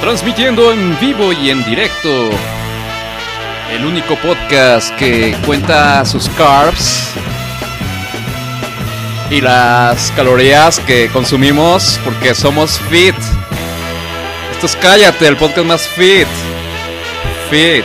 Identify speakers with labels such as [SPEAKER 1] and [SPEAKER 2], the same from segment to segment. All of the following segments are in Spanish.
[SPEAKER 1] Transmitiendo en vivo y en directo. El único podcast que cuenta sus carbs y las calorías que consumimos porque somos fit. Esto es Cállate, el podcast más fit. Fit.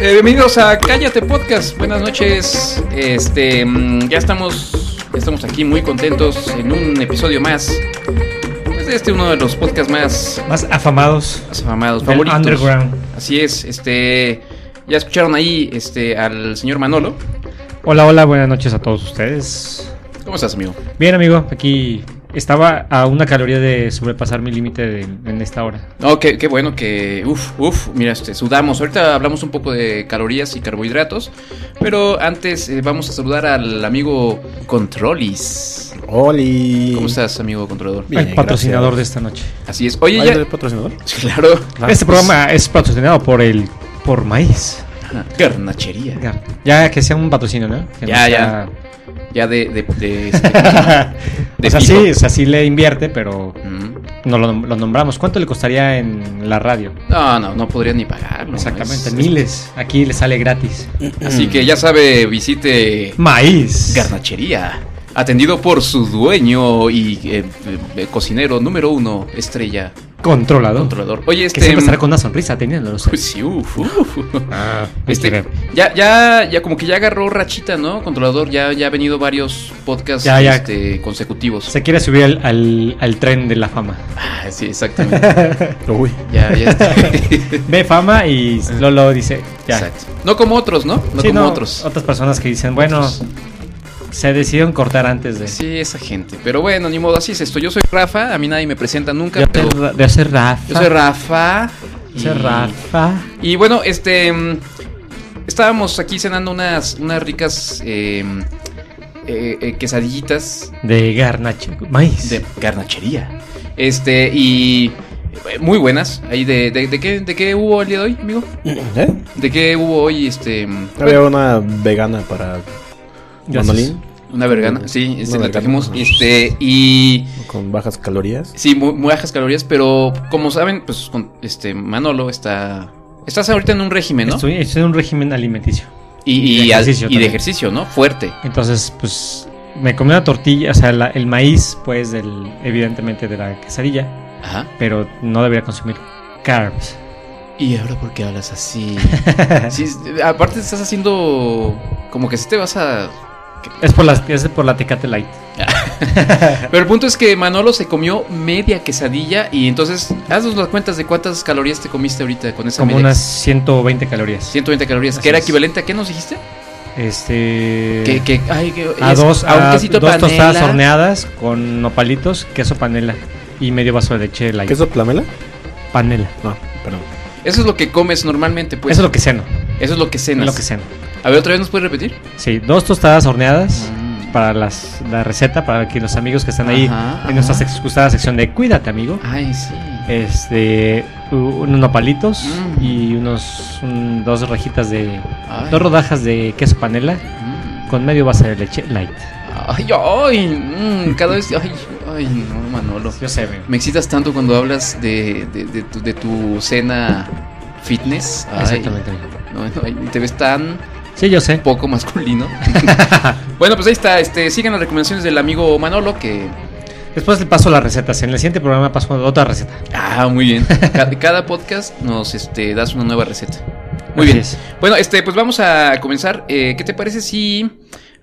[SPEAKER 1] Eh, bienvenidos a Cállate Podcast. Buenas noches. Este, mm, ya estamos, ya estamos aquí muy contentos en un episodio más. Pues de este uno de los podcasts más,
[SPEAKER 2] Más afamados.
[SPEAKER 1] más amados,
[SPEAKER 2] Del
[SPEAKER 1] favoritos.
[SPEAKER 2] underground.
[SPEAKER 1] Así es. Este, ya escucharon ahí, este, al señor Manolo.
[SPEAKER 2] Hola, hola, buenas noches a todos ustedes.
[SPEAKER 1] ¿Cómo estás, amigo?
[SPEAKER 2] Bien, amigo, aquí estaba a una caloría de sobrepasar mi límite de- en esta hora.
[SPEAKER 1] No, qué, qué bueno que. Uf, uf, mira, este, sudamos. Ahorita hablamos un poco de calorías y carbohidratos. Pero antes eh, vamos a saludar al amigo Controlis.
[SPEAKER 3] Oli.
[SPEAKER 1] ¿Cómo estás, amigo controlador?
[SPEAKER 3] Bien,
[SPEAKER 2] el patrocinador
[SPEAKER 3] gracias.
[SPEAKER 2] de esta noche.
[SPEAKER 1] Así es. Oye,
[SPEAKER 3] ¿Hay
[SPEAKER 1] ya.
[SPEAKER 3] otro patrocinador?
[SPEAKER 1] Claro.
[SPEAKER 2] Este programa es patrocinado por el por maíz.
[SPEAKER 1] Ajá, Garnachería.
[SPEAKER 2] Ya que sea un patrocinio, ¿no? Que
[SPEAKER 1] Ya,
[SPEAKER 2] no
[SPEAKER 1] ya. Ya de. de, de- este,
[SPEAKER 2] sea-
[SPEAKER 1] De
[SPEAKER 2] o sea,
[SPEAKER 1] fijo.
[SPEAKER 2] sí, o sea, sí le invierte, pero
[SPEAKER 1] mm.
[SPEAKER 2] no lo, nom- lo nombramos. ¿Cuánto le costaría en la radio?
[SPEAKER 1] no, no, no podrían ni pagarlo.
[SPEAKER 2] Exactamente,
[SPEAKER 1] Es-
[SPEAKER 2] miles. Aquí le sale gratis.
[SPEAKER 1] Así que ya sabe, visite
[SPEAKER 2] Maíz.
[SPEAKER 1] Garnachería. Atendido por su dueño y eh, eh, cocinero número uno, estrella,
[SPEAKER 2] Controlador.
[SPEAKER 1] controlador. Oye, este. mm,
[SPEAKER 2] Que siempre estará con una sonrisa teniéndolo.
[SPEAKER 1] Uy, sí, uf, uf.
[SPEAKER 2] Ah,
[SPEAKER 1] Este, ya, ya, ya, como que ya agarró rachita, ¿no? Controlador, ya, ya ha venido varios podcasts
[SPEAKER 2] Ya, ya.
[SPEAKER 1] Este, consecutivos.
[SPEAKER 2] Se quiere subir al, al- al tren de la fama.
[SPEAKER 1] Ah, sí, exactamente.
[SPEAKER 3] Uy.
[SPEAKER 1] ya, ya está.
[SPEAKER 2] Ve fama y Lolo dice, ya.
[SPEAKER 1] Ah. Exacto. No como otros, ¿no? No
[SPEAKER 2] Sí,
[SPEAKER 1] como
[SPEAKER 2] no,
[SPEAKER 1] otros.
[SPEAKER 2] Otras personas que dicen, bueno,
[SPEAKER 1] Otros.
[SPEAKER 2] se decidieron cortar antes de...
[SPEAKER 1] Sí, esa gente. Pero bueno, ni modo, así es esto. Yo soy Rafa, a mí nadie me presenta nunca,
[SPEAKER 2] de,
[SPEAKER 1] pero
[SPEAKER 2] hacer, ra- de hacer Rafa.
[SPEAKER 1] yo soy Rafa.
[SPEAKER 2] de hacer
[SPEAKER 1] y-
[SPEAKER 2] Rafa.
[SPEAKER 1] Y bueno, este. mm, Estábamos aquí cenando unas, unas ricas eh, eh, eh, quesadillitas
[SPEAKER 2] De garnacho. Maíz.
[SPEAKER 1] de garnachería. Este, y. eh, Muy buenas. Ahí de, de, de qué, ¿De qué hubo el día de hoy, amigo?
[SPEAKER 3] ¿Eh?
[SPEAKER 1] ¿De qué hubo hoy? Este. mm,
[SPEAKER 3] Había una vegana para
[SPEAKER 2] Gracias.
[SPEAKER 3] Manolín
[SPEAKER 1] Una vergana. Sí, este,
[SPEAKER 3] Una
[SPEAKER 1] la
[SPEAKER 3] vergana.
[SPEAKER 1] trajimos. Este, y.
[SPEAKER 3] con bajas calorías.
[SPEAKER 1] Sí, muy, muy bajas calorías, pero como saben, pues con este Manolo está. Estás ahorita en un régimen, ¿no?
[SPEAKER 2] Estoy, estoy en un régimen alimenticio.
[SPEAKER 1] Y, y-
[SPEAKER 2] de
[SPEAKER 1] y al-
[SPEAKER 2] ejercicio
[SPEAKER 1] y de
[SPEAKER 2] también.
[SPEAKER 1] ejercicio, ¿no? Fuerte.
[SPEAKER 2] Entonces, pues, me comí una tortilla, o sea, la- el maíz, pues, del, evidentemente de la quesadilla,
[SPEAKER 1] Ajá.
[SPEAKER 2] pero no debería consumir carbs.
[SPEAKER 1] ¿Y ahora por qué hablas así? Sí, es- aparte estás haciendo. como que si te vas a.
[SPEAKER 2] Es por, las, es por la Tecate Light.
[SPEAKER 1] Pero el punto es que Manolo se comió media quesadilla y entonces haznos las cuentas de cuántas calorías te comiste ahorita con esa
[SPEAKER 2] Como
[SPEAKER 1] media.
[SPEAKER 2] unas 120 calorías.
[SPEAKER 1] 120 calorías,
[SPEAKER 2] Así
[SPEAKER 1] que era
[SPEAKER 2] es.
[SPEAKER 1] equivalente a qué nos dijiste?
[SPEAKER 2] Este.
[SPEAKER 1] Que, que, ay, que-
[SPEAKER 2] a
[SPEAKER 1] es-
[SPEAKER 2] dos,
[SPEAKER 1] un
[SPEAKER 2] a
[SPEAKER 1] quesito
[SPEAKER 2] dos tostadas
[SPEAKER 1] panela.
[SPEAKER 2] horneadas con nopalitos, queso panela y medio vaso de leche light.
[SPEAKER 3] ¿Queso plamela?
[SPEAKER 2] panela.
[SPEAKER 3] No, perdón.
[SPEAKER 1] Eso es lo que comes normalmente, pues.
[SPEAKER 2] Eso es lo que ceno.
[SPEAKER 1] Eso es lo que cenas.
[SPEAKER 2] Es lo que ceno.
[SPEAKER 1] A ver, otra vez nos puedes repetir.
[SPEAKER 2] Sí, dos tostadas horneadas
[SPEAKER 1] Mm.
[SPEAKER 2] para las, la receta, para que los amigos que están ahí
[SPEAKER 1] Ajá,
[SPEAKER 2] en nuestra
[SPEAKER 1] ajá.
[SPEAKER 2] sec- gustada sección de Cuídate, amigo.
[SPEAKER 1] Ay, sí.
[SPEAKER 2] este u- unos nopalitos
[SPEAKER 1] Mm.
[SPEAKER 2] y unos un- dos rojitas de
[SPEAKER 1] Ay.
[SPEAKER 2] dos rodajas de queso panela
[SPEAKER 1] Mm.
[SPEAKER 2] con medio vaso de leche light.
[SPEAKER 1] Ay, ay, mm, cada vez. Ay, ay, no, Manolo.
[SPEAKER 2] Yo sé.
[SPEAKER 1] Me excitas tanto cuando hablas de, de- de tu, de tu cena fitness. Ay,
[SPEAKER 2] Exactamente.
[SPEAKER 1] no, no, ay, te ves tan
[SPEAKER 2] Sí, yo sé.
[SPEAKER 1] poco masculino. bueno, pues ahí está. Este, sigan las recomendaciones del amigo Manolo que.
[SPEAKER 2] Después le paso las recetas. En el siguiente programa paso otra receta.
[SPEAKER 1] Ah, muy bien. Ca- Cada, podcast nos este, das una nueva receta. Muy
[SPEAKER 2] Así
[SPEAKER 1] bien.
[SPEAKER 2] es.
[SPEAKER 1] Bueno, este, pues vamos a comenzar. Eh, ¿Qué te parece si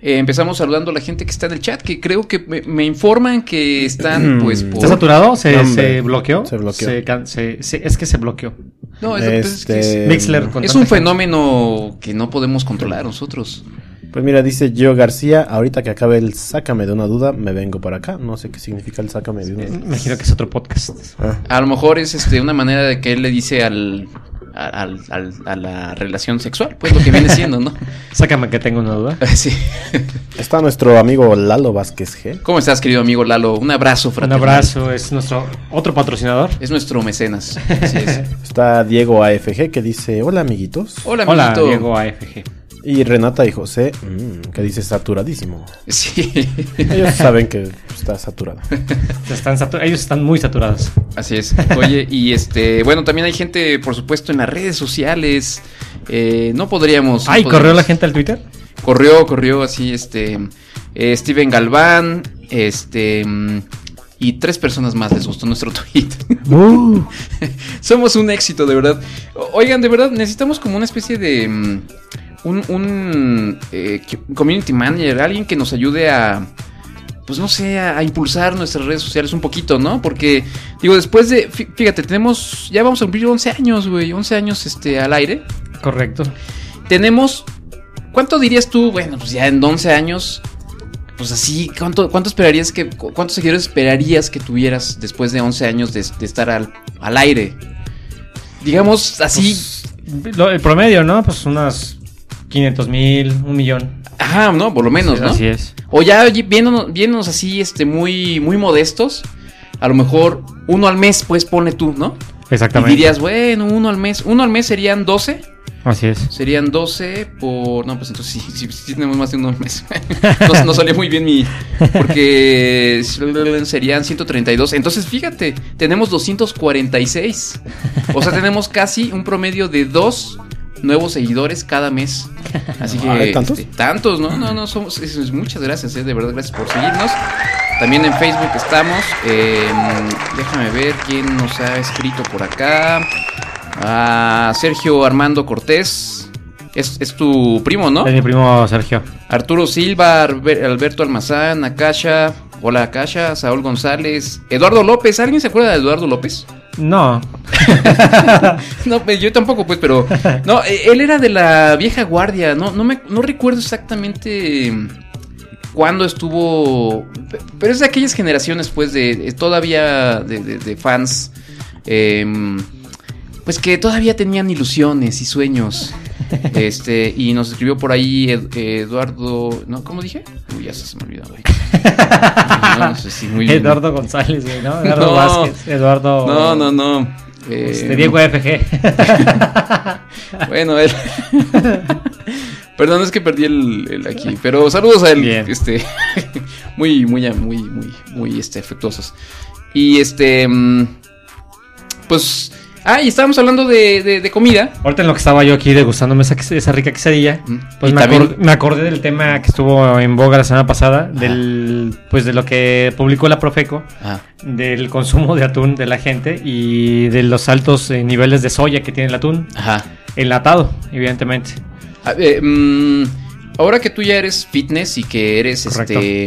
[SPEAKER 1] eh, empezamos saludando a la gente que está en el chat? Que creo que me, me informan que están, pues, por.
[SPEAKER 2] ¿Está saturado? ¿Se,
[SPEAKER 3] No, hombre.
[SPEAKER 2] se bloqueó?
[SPEAKER 3] Se bloqueó.
[SPEAKER 2] can- se- se- es que se bloqueó.
[SPEAKER 1] No, es, lo que pasa es que es-
[SPEAKER 3] Este,
[SPEAKER 2] Mixler con
[SPEAKER 1] es
[SPEAKER 2] tanta
[SPEAKER 1] un
[SPEAKER 2] gente.
[SPEAKER 1] fenómeno que no podemos controlar nosotros.
[SPEAKER 3] Pues mira, dice Gio García, ahorita que acabe el sácame de una duda, me vengo para acá. No sé qué significa el sácame de una duda.
[SPEAKER 2] Imagino que es otro podcast.
[SPEAKER 3] Ah,
[SPEAKER 1] A lo mejor es este, una manera de que él le dice al, al- al- a la relación sexual, pues lo que viene siendo, ¿no?
[SPEAKER 2] Sácame que tengo una duda.
[SPEAKER 1] Sí.
[SPEAKER 3] Está nuestro amigo Lalo Vázquez G.
[SPEAKER 1] ¿Cómo estás, querido amigo Lalo? Un abrazo,
[SPEAKER 2] Un
[SPEAKER 1] fraternal.
[SPEAKER 2] abrazo. Es nuestro otro patrocinador.
[SPEAKER 1] Es nuestro mecenas. Así es.
[SPEAKER 3] Está Diego AFG que dice, hola amiguitos.
[SPEAKER 1] Hola,
[SPEAKER 2] Hola,
[SPEAKER 1] amiguito.
[SPEAKER 2] Diego AFG.
[SPEAKER 3] Y Renata y José mm, que dice saturadísimo.
[SPEAKER 1] Sí,
[SPEAKER 3] Ellos saben que está saturada.
[SPEAKER 2] Se están satu- ellos están muy saturados.
[SPEAKER 1] así es. Oye, y este, bueno, también hay gente, por supuesto, en las redes sociales. Eh, no podríamos. no
[SPEAKER 2] Ay,
[SPEAKER 1] podríamos.
[SPEAKER 2] ¿corrió la gente al Twitter?
[SPEAKER 1] Corrió, corrió, así, este. eh, Steven Galván, este. mm, Y tres personas más les gustó nuestro tweet. Somos un éxito, de verdad. O- Oigan, de verdad, necesitamos como una especie de. mm, Un, un, eh, que- community manager, alguien que nos ayude a. Pues no sé, a, a impulsar nuestras redes sociales un poquito, ¿no? Porque, digo, después de. fí- Fíjate, tenemos. Ya vamos a cumplir 11 años, güey. 11 años este, al aire.
[SPEAKER 2] Correcto.
[SPEAKER 1] Tenemos. ¿Cuánto dirías tú? Bueno, pues ya en 11 años. Pues así, ¿cuánto, cuánto esperarías que. cu- ¿Cuántos seguidores esperarías que tuvieras después de 11 años de, de estar al, al aire? Digamos así.
[SPEAKER 2] Pues, lo- el promedio, ¿no? Pues unas 500 mil, un millón.
[SPEAKER 1] ajá, ¿no? Por lo menos, ¿no?
[SPEAKER 2] Así es.
[SPEAKER 1] O ya oye, viéndonos, viéndonos así, este, muy, muy modestos. A lo mejor uno al mes, pues pone tú, ¿no? Y
[SPEAKER 2] Exactamente.
[SPEAKER 1] dirías, bueno, uno al mes. Uno al mes serían 12.
[SPEAKER 2] Así es.
[SPEAKER 1] Serían 12 por. No, pues entonces sí, sí, sí tenemos más de un mes. no, no salió muy bien mi. Porque serían 132. Entonces fíjate, tenemos 246. O sea, tenemos casi un promedio de dos nuevos seguidores cada mes. Así que.
[SPEAKER 3] Ay, ¿tantos?
[SPEAKER 1] este, tantos, ¿no? No, no, somos. es- es- muchas gracias, eh, de verdad, gracias por seguirnos. También en Facebook estamos. eh, déjame ver quién nos ha escrito por acá. Ah, Sergio Armando Cortés. Es, es tu primo, ¿no?
[SPEAKER 2] Es mi primo Sergio.
[SPEAKER 1] Arturo Silva, Arbe- Alberto Almazán, Akasha. Hola Akasha, Saúl González, Eduardo López. ¿Alguien se acuerda de Eduardo López?
[SPEAKER 2] No.
[SPEAKER 1] No, pues, yo tampoco, pues, pero. No, eh, él era de la vieja guardia. No, no, me, no recuerdo exactamente cuándo estuvo. pe- Pero es de aquellas generaciones, pues, de. eh, todavía. de, de- de fans. em, pues que todavía tenían ilusiones y sueños. Este, y nos escribió por ahí Ed- Eduardo. ¿No? ¿Cómo dije? Uy, ya se me olvidó, güey. No, no sé si muy bien.
[SPEAKER 2] Eduardo González, güey, ¿no? Eduardo
[SPEAKER 1] No.
[SPEAKER 2] Vázquez. Eduardo.
[SPEAKER 1] No, no, no.
[SPEAKER 2] Este,
[SPEAKER 1] Em,
[SPEAKER 2] Diego FG.
[SPEAKER 1] Bueno, él. Perdón, es que perdí el, el aquí. Pero saludos a él.
[SPEAKER 2] Bien.
[SPEAKER 1] Este. muy, muy, muy, muy, muy este, afectuosos. Y este. mm, Pues. Ah, y estábamos hablando de, de- de comida.
[SPEAKER 2] Ahorita en lo que estaba yo aquí degustándome esa, ques- esa rica quesadilla,
[SPEAKER 1] Mm.
[SPEAKER 2] pues
[SPEAKER 1] Y
[SPEAKER 2] me,
[SPEAKER 1] también-
[SPEAKER 2] acor- me acordé del tema que estuvo en boga la semana pasada, del pues de lo que publicó la Profeco,
[SPEAKER 1] Ah,
[SPEAKER 2] del consumo de atún de la gente y de los altos eh, niveles de soya que tiene el atún,
[SPEAKER 1] ajá.
[SPEAKER 2] enlatado, evidentemente.
[SPEAKER 1] A ver, mm, ahora que tú ya eres fitness y que eres
[SPEAKER 2] Correcto.
[SPEAKER 1] este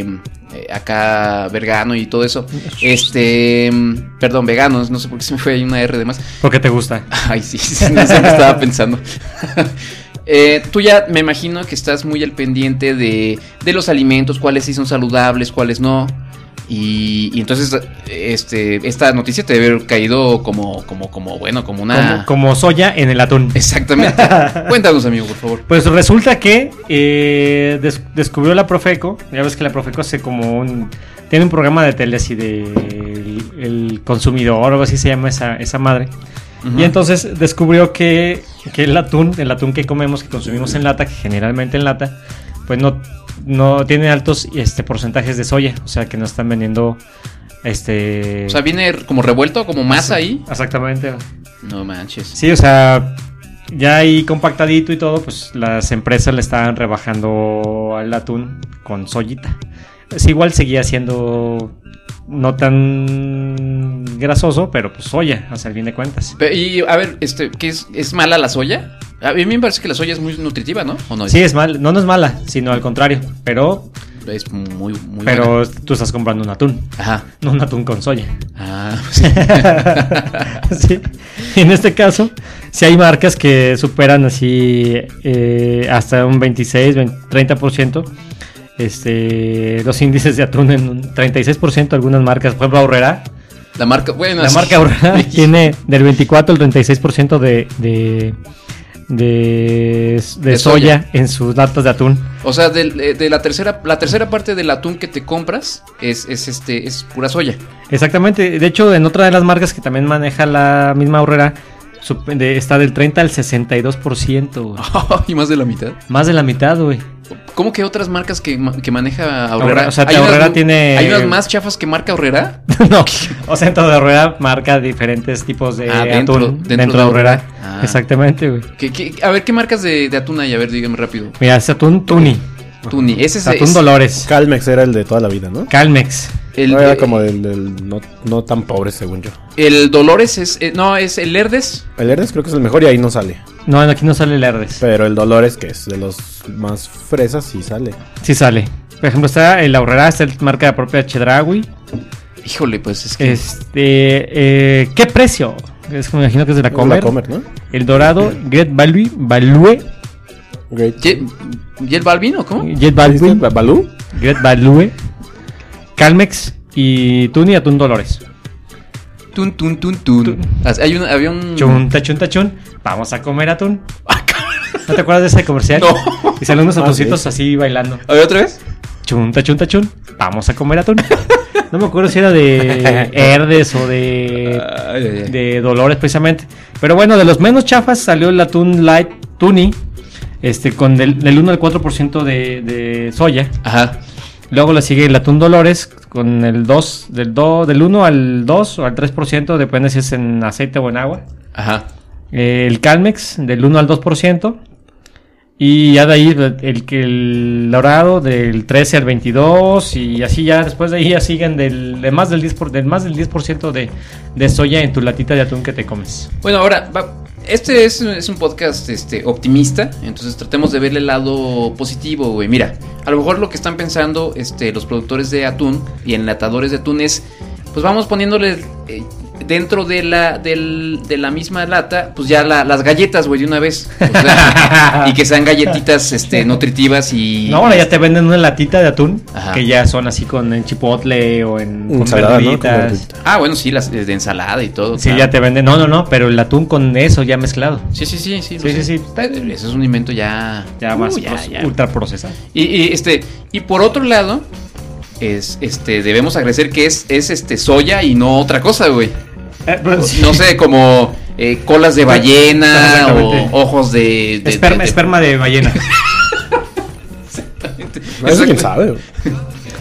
[SPEAKER 1] eh, acá vergano y todo eso. Este. mm, Perdón, veganos, no sé por qué se me fue ahí una R de más.
[SPEAKER 2] Porque te gusta.
[SPEAKER 1] Ay, sí, sí, no sé qué estaba pensando. Eh, tú ya me imagino que estás muy al pendiente de, de los alimentos, cuáles sí son saludables, cuáles no. Y, y entonces este, esta noticia te debe haber caído como, como, como bueno, como una...
[SPEAKER 2] Como, como soya en el atún.
[SPEAKER 1] Exactamente. Cuéntanos, amigo, por favor.
[SPEAKER 2] Pues resulta que eh, des- descubrió la Profeco, ya ves que la Profeco hace como un... Tiene un programa de tele así de el, el consumidor, algo así se llama esa, esa madre.
[SPEAKER 1] Ujú.
[SPEAKER 2] Y entonces descubrió que, que el atún, el atún que comemos, que consumimos en lata, que generalmente en lata, pues no, no tiene altos este, porcentajes de soya. O sea que no están vendiendo este.
[SPEAKER 1] O sea, viene como revuelto, como masa ahí.
[SPEAKER 2] Exactamente.
[SPEAKER 1] No manches.
[SPEAKER 2] Sí, o sea, ya ahí compactadito y todo, pues las empresas le estaban rebajando al atún con soyita. Pues igual seguía siendo no tan grasoso, pero pues soya, hasta el fin de cuentas.
[SPEAKER 1] Pe- Y a ver, este, ¿qué es, es mala la soya? A mí me parece que la soya es muy nutritiva, ¿no? ¿O no?
[SPEAKER 2] Sí, es mal, no, no es mala, sino al contrario, pero,
[SPEAKER 1] Es muy, muy buena.
[SPEAKER 2] pero tú estás comprando un atún,
[SPEAKER 1] Ajá.
[SPEAKER 2] no un atún con soya.
[SPEAKER 1] Ah, sí. Ah.
[SPEAKER 2] Sí. En este caso, si hay marcas que superan así eh, hasta un 26, 20, 30%, este, los índices de atún en un 36%, algunas marcas, por ejemplo, Aurrera,
[SPEAKER 1] La marca, bueno.
[SPEAKER 2] la
[SPEAKER 1] sí.
[SPEAKER 2] marca Aurrera tiene del 24 al 36% de, de, de, de
[SPEAKER 1] De soya.
[SPEAKER 2] soya en sus latas de atún.
[SPEAKER 1] O sea, del- eh, de, la tercera, la tercera parte del atún que te compras es, es este, es pura soya.
[SPEAKER 2] Exactamente, de hecho, en otra de las marcas que también maneja la misma Aurrera, sup- de- está del 30 al 62%. güey.
[SPEAKER 1] y más de la mitad.
[SPEAKER 2] Más de la mitad, güey.
[SPEAKER 1] ¿Cómo que otras marcas que, ma- que maneja Aurrera?
[SPEAKER 2] Aurrera, o sea,
[SPEAKER 1] ¿Hay
[SPEAKER 2] Aurrera
[SPEAKER 1] unas-
[SPEAKER 2] tiene-
[SPEAKER 1] ¿Hay unas más chafas que marca Aurrera?
[SPEAKER 2] no. O sea, dentro de Aurrera marca diferentes tipos de
[SPEAKER 1] Ah, dentro-
[SPEAKER 2] atún
[SPEAKER 1] dentro
[SPEAKER 2] dentro,
[SPEAKER 1] de
[SPEAKER 2] de
[SPEAKER 1] Aurrera.
[SPEAKER 2] Aurrera.
[SPEAKER 1] Ah.
[SPEAKER 2] Exactamente, güey.
[SPEAKER 1] ¿Qué- qué- a ver, ¿qué marcas de, de atún hay? A ver, dígame rápido.
[SPEAKER 2] Mira, es atún Tuni,
[SPEAKER 1] Tuni. Ese es,
[SPEAKER 2] atún
[SPEAKER 1] es
[SPEAKER 2] Dolores,
[SPEAKER 3] Calmex era el de toda la vida, ¿no?
[SPEAKER 2] Calmex.
[SPEAKER 1] el,
[SPEAKER 3] no era
[SPEAKER 1] eh,
[SPEAKER 3] como el, del no, no tan pobre, según yo.
[SPEAKER 1] el Dolores es, eh, no, es el Herdes.
[SPEAKER 3] El Herdes creo que es el mejor y ahí no sale.
[SPEAKER 2] No, aquí no sale el Herdes.
[SPEAKER 3] Pero el Dolores, que es de los más fresas, sí sale.
[SPEAKER 2] Sí sale. Por ejemplo, está el Aurrera, está el marca propia Chedragui.
[SPEAKER 1] Híjole, pues es que
[SPEAKER 2] Este, eh, ¿qué precio? Es que me imagino que es de la
[SPEAKER 3] Es la
[SPEAKER 2] Comer.
[SPEAKER 3] Comer, ¿no?
[SPEAKER 2] El Dorado, Great Value, Value,
[SPEAKER 3] Great.
[SPEAKER 1] Ye- ¿Y el Balvin o cómo?
[SPEAKER 2] Jet
[SPEAKER 3] ¿Dijiste
[SPEAKER 2] Value,
[SPEAKER 3] Ba- ¿Balú?
[SPEAKER 2] Great Value, Calmex y Tuni Atún Dolores.
[SPEAKER 1] Tun, tun, tun, tun. As- Hay un, había un...
[SPEAKER 2] Chunta, chunta, chun. Vamos a comer atún. ¿No te acuerdas de ese comercial?
[SPEAKER 1] No.
[SPEAKER 2] Y salen unos
[SPEAKER 3] Ah,
[SPEAKER 2] atuncitos así bailando.
[SPEAKER 1] A ver, ¿otra vez?
[SPEAKER 2] Chunta, chunta, chun. Vamos a comer atún. No me acuerdo si era de Herdes o de,
[SPEAKER 1] Ay, ay, ay.
[SPEAKER 2] de Dolores precisamente. Pero bueno, de los menos chafas salió el atún light tuni. Este, con del, del 1 al 4% de, de soya.
[SPEAKER 1] Ajá.
[SPEAKER 2] Luego le sigue el atún Dolores con el 2, del, 2, del 1 al 2 o al 3%, depende si es en aceite o en agua.
[SPEAKER 1] Ajá.
[SPEAKER 2] Eh, el Calmex del 1 al 2%. Y ya de ahí el, que el dorado del 13 al 22 y así ya después de ahí ya siguen del, de más del 10%, por- del más del 10 de, de soya en tu latita de atún que te comes.
[SPEAKER 1] Bueno, ahora, va- este es, es un podcast este, optimista, entonces tratemos de verle el lado positivo, güey. Mira, a lo mejor lo que están pensando este, los productores de atún y enlatadores de atún es, pues vamos poniéndole eh, dentro de la, del- de la misma lata, pues ya la- las galletas, güey, de una vez. O sea, y que sean galletitas este, nutritivas y...
[SPEAKER 2] No, ahora ya te venden una latita de atún
[SPEAKER 1] Ajá.
[SPEAKER 2] que ya son así con en chipotle o en con
[SPEAKER 3] Ensalada, ¿no? Con
[SPEAKER 2] verduritas.
[SPEAKER 3] verdurita.
[SPEAKER 1] Ah, bueno, sí, las de ensalada y todo.
[SPEAKER 2] Sí,
[SPEAKER 1] claro.
[SPEAKER 2] ya te venden. No, no, no, pero el atún con eso ya mezclado.
[SPEAKER 1] Sí, sí, sí, sí. lo
[SPEAKER 2] Sí,
[SPEAKER 1] sé.
[SPEAKER 2] sí, sí.
[SPEAKER 1] Está- Ese es un invento ya...
[SPEAKER 2] Ya
[SPEAKER 1] Uh,
[SPEAKER 2] más
[SPEAKER 1] ya,
[SPEAKER 2] pros-
[SPEAKER 1] ya.
[SPEAKER 2] ultra procesado.
[SPEAKER 1] Y, y, este, y por otro lado, es, este, debemos agradecer que es, es este soya y no otra cosa, güey. Eh, No sé, como eh, colas de ballena o
[SPEAKER 2] Exactamente.
[SPEAKER 1] ojos de. de-
[SPEAKER 2] esperma,
[SPEAKER 1] de- de-
[SPEAKER 2] esperma de ballena.
[SPEAKER 3] Eso quién
[SPEAKER 1] Exacto.
[SPEAKER 3] sabe. güey.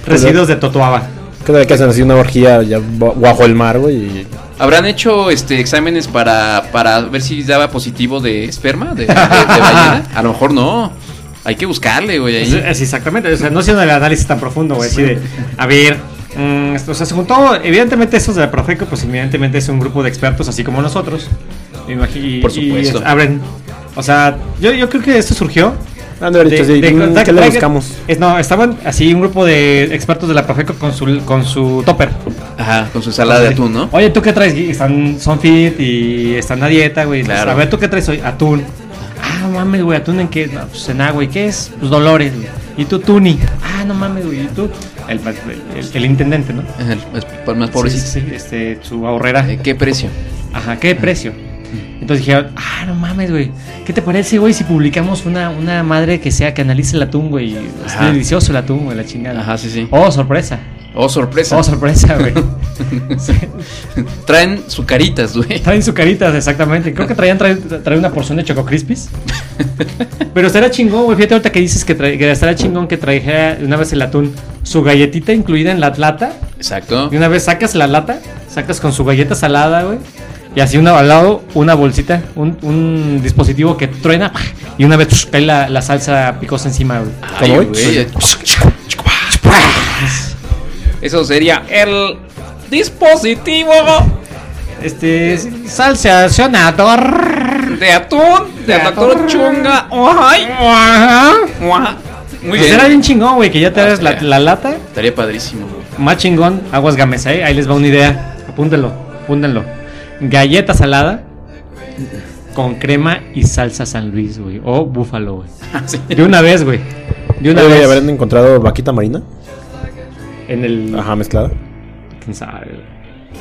[SPEAKER 2] Residuos de Totoaba.
[SPEAKER 3] ¿Qué tal que hacen así una orgía ya ba- bajo el mar, güey? y-
[SPEAKER 1] ¿Habrán hecho este exámenes para, para ver si daba positivo de esperma? De, de- de ballena? A lo mejor no. Hay que buscarle, güey.
[SPEAKER 2] Es,
[SPEAKER 1] ahí.
[SPEAKER 2] Pues, es exactamente, o sea, no haciendo el análisis tan profundo, güey, así de, a ver, mm, esto, o sea, se juntó, evidentemente estos de la Profeco, pues evidentemente es un grupo de expertos, así como nosotros, me imagino, y-
[SPEAKER 1] Por
[SPEAKER 2] y
[SPEAKER 1] supuesto.
[SPEAKER 2] es- abren, o sea, yo, yo creo que esto surgió
[SPEAKER 3] Han de haber dicho
[SPEAKER 2] de-
[SPEAKER 3] así,
[SPEAKER 2] de-
[SPEAKER 3] "Mm,
[SPEAKER 2] tra-
[SPEAKER 3] ¿Qué le
[SPEAKER 2] traigan-
[SPEAKER 3] buscamos?
[SPEAKER 2] es- no, estaban así un grupo de expertos de la Profeco con su, con su topper.
[SPEAKER 1] Ajá, con su ensalada de atún, ¿no?
[SPEAKER 2] Oye, ¿tú qué traes? Y Están, son fit y están a dieta, güey. Pues,
[SPEAKER 1] Claro.
[SPEAKER 2] A ver, ¿tú qué traes hoy? Atún. Ah, mames, güey, ¿atún en qué? No, pues en agua. ¿Y qué es? Pues Dolores, güey. ¿Y tú, Tuni? Ah, no mames, güey. ¿Y tú? El, el- el intendente, ¿no?
[SPEAKER 1] Es el- es el más pobrecito.
[SPEAKER 2] Sí, sí, sí, este, su ahorrera.
[SPEAKER 1] Eh, ¿Qué precio?
[SPEAKER 2] Ajá, ¿qué precio? Entonces dijeron, ah, no mames, güey. ¿Qué te parece, güey, si publicamos una, una madre que sea que analice el atún, güey? Es
[SPEAKER 1] Ajá.
[SPEAKER 2] delicioso el atún, güey, la chingada.
[SPEAKER 1] Ajá, sí, sí.
[SPEAKER 2] Oh, sorpresa.
[SPEAKER 1] Oh, sorpresa.
[SPEAKER 2] Oh, sorpresa, güey.
[SPEAKER 1] Traen su caritas, güey.
[SPEAKER 2] Traen su carita, exactamente. Creo que traían trae, trae una porción de Choco Crispies. Pero estará chingón, güey. Fíjate ahorita que dices que, trae- que estará chingón que trajera una vez el atún su galletita incluida en la lata.
[SPEAKER 1] Exacto.
[SPEAKER 2] Y una vez sacas la lata, sacas con su galleta salada, güey. Y así una, al lado una bolsita, un, un dispositivo que truena. Y una vez psh, cae la, la salsa picosa encima, güey.
[SPEAKER 1] Ay,
[SPEAKER 3] Como
[SPEAKER 1] güey. Eso sería el dispositivo
[SPEAKER 2] Este, salsa sonador.
[SPEAKER 1] de atún de
[SPEAKER 2] De
[SPEAKER 1] atún
[SPEAKER 2] atún.
[SPEAKER 1] chunga. Ay.
[SPEAKER 2] Ajá.
[SPEAKER 1] Mua. Muy
[SPEAKER 2] Pues
[SPEAKER 1] bien.
[SPEAKER 2] era bien chingón, güey, que ya te
[SPEAKER 1] Ah,
[SPEAKER 2] hagas la,
[SPEAKER 1] estaría.
[SPEAKER 2] la lata.
[SPEAKER 1] Estaría padrísimo, güey.
[SPEAKER 2] Más chingón, aguas gamesa, ¿eh? Ahí les va una idea. Apúntenlo, apúntenlo. Galleta salada con crema y salsa San Luis, güey. O búfalo, güey.
[SPEAKER 1] Ah, Sí.
[SPEAKER 2] De una vez, güey. De una
[SPEAKER 3] Debe
[SPEAKER 2] vez.
[SPEAKER 3] haber encontrado vaquita marina.
[SPEAKER 2] En el.
[SPEAKER 3] Ajá, mezclada.
[SPEAKER 2] ¿Quién sabe? güey?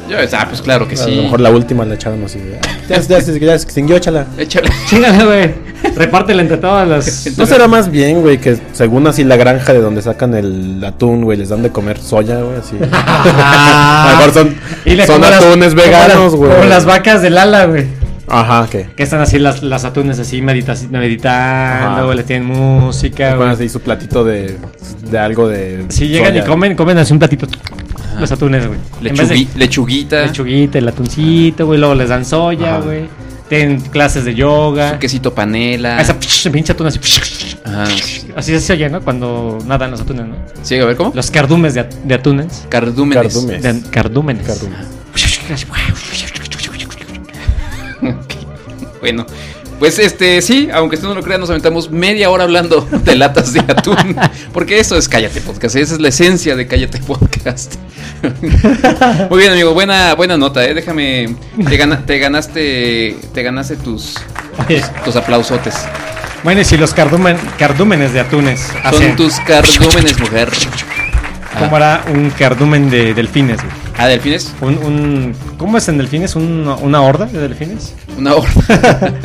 [SPEAKER 1] Ya ves, ah, pues claro que
[SPEAKER 3] A lo
[SPEAKER 1] sí.
[SPEAKER 3] mejor la última la echaron así. de, "Ah, Ya, ya, se- ya se extinguió, échala.
[SPEAKER 1] Échale.
[SPEAKER 2] Chingale, güey. Repártela entre todas las.
[SPEAKER 3] ¿No será más bien, güey, que según así la granja de donde sacan el atún, güey, les dan de comer soya, güey, así? A lo Ah. mejor son,
[SPEAKER 2] le-
[SPEAKER 3] son
[SPEAKER 2] como las-
[SPEAKER 3] atunes
[SPEAKER 2] como las-
[SPEAKER 3] veganos, güey.
[SPEAKER 2] Como las vacas del ala, güey.
[SPEAKER 3] Ajá, ¿qué?
[SPEAKER 2] Que están así las, las atunes así medita- meditando,
[SPEAKER 3] Ajá.
[SPEAKER 2] les tienen música, güey.
[SPEAKER 3] Ponen así su platito de, de algo de.
[SPEAKER 2] Si llegan
[SPEAKER 3] soya.
[SPEAKER 2] y comen, comen así un platito. Los atunes, güey. En vez de
[SPEAKER 1] Lechugui- lechuguita.
[SPEAKER 2] Lechuguita, el atuncito, güey. Luego les dan soya,
[SPEAKER 3] Ajá.
[SPEAKER 2] güey. Tienen clases de yoga.
[SPEAKER 1] Su quesito panela.
[SPEAKER 2] Esa psh, pinche atún así. psh,
[SPEAKER 1] Ajá.
[SPEAKER 2] Así se oye, ¿no? Cuando nadan los atunes, ¿no?
[SPEAKER 1] Sí, a ver cómo.
[SPEAKER 2] Los cardumes de, at- de atunes.
[SPEAKER 1] Cardúmenes.
[SPEAKER 3] Cardumen.
[SPEAKER 2] De an- cardúmenes.
[SPEAKER 3] Cardumen.
[SPEAKER 1] Bueno, pues este, sí, aunque usted no lo crea, nos aventamos media hora hablando de latas de atún. Porque eso es Cállate Podcast, esa es la esencia de Cállate Podcast. Muy bien, amigo, buena, buena nota, ¿eh? Déjame. Te, gana- te ganaste. Te ganaste tus,
[SPEAKER 2] Oye,
[SPEAKER 1] tus aplausotes.
[SPEAKER 2] Bueno, y si los cardumen, cardúmenes de atunes
[SPEAKER 1] Son
[SPEAKER 2] hacen
[SPEAKER 1] tus cardúmenes, mujer.
[SPEAKER 2] ¿Cómo hará un cardumen de delfines, güey?
[SPEAKER 1] Ah, delfines,
[SPEAKER 2] Un, un, ¿Cómo es en delfines? ¿Un- ¿Una horda de delfines?
[SPEAKER 1] una horda.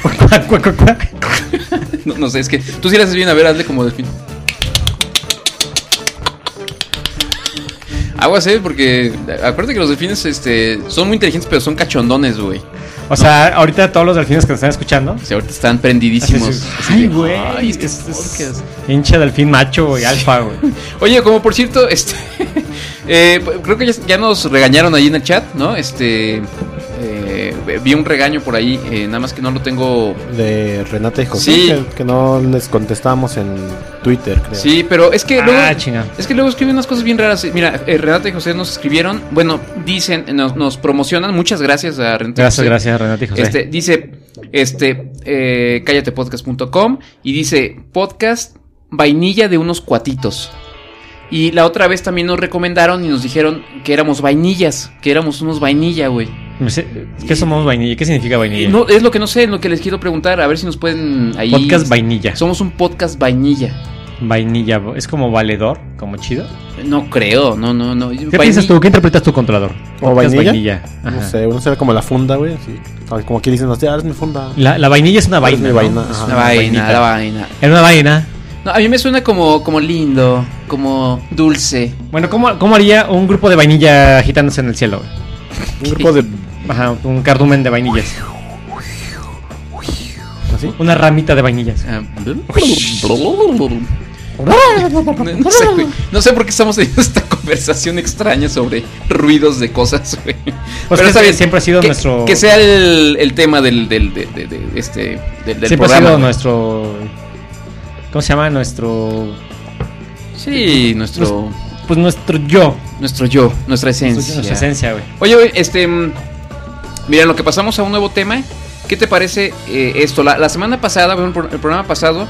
[SPEAKER 2] Cuac, cuac, cuac, cuac.
[SPEAKER 1] No, no sé, es que tú sí le haces bien, a ver, hazle como delfín. Aguas, eh, porque acuérdate que los delfines este, son muy inteligentes, pero son cachondones, güey.
[SPEAKER 2] O sea, ahorita todos los delfines que nos están escuchando.
[SPEAKER 1] O sea, ahorita están prendidísimos.
[SPEAKER 2] así,
[SPEAKER 1] Así
[SPEAKER 2] Ah, Ay,
[SPEAKER 1] de,
[SPEAKER 2] güey.
[SPEAKER 1] "Ay, este
[SPEAKER 2] es- es-
[SPEAKER 1] podcast".
[SPEAKER 2] Hincha delfín macho y alfa, güey.
[SPEAKER 1] Oye, como por cierto, este, eh, creo que ya, ya nos regañaron ahí en el chat, ¿no? Este, eh, vi un regaño por ahí, eh, nada más que no lo tengo
[SPEAKER 3] De Renata y José,
[SPEAKER 1] Sí.
[SPEAKER 3] que, que no les contestamos en Twitter, creo.
[SPEAKER 1] Sí, pero es que
[SPEAKER 2] Ah,
[SPEAKER 1] luego.
[SPEAKER 2] chinga.
[SPEAKER 1] Es que luego escriben unas cosas bien raras. Mira, eh, Renata y José nos escribieron. Bueno, dicen, nos, nos promocionan. Muchas gracias a Renata y
[SPEAKER 2] Gracias,
[SPEAKER 1] José.
[SPEAKER 2] gracias, Renato y José.
[SPEAKER 1] Este, dice, este, eh, cállatepodcast.com y dice, podcast vainilla de unos cuatitos. Y la otra vez también nos recomendaron y nos dijeron que éramos vainillas, que éramos unos vainilla, güey.
[SPEAKER 2] Me sé- ¿Qué somos vainilla? ¿Qué significa
[SPEAKER 1] Y
[SPEAKER 2] vainilla?
[SPEAKER 1] no, es lo que no sé, lo que les quiero preguntar, a ver si nos pueden ahí.
[SPEAKER 2] Podcast vainilla.
[SPEAKER 1] Somos un podcast vainilla.
[SPEAKER 2] Vainilla, es como valedor, como chido.
[SPEAKER 1] No creo, no, no, no.
[SPEAKER 2] ¿Qué piensas tú? ¿Qué interpretas tu controlador?
[SPEAKER 3] ¿Como
[SPEAKER 2] Podcast
[SPEAKER 3] vainilla?
[SPEAKER 2] Ajá.
[SPEAKER 3] No sé, uno se ve como la funda, güey. así. Como aquí dicen, ah, es mi funda.
[SPEAKER 2] La, la vainilla es una
[SPEAKER 3] Es
[SPEAKER 2] vaina.
[SPEAKER 3] mi
[SPEAKER 2] ¿no?
[SPEAKER 3] vaina,
[SPEAKER 2] Es
[SPEAKER 3] ajá.
[SPEAKER 1] La
[SPEAKER 2] una
[SPEAKER 1] vaina,
[SPEAKER 2] Ah, vainita.
[SPEAKER 1] la vaina.
[SPEAKER 2] Es una vaina.
[SPEAKER 1] No, a mí me suena como, como lindo, como dulce.
[SPEAKER 2] Bueno, ¿cómo, ¿cómo haría un grupo de vainilla agitándose en el cielo? güey?
[SPEAKER 3] Un grupo de.
[SPEAKER 2] Ajá, un cardumen de vainillas.
[SPEAKER 3] ¿Así?
[SPEAKER 2] Una ramita de vainillas.
[SPEAKER 1] Ah, No, no sé, güey. No sé por qué estamos teniendo esta conversación extraña sobre ruidos de cosas, güey.
[SPEAKER 2] Pues que ese siempre ha sido
[SPEAKER 1] que,
[SPEAKER 2] nuestro-
[SPEAKER 1] Que sea el, el tema del, del, de- de- de- este, del, del
[SPEAKER 2] Siempre ha
[SPEAKER 1] programa.
[SPEAKER 2] sido
[SPEAKER 1] güey.
[SPEAKER 2] nuestro. ¿Cómo se llama? Nuestro.
[SPEAKER 1] Sí, nuestro,
[SPEAKER 2] Pues nuestro yo.
[SPEAKER 1] nuestro yo, nuestra esencia.
[SPEAKER 2] Nuestra esencia, güey.
[SPEAKER 1] Oye, güey, este. mm, Mira, en lo que pasamos a un nuevo tema. ¿Qué te parece eh, esto? La, la semana pasada, bueno, el pro- el programa pasado,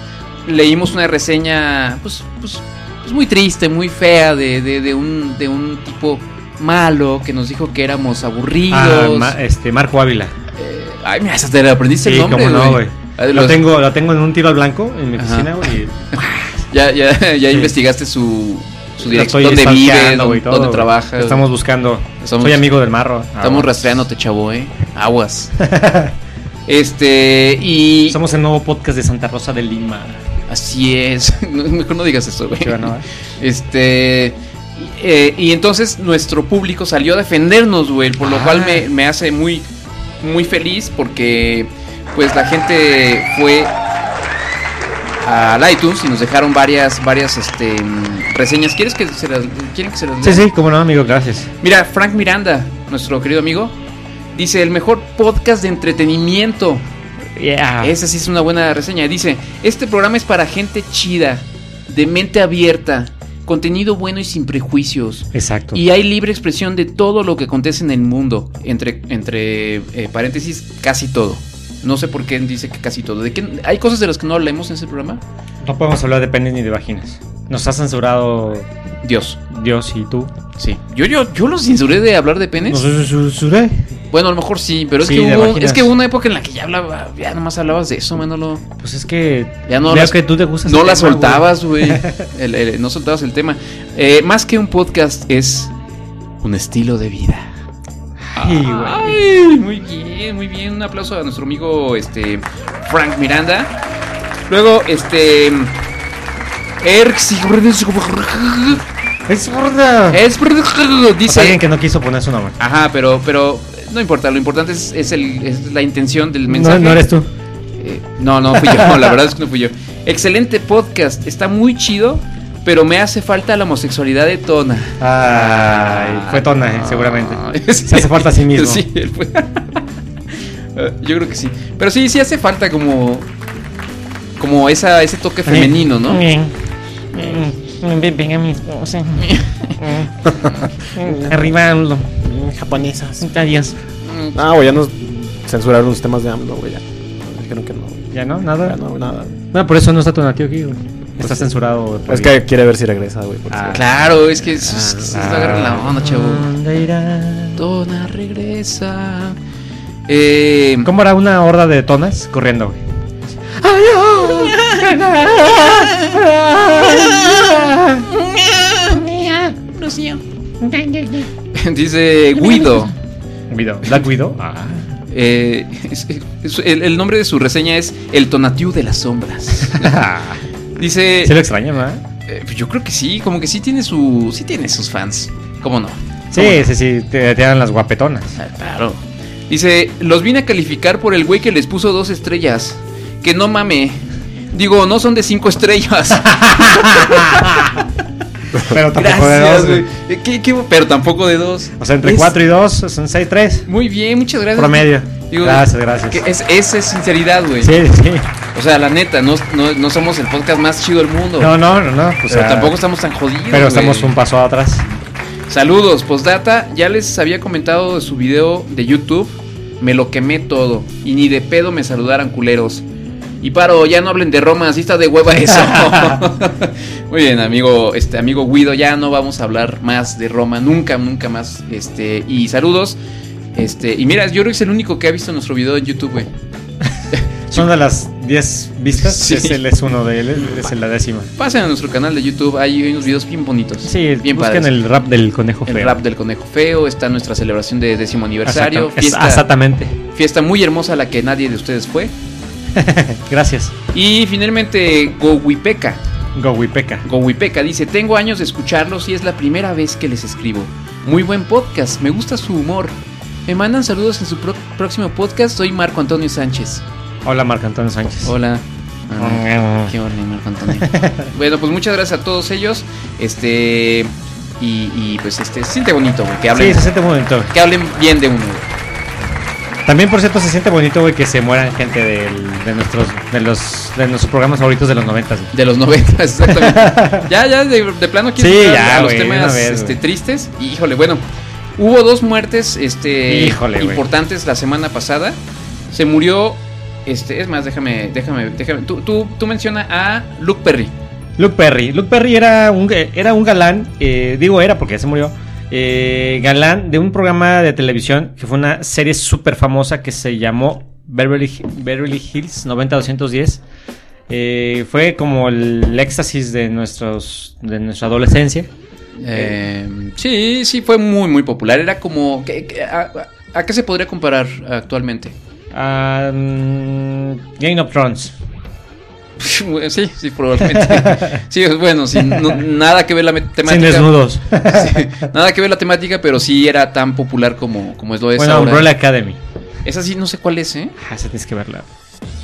[SPEAKER 1] leímos una reseña, pues, pues, pues, muy triste, muy fea, de, de- de un, de un tipo malo que nos dijo que éramos aburridos.
[SPEAKER 2] Ah, ma- este, Marco Ávila.
[SPEAKER 1] Eh, ay, mira, hasta te aprendiste
[SPEAKER 2] Sí,
[SPEAKER 1] el nombre.
[SPEAKER 2] cómo no, güey.
[SPEAKER 1] Ah,
[SPEAKER 2] Lo
[SPEAKER 1] los-
[SPEAKER 2] tengo, lo tengo en un tiro al blanco en mi
[SPEAKER 1] Ajá.
[SPEAKER 2] oficina, güey. y-
[SPEAKER 1] Ya, ya, ya
[SPEAKER 2] Sí.
[SPEAKER 1] investigaste su, su
[SPEAKER 2] Lo
[SPEAKER 1] dirección,
[SPEAKER 2] estoy
[SPEAKER 1] dónde
[SPEAKER 2] stalkeando,
[SPEAKER 1] vive,
[SPEAKER 2] güey,
[SPEAKER 1] dónde,
[SPEAKER 2] todo,
[SPEAKER 1] dónde
[SPEAKER 2] güey.
[SPEAKER 1] trabaja.
[SPEAKER 2] Estamos buscando.
[SPEAKER 1] Estamos-
[SPEAKER 2] Soy amigo del marro.
[SPEAKER 1] Estamos
[SPEAKER 2] Ah,
[SPEAKER 1] rastreándote, chavo, eh. Aguas. Este, y.
[SPEAKER 2] Somos el nuevo podcast de Santa Rosa de Lima.
[SPEAKER 1] Así es. No, Mejor no digas eso, güey.
[SPEAKER 2] ¿eh?
[SPEAKER 1] Este. eh, y entonces nuestro público salió a defendernos, güey. Por lo
[SPEAKER 2] Ah.
[SPEAKER 1] cual me, me hace muy, muy feliz porque, pues, la gente fue al iTunes y nos dejaron varias, varias este, mm, reseñas. ¿Quieres que se las, ¿Quieren que se las
[SPEAKER 2] Sí,
[SPEAKER 1] lea?
[SPEAKER 2] sí, como no, amigo, gracias.
[SPEAKER 1] Mira, Frank Miranda, nuestro querido amigo, dice: el mejor podcast de entretenimiento.
[SPEAKER 2] Yeah.
[SPEAKER 1] Esa sí es una buena reseña. Dice, este programa es para gente chida, de mente abierta, contenido bueno y sin prejuicios.
[SPEAKER 2] Exacto.
[SPEAKER 1] Y hay libre expresión de todo lo que acontece en el mundo. Entre, entre eh, paréntesis, casi todo. No sé por qué dice que casi todo. ¿De qué- ¿Hay cosas de las que no hablemos en ese programa?
[SPEAKER 2] No podemos hablar de penes ni de vaginas. Nos ha censurado
[SPEAKER 1] Dios,
[SPEAKER 2] Dios y tú.
[SPEAKER 1] sí. Yo, yo, yo los censuré de hablar de penes.
[SPEAKER 2] Nos censuré.
[SPEAKER 1] Bueno, a lo mejor sí, pero es,
[SPEAKER 2] Sí,
[SPEAKER 1] que
[SPEAKER 2] de
[SPEAKER 1] hubo,
[SPEAKER 2] vaginas.
[SPEAKER 1] es que hubo una época en la que ya hablaba, ya nomás hablabas de eso, Manolo.
[SPEAKER 2] Pues es que.
[SPEAKER 1] Ya no
[SPEAKER 2] veo
[SPEAKER 1] las-
[SPEAKER 2] que tú te gustas.
[SPEAKER 1] No
[SPEAKER 2] el
[SPEAKER 1] la
[SPEAKER 2] tema, güey.
[SPEAKER 1] soltabas, güey. El- el- No soltabas el tema. Eh, más que un podcast es un estilo de vida.
[SPEAKER 2] Ay, güey.
[SPEAKER 1] Ay, muy bien, muy bien. Un aplauso a nuestro amigo este Frank Miranda. Luego, este. Erx
[SPEAKER 2] Es gorda.
[SPEAKER 1] es-
[SPEAKER 2] Es alguien
[SPEAKER 1] dice.
[SPEAKER 2] que no quiso poner su nombre.
[SPEAKER 1] Ajá, pero, pero no importa. Lo importante es, es el, es la intención del mensaje.
[SPEAKER 2] No, no eres tú.
[SPEAKER 1] Eh, no, no fui yo, no, la verdad es que no fui yo. Excelente podcast, está muy chido, pero me hace falta la homosexualidad de Tona. Ah,
[SPEAKER 2] Ay, fue tona, eh, seguramente.
[SPEAKER 1] Sí.
[SPEAKER 2] Se hace falta a sí mismo.
[SPEAKER 1] Sí, él fue- Eh, yo creo que sí. Pero sí, sí hace falta como como esa, ese toque femenino, ¿no?
[SPEAKER 4] Bien. Bien, venga mi esposa.
[SPEAKER 2] Arriba AMLO.
[SPEAKER 3] Japonesas.
[SPEAKER 4] Adiós.
[SPEAKER 1] Mm,
[SPEAKER 3] Ah, güey, ya nos censuraron los temas de AMLO, güey. Ya. Dijeron que no. güey.
[SPEAKER 2] Ya no, nada.
[SPEAKER 3] Ya no, nada.
[SPEAKER 2] No, por eso no está Tonatio aquí, güey.
[SPEAKER 1] Pues
[SPEAKER 2] Está censurado. güey, por
[SPEAKER 3] Es que quiere ver si regresa, güey. por
[SPEAKER 2] Ah.
[SPEAKER 3] eso.
[SPEAKER 1] Claro, es que es, es que se nos agarra la onda, chavo.
[SPEAKER 2] Pues ¿Dónde irá?
[SPEAKER 1] Tona regresa. Eh,
[SPEAKER 2] ¿Cómo era una horda de tonas corriendo, güey?
[SPEAKER 1] dice Guido.
[SPEAKER 2] Guido. ¿La Guido? Ah.
[SPEAKER 1] Eh, es- es- el, el nombre de su reseña es El Tonatiu de las Sombras.
[SPEAKER 2] Ah.
[SPEAKER 1] Dice.
[SPEAKER 2] Se lo extraña, ¿verdad?
[SPEAKER 1] eh, pues yo creo que sí, como que sí tiene su. sí tiene sus fans. ¿Cómo no?
[SPEAKER 2] Sí, sí, sí. Te, te dan las guapetonas.
[SPEAKER 1] Ah, Claro. Dice, los vine a calificar por el güey que les puso dos estrellas. Que no mame. Digo, no son de cinco estrellas.
[SPEAKER 2] Pero tampoco de
[SPEAKER 1] Gracias,
[SPEAKER 2] dos,
[SPEAKER 1] güey.
[SPEAKER 2] güey.
[SPEAKER 1] Eh, qué- qué- Pero tampoco de dos.
[SPEAKER 2] O sea, entre
[SPEAKER 1] Es-
[SPEAKER 2] 4 y 2 son 6, 3.
[SPEAKER 1] Muy bien, muchas gracias.
[SPEAKER 2] Promedio.
[SPEAKER 1] Digo,
[SPEAKER 2] gracias, gracias.
[SPEAKER 1] que es, esa es sinceridad, güey.
[SPEAKER 2] Sí, sí.
[SPEAKER 1] O sea, la neta, no, no, no somos el podcast más chido del mundo.
[SPEAKER 2] No, no, no, no. O
[SPEAKER 1] Pero
[SPEAKER 2] sea,
[SPEAKER 1] tampoco estamos tan jodidos.
[SPEAKER 2] Ah, Pero estamos
[SPEAKER 1] güey.
[SPEAKER 2] un paso atrás.
[SPEAKER 1] Saludos, postdata. Ya les había comentado de su video de YouTube. Me lo quemé todo. Y ni de pedo me saludaran culeros. Y paro, ya no hablen de Roma, así está de hueva eso. Muy bien, amigo, este amigo Guido, ya no vamos a hablar más de Roma, nunca, nunca más. Este, y saludos. Este, y mira, yo creo que es el único que ha visto nuestro video en YouTube, güey.
[SPEAKER 2] Son de las 10 vistas.
[SPEAKER 1] Sí.
[SPEAKER 2] Es, el, es uno de él, es la décima.
[SPEAKER 1] Pasen a nuestro canal de YouTube, hay unos videos bien bonitos.
[SPEAKER 2] Sí,
[SPEAKER 1] bien
[SPEAKER 2] busquen
[SPEAKER 1] padres.
[SPEAKER 2] el rap del conejo feo.
[SPEAKER 1] El rap del conejo feo, está nuestra celebración de décimo aniversario.
[SPEAKER 2] Exactam- es- Exactamente.
[SPEAKER 1] Fiesta muy hermosa a la que nadie de ustedes fue.
[SPEAKER 2] Gracias.
[SPEAKER 1] Y finalmente, Gowipeca.
[SPEAKER 2] Gowipeca.
[SPEAKER 1] Gowipeca dice: Tengo años de escucharlos y es la primera vez que les escribo. Muy buen podcast, me gusta su humor. Me mandan saludos en su pro- próximo podcast. Soy Marco Antonio Sánchez.
[SPEAKER 2] Hola, Marco Antonio Sánchez. Mm.
[SPEAKER 1] Hola. Ah, Qué horrible, Marco Antonio. bueno, pues muchas gracias a todos ellos. Este. Y, y, pues este, se siente bonito, güey, que
[SPEAKER 2] Sí,
[SPEAKER 1] hablen,
[SPEAKER 2] se siente bonito.
[SPEAKER 1] que hablen bien de uno. güey.
[SPEAKER 2] También, por cierto, se siente bonito, güey, que se mueran gente del- de nuestros de los de nuestros programas favoritos de los noventas. güey.
[SPEAKER 1] De los 90, exactamente. ya, ya, de, de plano quieres
[SPEAKER 2] Sí,
[SPEAKER 1] entrar
[SPEAKER 2] ya,
[SPEAKER 1] a los
[SPEAKER 2] güey,
[SPEAKER 1] temas
[SPEAKER 2] una vez,
[SPEAKER 1] este,
[SPEAKER 2] güey.
[SPEAKER 1] tristes. Híjole, bueno, hubo dos muertes este,
[SPEAKER 2] Híjole, güey.
[SPEAKER 1] importantes la semana pasada. Se murió, este, es más, déjame, déjame, déjame. Tú, tú, tú menciona a Luke Perry.
[SPEAKER 2] Luke Perry. Luke Perry era un, era un galán, eh, digo era porque ya se murió, eh, galán de un programa de televisión que fue una serie súper famosa que se llamó Beverly, Beverly Hills 90210. Eh, fue como el éxtasis de, nuestros, de nuestra adolescencia.
[SPEAKER 1] Eh, sí, sí, fue muy, muy popular. Era como, ¿qué- qué- a, a- a qué se podría comparar actualmente?
[SPEAKER 2] Ah, mm, Game of Thrones.
[SPEAKER 1] Sí, sí, probablemente. Sí, bueno, sí, no- nada que ver la me- temática.
[SPEAKER 2] Sin desnudos.
[SPEAKER 1] Sí, nada que ver la temática, pero sí era tan popular como, como es lo es
[SPEAKER 2] Bueno,
[SPEAKER 1] ahora.
[SPEAKER 2] Umbrella Academy.
[SPEAKER 1] Esa sí, no sé cuál es, ¿eh?
[SPEAKER 2] Ah, esa tienes que verla.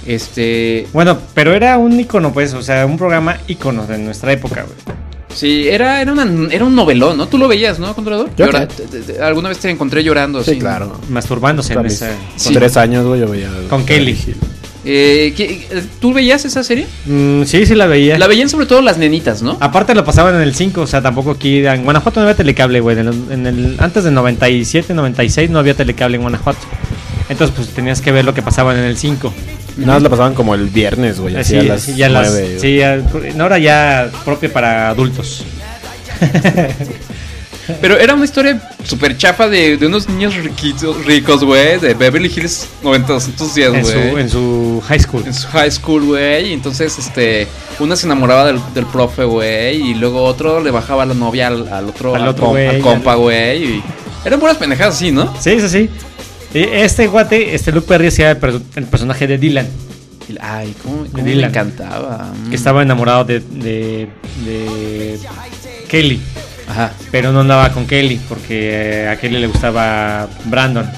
[SPEAKER 1] Este.
[SPEAKER 2] Bueno, pero era un icono, pues, o sea, un programa icono de nuestra época, güey.
[SPEAKER 1] Sí, era, era, una- era un novelón, ¿no? Tú lo veías, ¿no, Controlador?
[SPEAKER 3] Yo
[SPEAKER 1] Llora-
[SPEAKER 3] sí.
[SPEAKER 1] te- te- alguna vez te encontré llorando,
[SPEAKER 3] Sí,
[SPEAKER 1] así, ¿no?
[SPEAKER 3] claro.
[SPEAKER 2] Masturbándose en
[SPEAKER 3] Con
[SPEAKER 2] esa.
[SPEAKER 1] Sí.
[SPEAKER 3] tres años, güey, yo veía.
[SPEAKER 2] Con Kelly.
[SPEAKER 1] Eh, ¿qué- eh, ¿Tú veías esa serie?
[SPEAKER 2] Mm, sí, sí la veía.
[SPEAKER 1] La veían sobre todo las nenitas, ¿no?
[SPEAKER 2] Aparte lo pasaban en el 5, o sea, tampoco aquí en Guanajuato no había telecable, güey. En el, en el- antes del 97, 96 no había telecable en Guanajuato. Entonces, pues tenías que ver lo que pasaba en el 5.
[SPEAKER 3] Nada más la pasaban como el viernes, güey. Así
[SPEAKER 2] Así,
[SPEAKER 3] a las
[SPEAKER 2] así ya las-
[SPEAKER 3] nueve,
[SPEAKER 2] sí, ya- en hora ya propia para adultos.
[SPEAKER 1] Pero era una historia súper chafa de, de unos niños riquitos, ricos, güey, de Beverly Hills 910, Eh, güey.
[SPEAKER 2] En su, en su high school.
[SPEAKER 1] en su high school, güey. y Entonces, este, una se enamoraba del, del profe, güey. Y luego otro le bajaba la novia al, al otro,
[SPEAKER 2] Al otro,
[SPEAKER 1] com-
[SPEAKER 2] güey,
[SPEAKER 1] al compa, güey. Y eran puras pendejadas así, ¿no?
[SPEAKER 2] Sí, sí, sí. E- Este guate, este Luke Perry hacía el, perso- el personaje de Dylan,
[SPEAKER 1] Y- Ay, cómo, cómo
[SPEAKER 2] Dylan.
[SPEAKER 1] le encantaba. mm.
[SPEAKER 2] que estaba enamorado de, de, de Kelly,
[SPEAKER 1] Mm, Ajá.
[SPEAKER 2] pero no andaba con Kelly porque eh, a Kelly le gustaba Brandon.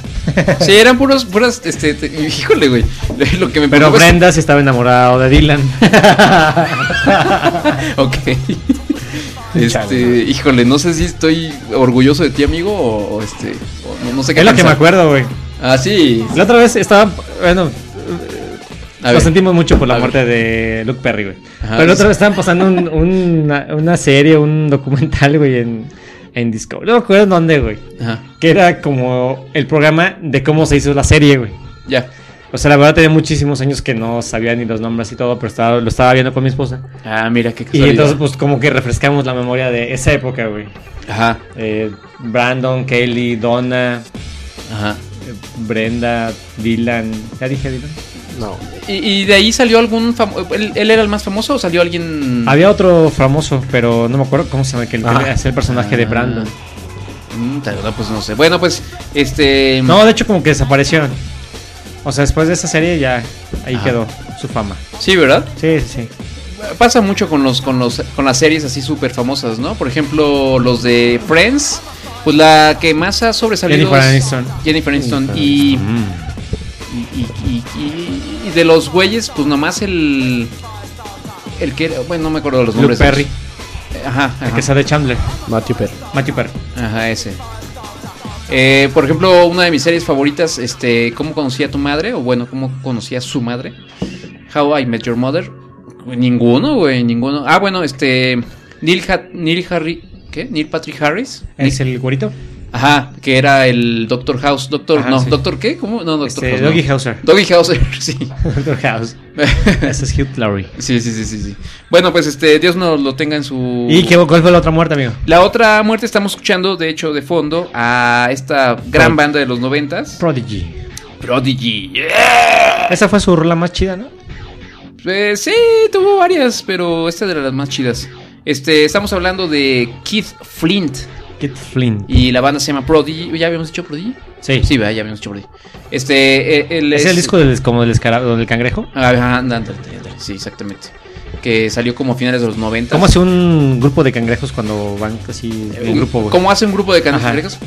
[SPEAKER 1] Sí, eran puros, puras, este, te- híjole, güey. Lo que me
[SPEAKER 2] Pero
[SPEAKER 1] preocupa es-
[SPEAKER 2] Brenda sí estaba enamorado de Dylan.
[SPEAKER 1] Ok. Este,
[SPEAKER 2] Chale.
[SPEAKER 1] híjole, no sé si estoy orgulloso de ti, amigo, o, o este, o no, no sé qué
[SPEAKER 2] es lo que me
[SPEAKER 1] pensar.
[SPEAKER 2] acuerdo, güey.
[SPEAKER 1] Ah, sí.
[SPEAKER 2] La otra vez estaba, bueno,
[SPEAKER 1] A
[SPEAKER 2] Lo
[SPEAKER 1] ver.
[SPEAKER 2] sentimos mucho por
[SPEAKER 1] A
[SPEAKER 2] la
[SPEAKER 1] ver.
[SPEAKER 2] muerte de Luke Perry, güey.
[SPEAKER 1] Ajá.
[SPEAKER 2] Pero la otra vez estaban pasando un- una, una serie, un documental, güey, en, en Discovery. No me acuerdo en dónde, güey.
[SPEAKER 1] Ajá,
[SPEAKER 2] Que era como el programa de cómo se hizo la serie, güey.
[SPEAKER 1] ya.
[SPEAKER 2] O sea, la verdad tenía muchísimos años que no sabía ni los nombres y todo, pero estaba, lo estaba viendo con mi esposa.
[SPEAKER 1] Ah, mira, qué
[SPEAKER 2] Y
[SPEAKER 1] casualidad.
[SPEAKER 2] entonces, pues, como que refrescamos la memoria de esa época, güey.
[SPEAKER 1] Ajá,
[SPEAKER 2] Eh, Brandon, Kelly, Donna,
[SPEAKER 1] ajá.
[SPEAKER 2] eh, Brenda, Dylan. ¿Ya dije Dylan?
[SPEAKER 3] No.
[SPEAKER 1] ¿Y, y de ahí salió algún famoso? ¿él, él era el más famoso o salió alguien...?
[SPEAKER 2] Había otro famoso, pero no me acuerdo cómo se llama, que el que
[SPEAKER 3] Ah.
[SPEAKER 2] hacía el personaje de Brandon.
[SPEAKER 1] Mm, ta- no, pues no sé. Bueno, pues, este...
[SPEAKER 2] No, de hecho como que desaparecieron. O sea, después de esa serie ya ahí
[SPEAKER 1] Ajá.
[SPEAKER 2] quedó su fama.
[SPEAKER 1] Sí, ¿verdad?
[SPEAKER 2] Sí, sí, sí.
[SPEAKER 1] Pasa mucho con los, con los, con las series así súper famosas, ¿no? Por ejemplo, los de Friends, pues la que más ha sobresalido
[SPEAKER 2] Jennifer
[SPEAKER 1] es
[SPEAKER 2] Aniston.
[SPEAKER 1] Jennifer Aniston.
[SPEAKER 3] Jennifer
[SPEAKER 1] Y,
[SPEAKER 3] Mm.
[SPEAKER 1] y, y- y- y de los güeyes, pues nomás el... El que era, bueno, no me acuerdo de los
[SPEAKER 2] Luke
[SPEAKER 1] nombres.
[SPEAKER 2] Perry,
[SPEAKER 1] Ajá,
[SPEAKER 2] el
[SPEAKER 1] ajá.
[SPEAKER 2] que sale de Chandler,
[SPEAKER 3] Matthew Perry.
[SPEAKER 2] Matthew Perry.
[SPEAKER 1] Ajá, ese. Eh, por ejemplo, una de mis series favoritas, este, ¿Cómo conocí a tu madre? O bueno, ¿Cómo conocí a su madre? How I Met Your Mother. Güey, Ninguno, güey, ninguno. Ah, bueno, este, Neil, Ha- Neil Harry, ¿qué? Neil Patrick Harris.
[SPEAKER 2] ¿Es
[SPEAKER 1] Neil-
[SPEAKER 2] el güerito?
[SPEAKER 1] Ajá, que era el Doctor House, Doctor,
[SPEAKER 2] Ajá,
[SPEAKER 1] no,
[SPEAKER 2] sí.
[SPEAKER 1] Doctor qué? ¿Cómo? No, Doctor
[SPEAKER 2] Este,
[SPEAKER 1] House.
[SPEAKER 2] Doggy
[SPEAKER 1] no.
[SPEAKER 2] Hauser.
[SPEAKER 1] Doggy House, sí.
[SPEAKER 2] Doctor House. Ese es Hugh Laurie.
[SPEAKER 1] sí, sí, sí, sí, sí. Bueno, pues este, Dios nos lo tenga en su.
[SPEAKER 2] ¿Y qué, cuál fue la otra muerte, amigo?
[SPEAKER 1] La otra muerte estamos escuchando, de hecho, de fondo, a esta gran banda de los noventas.
[SPEAKER 2] Prodigy.
[SPEAKER 1] Prodigy.
[SPEAKER 2] Esa fue su rola más chida, ¿no?
[SPEAKER 1] Eh, sí, tuvo varias, pero esta es de las más chidas. Este, estamos hablando de Keith Flint
[SPEAKER 2] Kit Flynn.
[SPEAKER 1] y la banda se llama Prodigy. ¿Ya habíamos dicho Prodigy?
[SPEAKER 2] Sí.
[SPEAKER 1] Sí, ¿verdad? ya habíamos dicho Prodigy. Este, eh, él
[SPEAKER 2] ¿Es el disco del, como del, escarab- del cangrejo?
[SPEAKER 1] Ah, ajá, anda, ándale, ándale, sí, exactamente. Que salió como a finales de los 90.
[SPEAKER 2] ¿Cómo hace un grupo de cangrejos cuando van así en grupo, güey?
[SPEAKER 1] Eh, ¿Cómo hace un grupo de
[SPEAKER 2] Ajá.
[SPEAKER 1] cangrejos?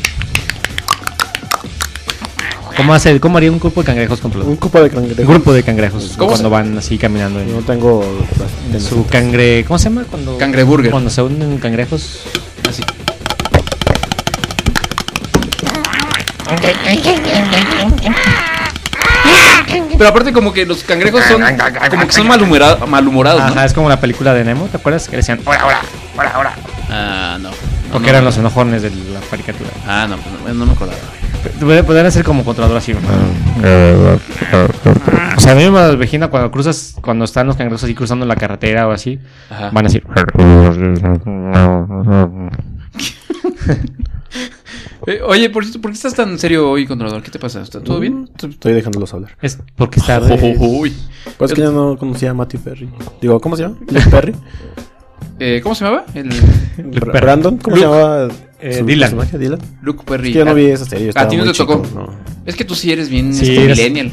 [SPEAKER 2] ¿Cómo, hace, ¿Cómo haría un grupo de cangrejos
[SPEAKER 3] Un
[SPEAKER 2] controlado?
[SPEAKER 3] copo de
[SPEAKER 2] Un
[SPEAKER 3] cangrejo.
[SPEAKER 2] grupo de cangrejos
[SPEAKER 1] ¿Cómo
[SPEAKER 2] cuando
[SPEAKER 1] se-
[SPEAKER 2] van así caminando
[SPEAKER 3] No
[SPEAKER 2] en,
[SPEAKER 3] tengo.
[SPEAKER 2] en su cangre... ¿Cómo se llama? Cuando,
[SPEAKER 1] Cangreburger.
[SPEAKER 2] Cuando se unen cangrejos.
[SPEAKER 1] Así. Pero aparte como que los cangrejos son como que son malhumera- malhumorados, Ah, ¿no?
[SPEAKER 2] Ajá, es como la película de Nemo, ¿te acuerdas? Que decían... "Hola",
[SPEAKER 1] Ah, no. No,
[SPEAKER 2] Porque
[SPEAKER 1] no,
[SPEAKER 2] eran
[SPEAKER 1] no.
[SPEAKER 2] los enojones de la caricatura.
[SPEAKER 1] Ah, no, pues no, no me acordaba.
[SPEAKER 2] Podrían podrían ser como controlador así. güey. O sea, a mí me imagino cuando cruzas, cuando están los cangrejos así cruzando la carretera o así,
[SPEAKER 1] Ajá.
[SPEAKER 2] van a decir...
[SPEAKER 1] Eh, oye, por cierto, ¿por qué estás tan serio hoy, controlador? ¿Qué te pasa? ¿Está todo bien?
[SPEAKER 3] Estoy dejándolos hablar.
[SPEAKER 2] Es porque está...
[SPEAKER 1] Uy.
[SPEAKER 3] Pues es que yo no conocía a Matthew Perry. Digo, ¿cómo se llama? Luke Perry.
[SPEAKER 1] Eh, ¿Cómo se llamaba? El
[SPEAKER 3] Bra-
[SPEAKER 2] Perry.
[SPEAKER 3] Brandon, ¿cómo
[SPEAKER 2] Luke.
[SPEAKER 3] se llamaba?
[SPEAKER 2] Eh,
[SPEAKER 3] su
[SPEAKER 2] Dylan.
[SPEAKER 3] personaje? Dylan.
[SPEAKER 1] Luke
[SPEAKER 3] Es
[SPEAKER 1] Perry.
[SPEAKER 3] que yo no
[SPEAKER 1] Ah,
[SPEAKER 3] vi esa serie. yo
[SPEAKER 1] ¿A
[SPEAKER 3] estaba
[SPEAKER 1] ti no
[SPEAKER 3] muy
[SPEAKER 1] te tocó?
[SPEAKER 3] chico, no.
[SPEAKER 2] Ah,
[SPEAKER 1] Es que tú sí eres bien
[SPEAKER 2] Sí,
[SPEAKER 1] este,
[SPEAKER 2] eres-
[SPEAKER 1] millennial.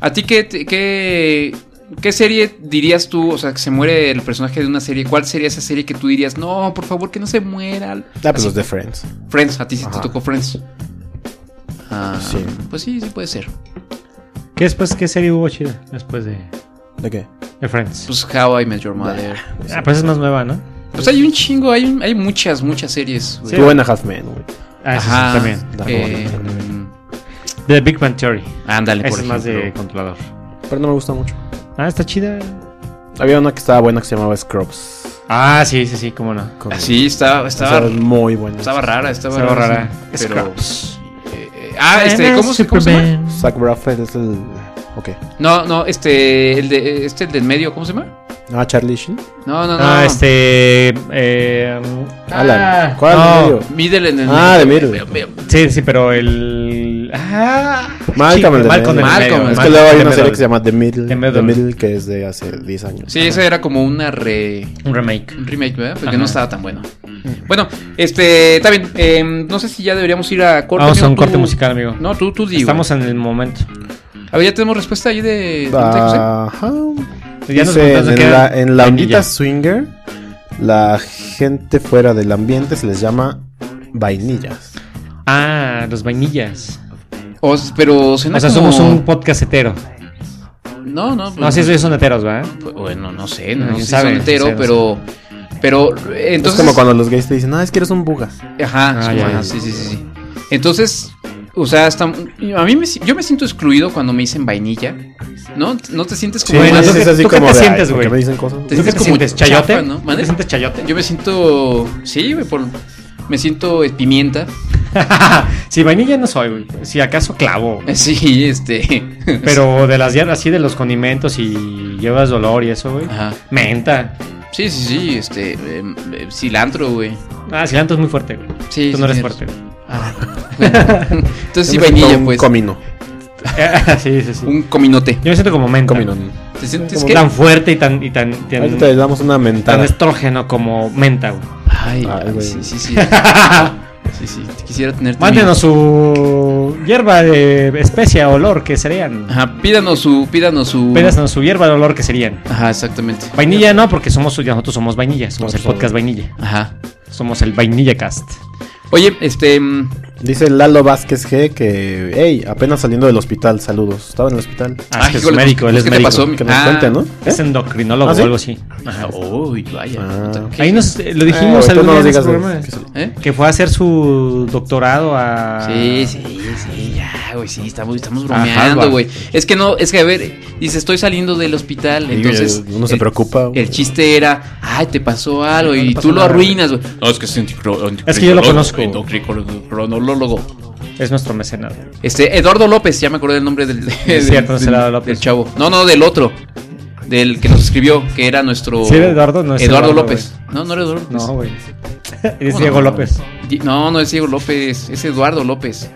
[SPEAKER 1] ¿A ti qué, te- qué, ¿Qué serie dirías tú? O sea, que se muere el personaje de una serie. ¿Cuál sería esa serie que tú dirías? No, por favor, que no se muera.
[SPEAKER 3] Ah, pues
[SPEAKER 1] Así,
[SPEAKER 3] los de Friends.
[SPEAKER 1] Friends, a ti sí te
[SPEAKER 3] Ajá.
[SPEAKER 1] tocó Friends. Ah,
[SPEAKER 3] Sí.
[SPEAKER 1] Pues sí, sí puede ser.
[SPEAKER 2] ¿Qué, después, ¿Qué serie hubo chida después de,
[SPEAKER 3] ¿De qué?
[SPEAKER 2] de Friends?
[SPEAKER 1] Pues How I Met Your Mother.
[SPEAKER 2] ah, pues es más nueva, ¿no?
[SPEAKER 1] Pues hay un chingo, hay, un- hay muchas, muchas series. güey.
[SPEAKER 2] Sí.
[SPEAKER 3] Tú en a Half Men, güey.
[SPEAKER 2] Ah, esa sí,
[SPEAKER 1] Ajá.
[SPEAKER 2] también.
[SPEAKER 1] Eh,
[SPEAKER 2] De Big Bang Theory.
[SPEAKER 1] ándale, por
[SPEAKER 2] Esa es más de
[SPEAKER 1] ejemplo.
[SPEAKER 2] controlador.
[SPEAKER 3] Pero no me gusta mucho.
[SPEAKER 2] Ah, está chida.
[SPEAKER 3] Había una que estaba buena que se llamaba Scrubs.
[SPEAKER 2] Ah, sí, sí, Ah, sí, cómo no.
[SPEAKER 3] Con-
[SPEAKER 1] Ah, Sí, estaba,
[SPEAKER 3] Estaba
[SPEAKER 1] estaba,
[SPEAKER 3] muy buena.
[SPEAKER 1] estaba rara, estaba,
[SPEAKER 2] Estaba rara.
[SPEAKER 1] sí, Pero,
[SPEAKER 2] Scrubs.
[SPEAKER 1] eh, eh, ah, este, ¿cómo, se- cómo se llama?
[SPEAKER 2] Superman.
[SPEAKER 3] Zach Braff es el. Ok.
[SPEAKER 1] No, no, este, el de, este, el del medio, ¿cómo se llama?
[SPEAKER 3] Ah, Charlie Sheen.
[SPEAKER 1] No, no, no.
[SPEAKER 2] Ah, este. Eh,
[SPEAKER 3] Alan.
[SPEAKER 2] ah,
[SPEAKER 3] ¿Cuál
[SPEAKER 2] no.
[SPEAKER 3] medio?
[SPEAKER 1] Middle en el
[SPEAKER 3] Ah, de
[SPEAKER 1] medio.
[SPEAKER 3] Middle.
[SPEAKER 1] Ve- ve-
[SPEAKER 2] Sí, sí, pero el. Ah,
[SPEAKER 3] Malcolm, el de
[SPEAKER 2] Malcolm,
[SPEAKER 1] Malcolm,
[SPEAKER 3] medio.
[SPEAKER 2] medio,
[SPEAKER 1] es
[SPEAKER 3] Es
[SPEAKER 1] que
[SPEAKER 3] que luego hay
[SPEAKER 2] de
[SPEAKER 3] una
[SPEAKER 2] medio.
[SPEAKER 3] serie que se llama The Middle.
[SPEAKER 2] The
[SPEAKER 3] The
[SPEAKER 2] Middle.
[SPEAKER 3] Middle, que es de hace 10 años.
[SPEAKER 1] Sí, esa era como una re,
[SPEAKER 2] Un remake.
[SPEAKER 1] un remake, ¿verdad? Porque
[SPEAKER 2] Ajá.
[SPEAKER 1] no estaba tan bueno. Mm. Bueno, este, está bien. eh, no sé si ya deberíamos ir a corte.
[SPEAKER 2] Vamos a
[SPEAKER 1] amigo,
[SPEAKER 2] un
[SPEAKER 1] tú-
[SPEAKER 2] corte musical, amigo.
[SPEAKER 1] No, tú, tú digo.
[SPEAKER 2] Estamos en el momento.
[SPEAKER 1] A ver, ya tenemos respuesta ahí de. de José.
[SPEAKER 3] Ajá.
[SPEAKER 2] Ya nos
[SPEAKER 3] Dice,
[SPEAKER 2] contaste que
[SPEAKER 3] en, la,
[SPEAKER 2] era-
[SPEAKER 3] en la
[SPEAKER 2] Ay,
[SPEAKER 3] ondita
[SPEAKER 2] ya.
[SPEAKER 3] swinger, la gente fuera del ambiente se les llama vainillas.
[SPEAKER 2] Ah, los vainillas.
[SPEAKER 1] O- pero suena
[SPEAKER 2] O sea,
[SPEAKER 1] como-
[SPEAKER 2] somos un podcast hetero.
[SPEAKER 1] No, pues, no.
[SPEAKER 2] No, sí, ellos son heteros, ¿verdad?
[SPEAKER 1] pues, Bueno, no sé, no,
[SPEAKER 2] No,
[SPEAKER 1] sé
[SPEAKER 2] quién
[SPEAKER 1] si
[SPEAKER 2] sabe,
[SPEAKER 1] son
[SPEAKER 2] no
[SPEAKER 1] hetero,
[SPEAKER 2] sé, no
[SPEAKER 1] pero. Pero, eh, entonces.
[SPEAKER 3] es como cuando los gays te dicen, ah, es que eres un buga.
[SPEAKER 1] Ajá,
[SPEAKER 2] Ah,
[SPEAKER 1] sí,
[SPEAKER 2] ya,
[SPEAKER 1] ajá,
[SPEAKER 2] ya.
[SPEAKER 1] sí, sí, sí, sí. Entonces, o sea, hasta, a mí me, si- yo me siento excluido cuando me dicen vainilla, ¿no? ¿No te sientes como...
[SPEAKER 2] bueno,
[SPEAKER 1] más-
[SPEAKER 2] ¿tú
[SPEAKER 3] es
[SPEAKER 2] qué-
[SPEAKER 3] así
[SPEAKER 2] tú qué
[SPEAKER 3] como
[SPEAKER 2] te
[SPEAKER 3] de, "Ay,
[SPEAKER 2] sientes,
[SPEAKER 3] ¿por qué
[SPEAKER 2] güey?
[SPEAKER 3] me dicen cosas?
[SPEAKER 1] Te
[SPEAKER 2] ¿Tú qué
[SPEAKER 1] sientes
[SPEAKER 2] te
[SPEAKER 1] como
[SPEAKER 2] sientes?
[SPEAKER 1] chafa,
[SPEAKER 2] ¿Chayote?
[SPEAKER 1] ¿no? ¿Mande?
[SPEAKER 2] ¿Tú ¿Te sientes chayote?
[SPEAKER 1] yo me siento... Sí, güey, por, me siento eh, pimienta.
[SPEAKER 2] sí, vainilla no soy, güey. Si acaso clavo.
[SPEAKER 1] Eh, Sí, este...
[SPEAKER 2] Pero de las hierbas, así de los condimentos y llevas dolor y eso, güey.
[SPEAKER 1] Ajá.
[SPEAKER 2] Menta.
[SPEAKER 1] Sí, sí, sí, este... eh, eh, cilantro, güey.
[SPEAKER 2] Ah, cilantro es muy fuerte, güey.
[SPEAKER 1] Sí,
[SPEAKER 2] Tú
[SPEAKER 1] sí,
[SPEAKER 2] no eres
[SPEAKER 1] sí.
[SPEAKER 2] fuerte, güey.
[SPEAKER 1] Entonces sí,
[SPEAKER 3] Yo me siento
[SPEAKER 1] vainilla,
[SPEAKER 3] un
[SPEAKER 1] pues.
[SPEAKER 3] Comino.
[SPEAKER 2] sí, sí, sí.
[SPEAKER 1] Un cominote.
[SPEAKER 2] Yo me siento como menta.
[SPEAKER 3] Comino.
[SPEAKER 1] ¿Te sientes
[SPEAKER 2] Como
[SPEAKER 1] qué?
[SPEAKER 2] Tan fuerte y tan, y tan, tan,
[SPEAKER 3] Ahorita le damos una
[SPEAKER 2] tan
[SPEAKER 3] mentada.
[SPEAKER 2] estrógeno como menta, güey.
[SPEAKER 1] Ay,
[SPEAKER 3] Ay, güey.
[SPEAKER 1] sí, sí, sí. Sí, sí, quisiera tener...
[SPEAKER 2] Mándenos su hierba de especia olor que serían.
[SPEAKER 1] Ajá, pídanos su... Pídanos su...
[SPEAKER 2] Pédanos su hierba de olor que serían.
[SPEAKER 1] Ajá, exactamente.
[SPEAKER 2] Vainilla no, porque somos nosotros somos vainilla, somos el
[SPEAKER 3] Nosotros.
[SPEAKER 2] podcast vainilla.
[SPEAKER 1] Ajá.
[SPEAKER 2] Somos el vainilla cast.
[SPEAKER 1] Oye, este. mm,
[SPEAKER 3] Dice Lalo Vázquez G que, hey, apenas saliendo del hospital, saludos. Estaba en el hospital.
[SPEAKER 2] Ah,
[SPEAKER 1] ay,
[SPEAKER 2] es que es
[SPEAKER 1] híjole,
[SPEAKER 2] médico, él
[SPEAKER 1] pues,
[SPEAKER 2] es
[SPEAKER 1] ¿qué te
[SPEAKER 2] médico.
[SPEAKER 1] pasó?
[SPEAKER 3] Que nos
[SPEAKER 1] Ah,
[SPEAKER 3] cuente, ¿no?
[SPEAKER 2] Es endocrinólogo
[SPEAKER 3] ¿Ah, sí?
[SPEAKER 2] o algo así.
[SPEAKER 1] Ajá. Uy, vaya.
[SPEAKER 3] Ah.
[SPEAKER 1] puta, ¿qué?
[SPEAKER 2] Ahí nos eh, lo
[SPEAKER 3] Eh,
[SPEAKER 2] dijimos
[SPEAKER 3] ahorita
[SPEAKER 2] algún
[SPEAKER 3] no
[SPEAKER 2] día
[SPEAKER 3] nos
[SPEAKER 2] en
[SPEAKER 3] digas
[SPEAKER 2] ese programa,
[SPEAKER 3] de- que se-
[SPEAKER 1] ¿Eh?
[SPEAKER 2] que fue a hacer su doctorado a
[SPEAKER 1] Sí, sí, sí, ya, güey, sí, estamos, estamos
[SPEAKER 2] Ah. Ajá,
[SPEAKER 1] bromeando,
[SPEAKER 2] va.
[SPEAKER 1] güey. Es que no, es que a ver, dice, estoy saliendo del hospital,
[SPEAKER 3] Sí,
[SPEAKER 1] entonces.
[SPEAKER 2] eh,
[SPEAKER 3] uno se
[SPEAKER 1] el-
[SPEAKER 3] preocupa, güey.
[SPEAKER 1] El chiste era, ay, te pasó algo
[SPEAKER 2] No, no
[SPEAKER 1] y
[SPEAKER 2] pasó
[SPEAKER 1] tú lo
[SPEAKER 2] nada.
[SPEAKER 1] arruinas, güey. No, es que es
[SPEAKER 2] Es que yo lo conozco.
[SPEAKER 1] Cronólogo.
[SPEAKER 2] Es nuestro mecenado.
[SPEAKER 1] Este, Eduardo López, ya me acordé del nombre del, del-
[SPEAKER 2] cierto, es
[SPEAKER 1] del-
[SPEAKER 2] Eduardo López.
[SPEAKER 1] del chavo. No, no, del otro. Del que nos escribió, que era nuestro.
[SPEAKER 2] ¿Sí era Eduardo? No es
[SPEAKER 1] Eduardo,
[SPEAKER 2] Eduardo,
[SPEAKER 1] López. No, no era Eduardo López.
[SPEAKER 2] No, güey. Es
[SPEAKER 1] ¿Cómo
[SPEAKER 2] Diego
[SPEAKER 1] no?
[SPEAKER 2] López.
[SPEAKER 1] Di- No, no es Diego López, es Eduardo López.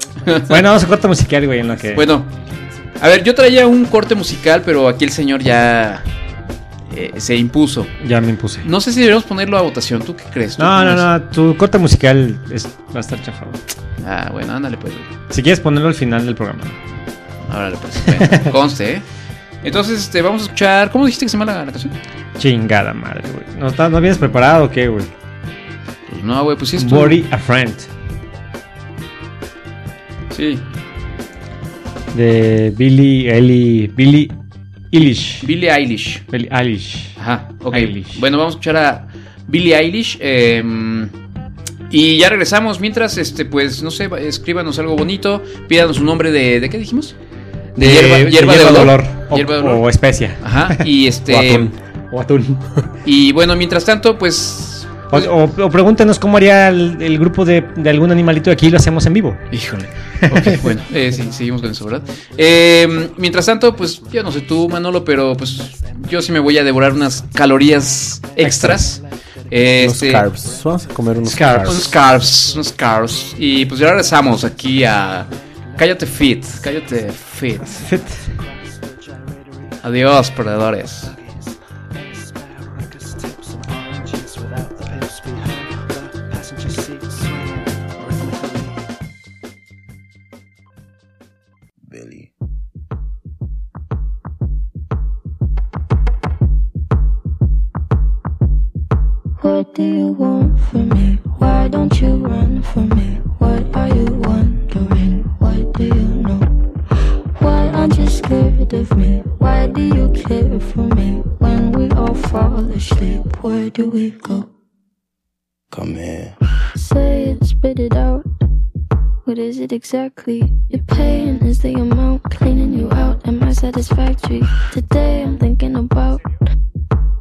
[SPEAKER 2] Bueno, vamos a corta musical, güey, en lo que.
[SPEAKER 1] Bueno, a ver, yo traía un corte musical, pero aquí el señor ya eh, se impuso.
[SPEAKER 2] Ya me impuse.
[SPEAKER 1] No sé si deberíamos ponerlo a votación, ¿tú qué crees? ¿Tú
[SPEAKER 2] No,
[SPEAKER 1] cómo
[SPEAKER 2] no,
[SPEAKER 1] ves?
[SPEAKER 2] no, tu corte musical es, va a estar chafado.
[SPEAKER 1] Ah, bueno, ándale pues. güey.
[SPEAKER 2] Si quieres ponerlo al final del programa.
[SPEAKER 1] Órale pues. Bueno, conste, ¿eh? Entonces, este, vamos a escuchar. ¿Cómo dijiste que se llama la, la canción?
[SPEAKER 2] Chingada madre, güey. ¿No, estás- ¿No vienes preparado o qué, güey?
[SPEAKER 1] Pues no, güey, pues sí es tu-
[SPEAKER 2] Body a Friend
[SPEAKER 1] Sí,
[SPEAKER 2] de Billy Ellie. Billy Eilish.
[SPEAKER 1] Billie Eilish.
[SPEAKER 2] Billy Eilish.
[SPEAKER 1] Ajá, ok.
[SPEAKER 2] Eilish.
[SPEAKER 1] Bueno, vamos a escuchar a Billie Eilish. em, y ya regresamos. Mientras, este, pues, no sé, escríbanos algo bonito. Pídanos un nombre de. ¿De qué dijimos? De, hierba,
[SPEAKER 2] de
[SPEAKER 1] hierba de olor. Oh,
[SPEAKER 2] O,
[SPEAKER 1] Hierba de olor.
[SPEAKER 2] o especia.
[SPEAKER 1] Ajá. Y
[SPEAKER 3] O
[SPEAKER 1] este.
[SPEAKER 3] atún.
[SPEAKER 2] O atún.
[SPEAKER 1] y bueno, mientras tanto, pues.
[SPEAKER 2] O, o- o pregúntenos cómo haría el, el grupo de, de algún animalito de aquí y lo hacemos en vivo.
[SPEAKER 1] pues, Híjole. Ok, bueno, eh, sí, seguimos con eso, ¿verdad? Em, mientras tanto, pues, yo no sé tú, Manolo, pero pues yo sí me voy a devorar unas calorías extras. Eh,
[SPEAKER 3] Unos
[SPEAKER 1] este,
[SPEAKER 3] carbs. Vamos a comer unos
[SPEAKER 2] Carbs.
[SPEAKER 3] carbs.
[SPEAKER 1] Unos carbs, unos carbs. Y pues ya regresamos aquí a Cállate Fit, Cállate Fit.
[SPEAKER 2] Fit.
[SPEAKER 1] Adiós, perdedores.
[SPEAKER 5] Marcus tips and oranges without the lips behind the passenger seat swinging rhythmically.
[SPEAKER 6] Billy. run from it? What are you wondering? What do you know? Why aren't you scared of me? Why do you care for me? When we all fall asleep, where do we go?
[SPEAKER 7] Come here.
[SPEAKER 6] Say it, spit it out. What is it exactly? Your pain is the amount cleaning you out. Am I satisfactory? Today I'm thinking about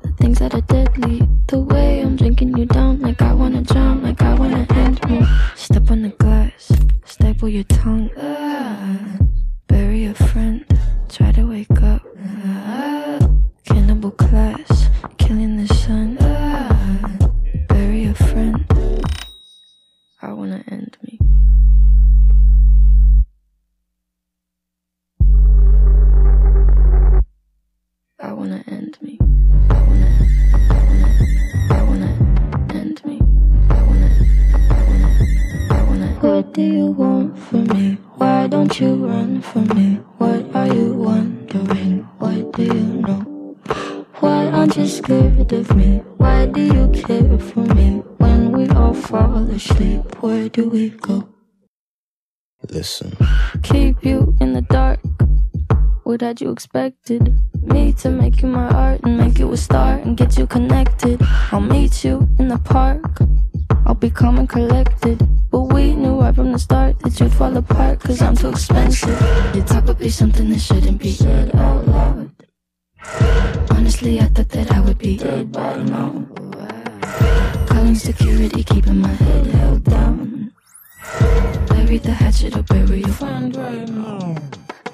[SPEAKER 6] the things that are deadly. The way I'm drinking you down, like I wanna drown, like I wanna end me. Step on the glass, staple your tongue. Ah, bury a friend, try to wake up. Ah, cannibal class, killing the sun. Ah, bury a friend, I wanna end me. I wanna end me. I wanna, I wanna, I wanna end me. I wanna, I wanna, I wanna. What do you want from me? Why don't you run from me? What are you wondering? What do you know? Why aren't you scared of me? Why do you care for me? When we all fall asleep, where do we go?
[SPEAKER 7] Listen.
[SPEAKER 6] keep you in the dark. What had you expected? Me to make you my art and make you a star and get you connected. I'll meet you in the park. I'll be calm and collected. But we knew right from the start that you'd fall apart cause I'm too expensive. You'd probably something that shouldn't be said out loud. Honestly, I thought that I would be dead by now. Calling security, keeping my head held down. Bury the hatchet or bury your friend right now.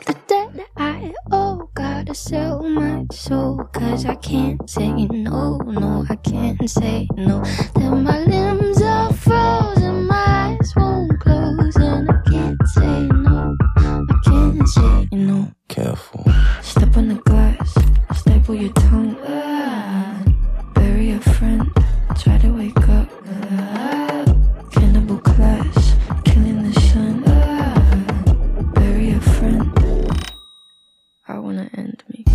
[SPEAKER 6] The debt that I owe, gotta sell my soul. Cause I can't say no, no, I can't say no. Then my limbs are frozen, my eyes won't close. And I can't say no, I can't say no.
[SPEAKER 7] Careful.
[SPEAKER 6] Step on the glass, staple your tongue. Ah, bury a friend, try to wake up. Ah, cannibal class, killing the sun. Ah, bury a friend. I wanna end me.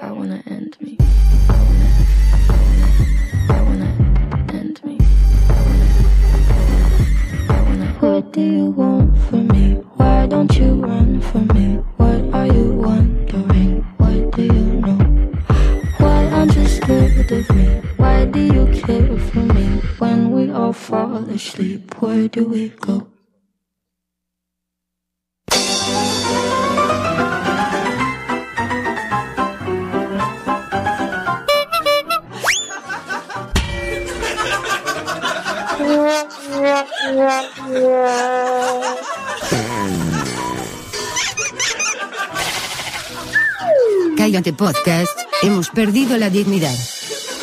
[SPEAKER 6] I wanna end me. I wanna, I wanna end me. What do you want from me? Why don't you run from me? What are you wondering? What do you know? Why aren't you scared of me? Why do you care for me? When we all fall asleep, where do we go?
[SPEAKER 8] Cállate Podcast, hemos perdido la dignidad.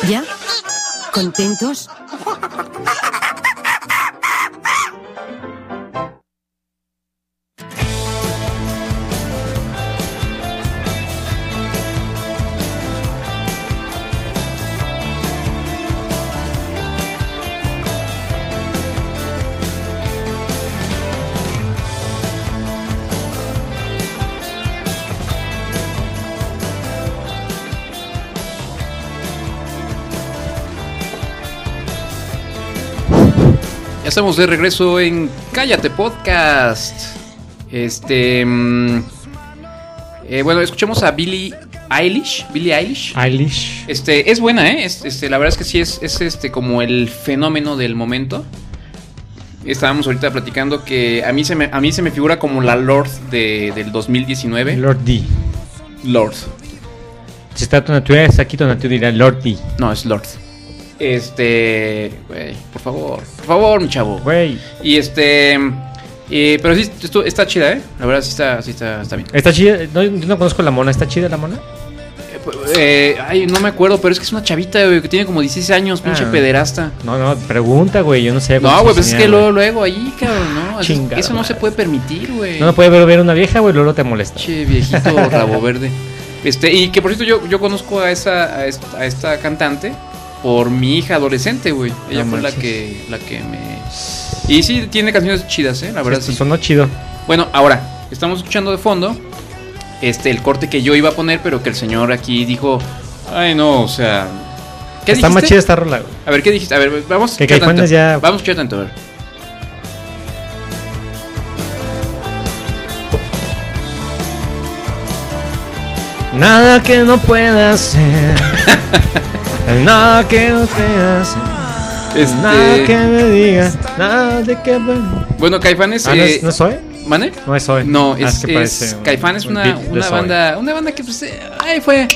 [SPEAKER 8] ¿Ya? ¿Contentos?
[SPEAKER 1] Ya estamos de regreso en Cállate Podcast. Este. mm, eh, bueno, escuchamos a Billie Eilish. Billie Eilish.
[SPEAKER 2] Eilish.
[SPEAKER 1] Este, es buena, ¿eh? Es- este, la verdad es que sí es, es este como el fenómeno del momento. Estábamos ahorita platicando que a mí se me, a mí se me figura como la Lord de- del 2019.
[SPEAKER 2] Lord D.
[SPEAKER 1] Lord.
[SPEAKER 2] Si está Tonatiuh, es aquí Tonatiuh dirá Lord D.
[SPEAKER 1] No, es Lord. Este. Güey, por favor. Por favor, mi chavo.
[SPEAKER 2] Güey.
[SPEAKER 1] Y este. eh, pero sí, esto- está chida, ¿eh? La verdad sí está, sí está, está bien.
[SPEAKER 2] Está chida, no, yo no conozco la mona, ¿está chida la mona? pues,
[SPEAKER 1] Eh, ay, no me acuerdo, pero es que es una chavita, güey, que tiene como 16 años, pinche
[SPEAKER 2] Ah.
[SPEAKER 1] pederasta.
[SPEAKER 2] No, no, pregunta, güey, yo no sé.
[SPEAKER 1] No, güey, pues es
[SPEAKER 2] señal,
[SPEAKER 1] que
[SPEAKER 2] güey.
[SPEAKER 1] luego, luego ahí, cabrón, ¿no? Eso-
[SPEAKER 2] Chingada
[SPEAKER 1] Eso no se
[SPEAKER 2] madre.
[SPEAKER 1] puede permitir, güey.
[SPEAKER 2] No, no puede ver, ver una vieja, güey, luego te molesta.
[SPEAKER 1] Che, viejito rabo verde. Este, y que por cierto, yo, yo conozco a esa, a esta, a esta cantante por mi hija adolescente, güey. Ella
[SPEAKER 2] No
[SPEAKER 1] fue la
[SPEAKER 2] manches.
[SPEAKER 1] que, la que me. Y sí, tiene canciones chidas, eh, la verdad.
[SPEAKER 2] Esto
[SPEAKER 1] sí.
[SPEAKER 2] sonó chido.
[SPEAKER 1] Bueno, ahora, estamos escuchando de fondo este el corte que yo iba a poner, pero que el señor aquí dijo, Ay, no, o sea. ¿Qué
[SPEAKER 2] Está más
[SPEAKER 1] dijiste?
[SPEAKER 2] chida esta rola, güey.
[SPEAKER 1] A ver, ¿qué dijiste? A ver, vamos a
[SPEAKER 2] Que
[SPEAKER 1] escuchar tanto.
[SPEAKER 2] Caifanes ya-
[SPEAKER 1] Vamos a escuchar tanto, a ver.
[SPEAKER 2] Nada que no pueda hacer. nada que no pueda hacer. Nada que
[SPEAKER 1] Este,
[SPEAKER 2] me diga. Nada de que.
[SPEAKER 1] bueno, Caifanes.
[SPEAKER 2] Ah, ¿no,
[SPEAKER 1] eh,
[SPEAKER 2] es, ¿No es hoy?
[SPEAKER 1] ¿Mane?
[SPEAKER 2] No es hoy.
[SPEAKER 1] No,
[SPEAKER 2] Ah,
[SPEAKER 1] es,
[SPEAKER 2] que
[SPEAKER 1] es,
[SPEAKER 2] parece un-
[SPEAKER 1] Caifanes,
[SPEAKER 2] un
[SPEAKER 1] una,
[SPEAKER 2] beat de
[SPEAKER 1] una
[SPEAKER 2] Zoe.
[SPEAKER 1] banda, una banda que pues, eh, ahí fue,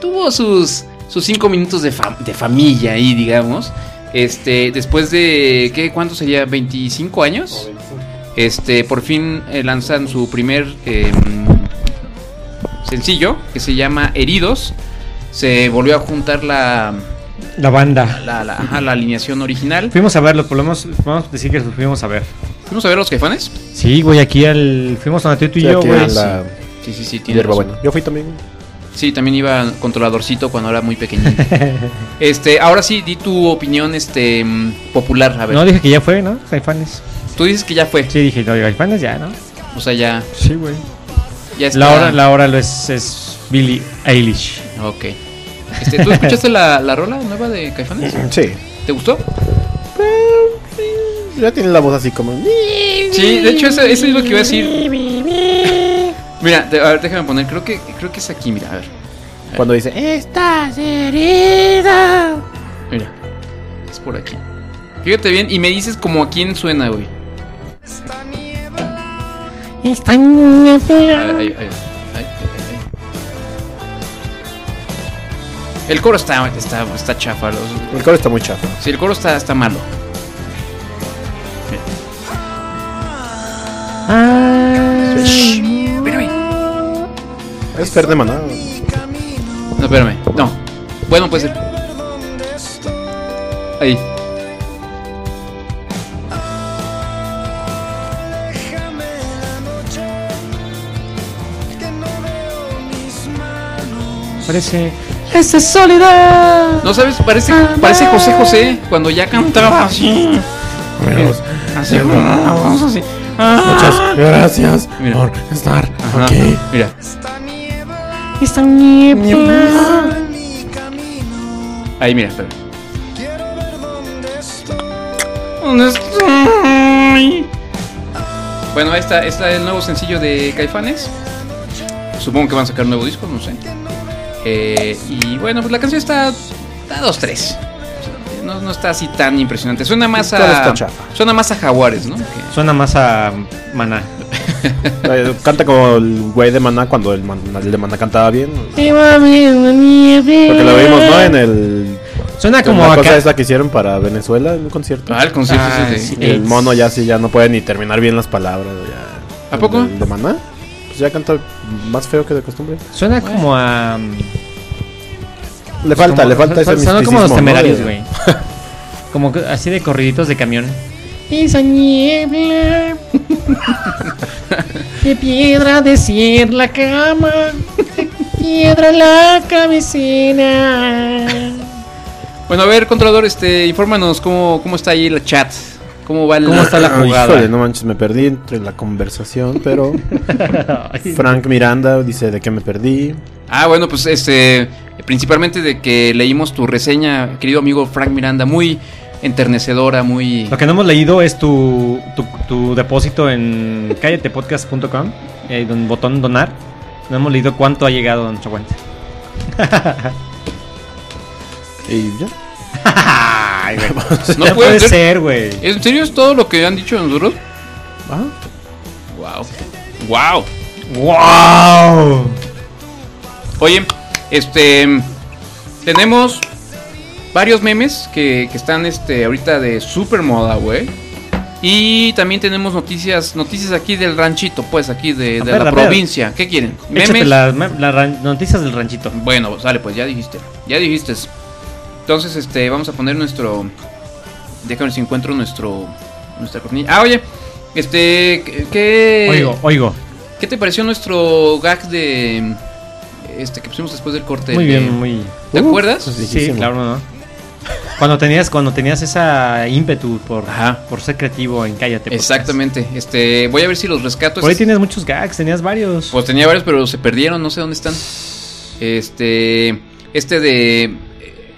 [SPEAKER 1] tuvo sus, sus cinco minutos de, fam- de familia ahí, digamos. Este, después de, ¿qué? ¿Cuánto sería? ¿25 años? Este, por fin eh, lanzan su primer eh, sencillo, que se llama Heridos. Se volvió a juntar la,
[SPEAKER 2] La banda.
[SPEAKER 1] la, la- ajá, la alineación original.
[SPEAKER 2] Fuimos a verlo, podemos, podemos decir que los fuimos a ver.
[SPEAKER 1] ¿Fuimos a ver a los Caifanes?
[SPEAKER 2] Sí, güey, aquí al. Fuimos a Natito y yo,
[SPEAKER 3] aquí
[SPEAKER 2] güey.
[SPEAKER 3] en la
[SPEAKER 1] Sí, sí, sí. tienes
[SPEAKER 3] hierba
[SPEAKER 1] razón.
[SPEAKER 3] buena. Yo fui también.
[SPEAKER 1] Sí, también iba controladorcito cuando era muy pequeñito. este, ahora sí, di tu opinión este mm, popular, a ver.
[SPEAKER 2] No, dije que ya fue, ¿no? Caifanes.
[SPEAKER 1] Tú dices que ya fue.
[SPEAKER 2] Sí, dije, no, Caifanes ya, ¿no?
[SPEAKER 1] O sea, ya
[SPEAKER 2] Sí, güey.
[SPEAKER 1] ya está.
[SPEAKER 2] La hora, la hora lo es, es Billie Eilish.
[SPEAKER 1] Ok. Este, ¿tú escuchaste la, la rola nueva de Caifanes?
[SPEAKER 3] Sí.
[SPEAKER 1] ¿Te gustó?
[SPEAKER 3] Ya tiene la voz así como.
[SPEAKER 1] Sí, de hecho eso, eso es lo que iba a decir. Mira, de- a ver, déjame poner, creo que creo que es aquí, mira, a ver.
[SPEAKER 3] Cuando dice. "Eh,
[SPEAKER 1] Mira. Es por aquí. Fíjate bien y me dices como a quién suena, güey.
[SPEAKER 4] Está nieve.
[SPEAKER 1] A ver, ahí, ahí, ahí, ahí, ahí. El coro está, está, está chafa. los-
[SPEAKER 3] El coro está muy chafa.
[SPEAKER 1] Sí, el coro está, está malo. Mira. Espérame.
[SPEAKER 3] Es Fer de Maná.
[SPEAKER 1] No, espérame. No. Bueno, puede ser. Ahí.
[SPEAKER 2] Parece.
[SPEAKER 4] Esa es soledad.
[SPEAKER 1] No sabes, parece, parece José José cuando ya cantaba así. Así. así. Ah.
[SPEAKER 3] Muchas gracias
[SPEAKER 1] Mira.
[SPEAKER 3] estar
[SPEAKER 1] Ajá. Mira.
[SPEAKER 4] Esta niebla.
[SPEAKER 1] Ahí, mira, espera. Bueno, ahí está, está el nuevo sencillo de Caifanes. Supongo que van a sacar un nuevo disco, no sé. Eh, y bueno, pues la canción está a 2-3. No, no está así tan impresionante. Suena más
[SPEAKER 3] Claro,
[SPEAKER 1] a.
[SPEAKER 3] está chafa.
[SPEAKER 1] Suena más a Jaguares, ¿no? Que-
[SPEAKER 2] Suena más a Maná.
[SPEAKER 3] Eh, Canta como el güey de Maná cuando el, man- el de Maná cantaba bien.
[SPEAKER 4] Te va a ver una nieve.
[SPEAKER 3] Porque lo vimos, ¿no? En el.
[SPEAKER 2] Suena como
[SPEAKER 3] la cosa
[SPEAKER 2] acá.
[SPEAKER 3] esa que hicieron para Venezuela en un concierto.
[SPEAKER 1] Ah, el concierto
[SPEAKER 2] Ah,
[SPEAKER 1] ese de-
[SPEAKER 2] sí.
[SPEAKER 3] Y el mono ya sí ya no puede ni terminar bien las palabras. ya.
[SPEAKER 1] ¿A poco?
[SPEAKER 3] El de Maná. Pues ya canta más feo que de costumbre.
[SPEAKER 2] Suena como a.
[SPEAKER 3] Le
[SPEAKER 2] Pues
[SPEAKER 3] falta,
[SPEAKER 2] como-
[SPEAKER 3] le falta ese
[SPEAKER 2] son- Son como los
[SPEAKER 3] misticismo, ¿no?
[SPEAKER 2] temerarios,
[SPEAKER 3] De-
[SPEAKER 2] güey. como que- así de corriditos de camión.
[SPEAKER 4] Esa niebla. De piedra de cierre la cama. De piedra la cabecera.
[SPEAKER 1] Bueno, a ver, controlador, este, infórmanos cómo, cómo está ahí el chat. ¿Cómo va el.
[SPEAKER 2] ¿Cómo está la
[SPEAKER 3] Ah,
[SPEAKER 2] jugada?
[SPEAKER 3] híjole, no manches, me perdí entre la conversación, pero Frank Miranda dice de qué me perdí.
[SPEAKER 1] Ah, bueno, pues este, principalmente de que leímos tu reseña, querido amigo Frank Miranda, muy enternecedora, muy...
[SPEAKER 2] Lo que no hemos leído es tu, tu, tu depósito en calletepodcast.com, eh, don- botón donar. No hemos leído cuánto ha llegado a nuestra cuenta.
[SPEAKER 3] Y ya.
[SPEAKER 1] No puede
[SPEAKER 2] no puede
[SPEAKER 1] ser.
[SPEAKER 2] ser, güey.
[SPEAKER 1] ¿En serio es todo lo que han dicho nosotros?
[SPEAKER 3] Ah,
[SPEAKER 1] Wow. Wow.
[SPEAKER 2] ¡Wow!
[SPEAKER 1] Oye, este, tenemos varios memes que, que están este, ahorita de super moda, güey. Y también tenemos noticias, noticias aquí del ranchito, pues aquí de,
[SPEAKER 2] A
[SPEAKER 1] de
[SPEAKER 2] ver,
[SPEAKER 1] la
[SPEAKER 2] a ver.
[SPEAKER 1] provincia. ¿Qué quieren?
[SPEAKER 2] Échate las la ran- noticias del ranchito.
[SPEAKER 1] Bueno, sale, pues ya dijiste. Ya dijiste. Entonces, este, vamos a poner nuestro. Déjame ver si encuentro nuestro. Nuestra cortinilla. Ah, oye. Este. ¿Qué.
[SPEAKER 2] Oigo, oigo.
[SPEAKER 1] ¿Qué te pareció nuestro gag de. Este que pusimos después del corte?
[SPEAKER 2] Muy
[SPEAKER 1] de-
[SPEAKER 2] bien, muy.
[SPEAKER 1] ¿Te
[SPEAKER 3] Uh,
[SPEAKER 1] acuerdas?
[SPEAKER 3] pues
[SPEAKER 2] Sí,
[SPEAKER 3] Viejísimo.
[SPEAKER 2] claro, ¿no? Cuando tenías, cuando tenías esa ímpetu por,
[SPEAKER 1] Ajá.
[SPEAKER 2] por ser creativo en Cállate. Podcast.
[SPEAKER 1] Exactamente. Este. Voy a ver si los rescato.
[SPEAKER 2] pues, Por ahí
[SPEAKER 1] Este-
[SPEAKER 2] tienes muchos gags, tenías varios.
[SPEAKER 1] Pues tenía varios, pero se perdieron, no sé dónde están. Este. Este de... eh,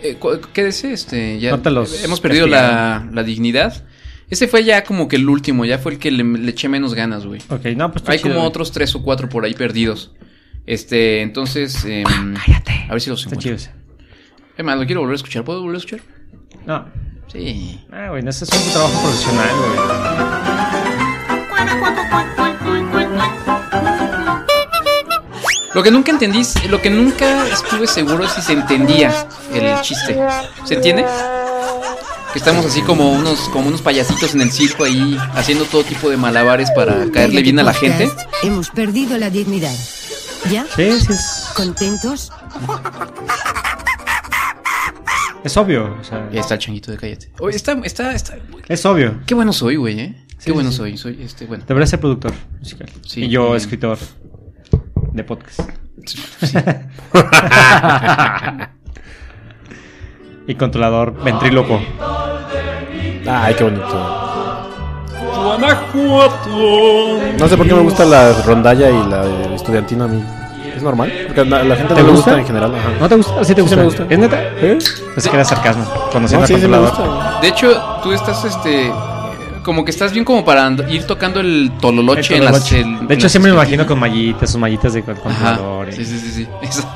[SPEAKER 1] eh, cu- ¿Qué dice? Este, ya
[SPEAKER 2] No te los
[SPEAKER 1] hemos perdido la, la dignidad. Este fue ya como que el último, ya fue el que le, le eché menos ganas, güey.
[SPEAKER 2] Ok, no, pues está
[SPEAKER 1] Hay
[SPEAKER 2] chido,
[SPEAKER 1] como
[SPEAKER 2] güey.
[SPEAKER 1] otros tres o cuatro por ahí perdidos. Este, entonces... em, a ver si los
[SPEAKER 2] Está
[SPEAKER 1] encuentro.
[SPEAKER 2] chido ese.
[SPEAKER 1] Es más, lo quiero volver a escuchar. ¿Puedo volver a escuchar?
[SPEAKER 2] No.
[SPEAKER 1] Sí.
[SPEAKER 2] Ah, güey, ese es un trabajo profesional, güey.
[SPEAKER 1] Lo que nunca entendí, lo que nunca estuve seguro es si se entendía el chiste. ¿Se entiende? Que estamos así como unos, como unos payasitos en el circo ahí haciendo todo tipo de malabares para caerle
[SPEAKER 8] Cállate
[SPEAKER 1] bien a la
[SPEAKER 8] Podcast,
[SPEAKER 1] gente.
[SPEAKER 8] Hemos perdido la dignidad. ¿Ya?
[SPEAKER 2] Sí, sí, es,
[SPEAKER 8] ¿Contentos?
[SPEAKER 2] es obvio. O sea,
[SPEAKER 1] Y ahí está el changuito de cállate. Oye, está, está, está.
[SPEAKER 2] es obvio.
[SPEAKER 1] Qué bueno soy, güey, eh. Qué
[SPEAKER 2] Sí,
[SPEAKER 1] bueno
[SPEAKER 2] sí.
[SPEAKER 1] soy, soy este, bueno.
[SPEAKER 2] Debería ser productor musical.
[SPEAKER 1] Sí,
[SPEAKER 2] y yo,
[SPEAKER 1] bien.
[SPEAKER 2] escritor de podcast. y controlador ventríloco.
[SPEAKER 3] Ay, qué bonito. No sé por qué me gusta la rondalla y la de estudiantina a mí. Es normal. Porque a la gente
[SPEAKER 2] ¿Te
[SPEAKER 3] no le
[SPEAKER 2] gusta?
[SPEAKER 3] gusta en general. Ajá.
[SPEAKER 2] ¿No te gusta? Sí, te gusta.
[SPEAKER 3] me gusta.
[SPEAKER 2] ¿Es neta?
[SPEAKER 3] ¿Eh?
[SPEAKER 2] Pensé que era sarcasmo. Conociendo
[SPEAKER 3] No,
[SPEAKER 2] al
[SPEAKER 3] sí, sí me
[SPEAKER 2] controlador.
[SPEAKER 3] gusta.
[SPEAKER 1] De hecho, tú estás este. Como que estás bien como para and- ir tocando el tololoche en las. el- en
[SPEAKER 2] de hecho,
[SPEAKER 1] las
[SPEAKER 2] siempre me imagino con mallitas, sus mallitas de controlador.
[SPEAKER 1] Ajá. Sí,
[SPEAKER 2] y
[SPEAKER 1] sí, sí, sí.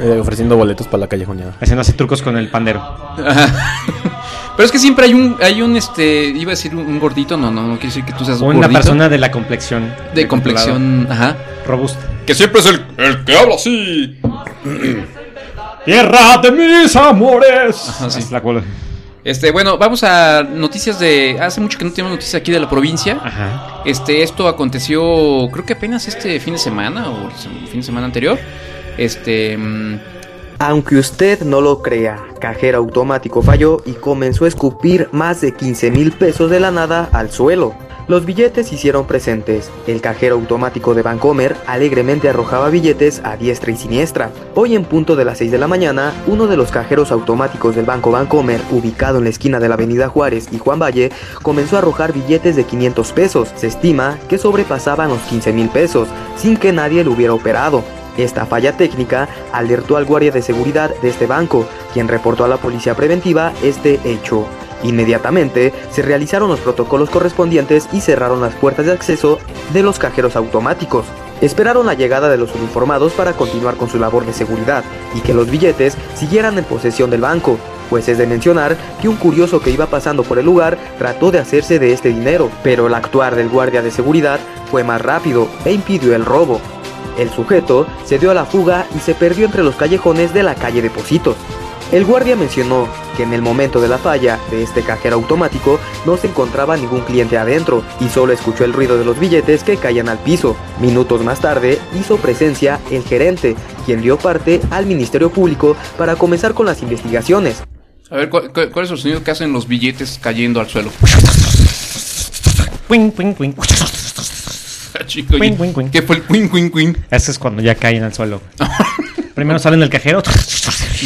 [SPEAKER 3] Eh, ofreciendo boletos para la callejoneada.
[SPEAKER 2] Haciendo así trucos con el pandero.
[SPEAKER 1] Pero es que siempre hay un, hay un, este, iba a decir un, un gordito, no, no, no quiere decir que tú seas
[SPEAKER 2] O una
[SPEAKER 1] gordito.
[SPEAKER 2] persona de la complexión.
[SPEAKER 1] de
[SPEAKER 2] del controlador,
[SPEAKER 1] complexión, ajá.
[SPEAKER 2] Robusta.
[SPEAKER 1] Que siempre es el, el que habla así.
[SPEAKER 2] ¡Tierra de mis amores!
[SPEAKER 1] Ajá, sí.
[SPEAKER 2] Es la cual-
[SPEAKER 1] Este, bueno, vamos a noticias de, hace mucho que no tenemos noticias aquí de la provincia.
[SPEAKER 2] Ajá.
[SPEAKER 1] Este, esto aconteció, creo que apenas este fin de semana o el sem- fin de semana anterior. Este, mm,
[SPEAKER 9] Aunque usted no lo crea, cajero automático falló y comenzó a escupir más de 15 mil pesos de la nada al suelo. Los billetes se hicieron presentes. El cajero automático de Bancomer alegremente arrojaba billetes a diestra y siniestra. Hoy en punto de las 6 de la mañana, uno de los cajeros automáticos del Banco Bancomer, ubicado en la esquina de la Avenida Juárez y Juan Valle, comenzó a arrojar billetes de 500 pesos. Se estima que sobrepasaban los 15 mil pesos, sin que nadie lo hubiera operado. Esta falla técnica alertó al guardia de seguridad de este banco, quien reportó a la policía preventiva este hecho. Inmediatamente se realizaron los protocolos correspondientes y cerraron las puertas de acceso de los cajeros automáticos. Esperaron la llegada de los uniformados para continuar con su labor de seguridad y que los billetes siguieran en posesión del banco, pues es de mencionar que un curioso que iba pasando por el lugar trató de hacerse de este dinero, pero el actuar del guardia de seguridad fue más rápido e impidió el robo. El sujeto se dio a la fuga y se perdió entre los callejones de la calle de Positos. El guardia mencionó que en el momento de la falla de este cajero automático no se encontraba ningún cliente adentro y solo escuchó el ruido de los billetes que caían al piso. Minutos más tarde hizo presencia el gerente, quien dio parte al Ministerio Público para comenzar con las investigaciones.
[SPEAKER 1] a ver, ¿cuál, cuál- cuál es el sonido que hacen los billetes cayendo al suelo?
[SPEAKER 2] Cuing, cuing, cuing.
[SPEAKER 1] Ah, Chico,
[SPEAKER 2] Cuin, cuin, cuin.
[SPEAKER 1] ¿Qué fue el queen, queen, queen?
[SPEAKER 2] Ese es cuando ya caen al suelo. Primero salen del cajero.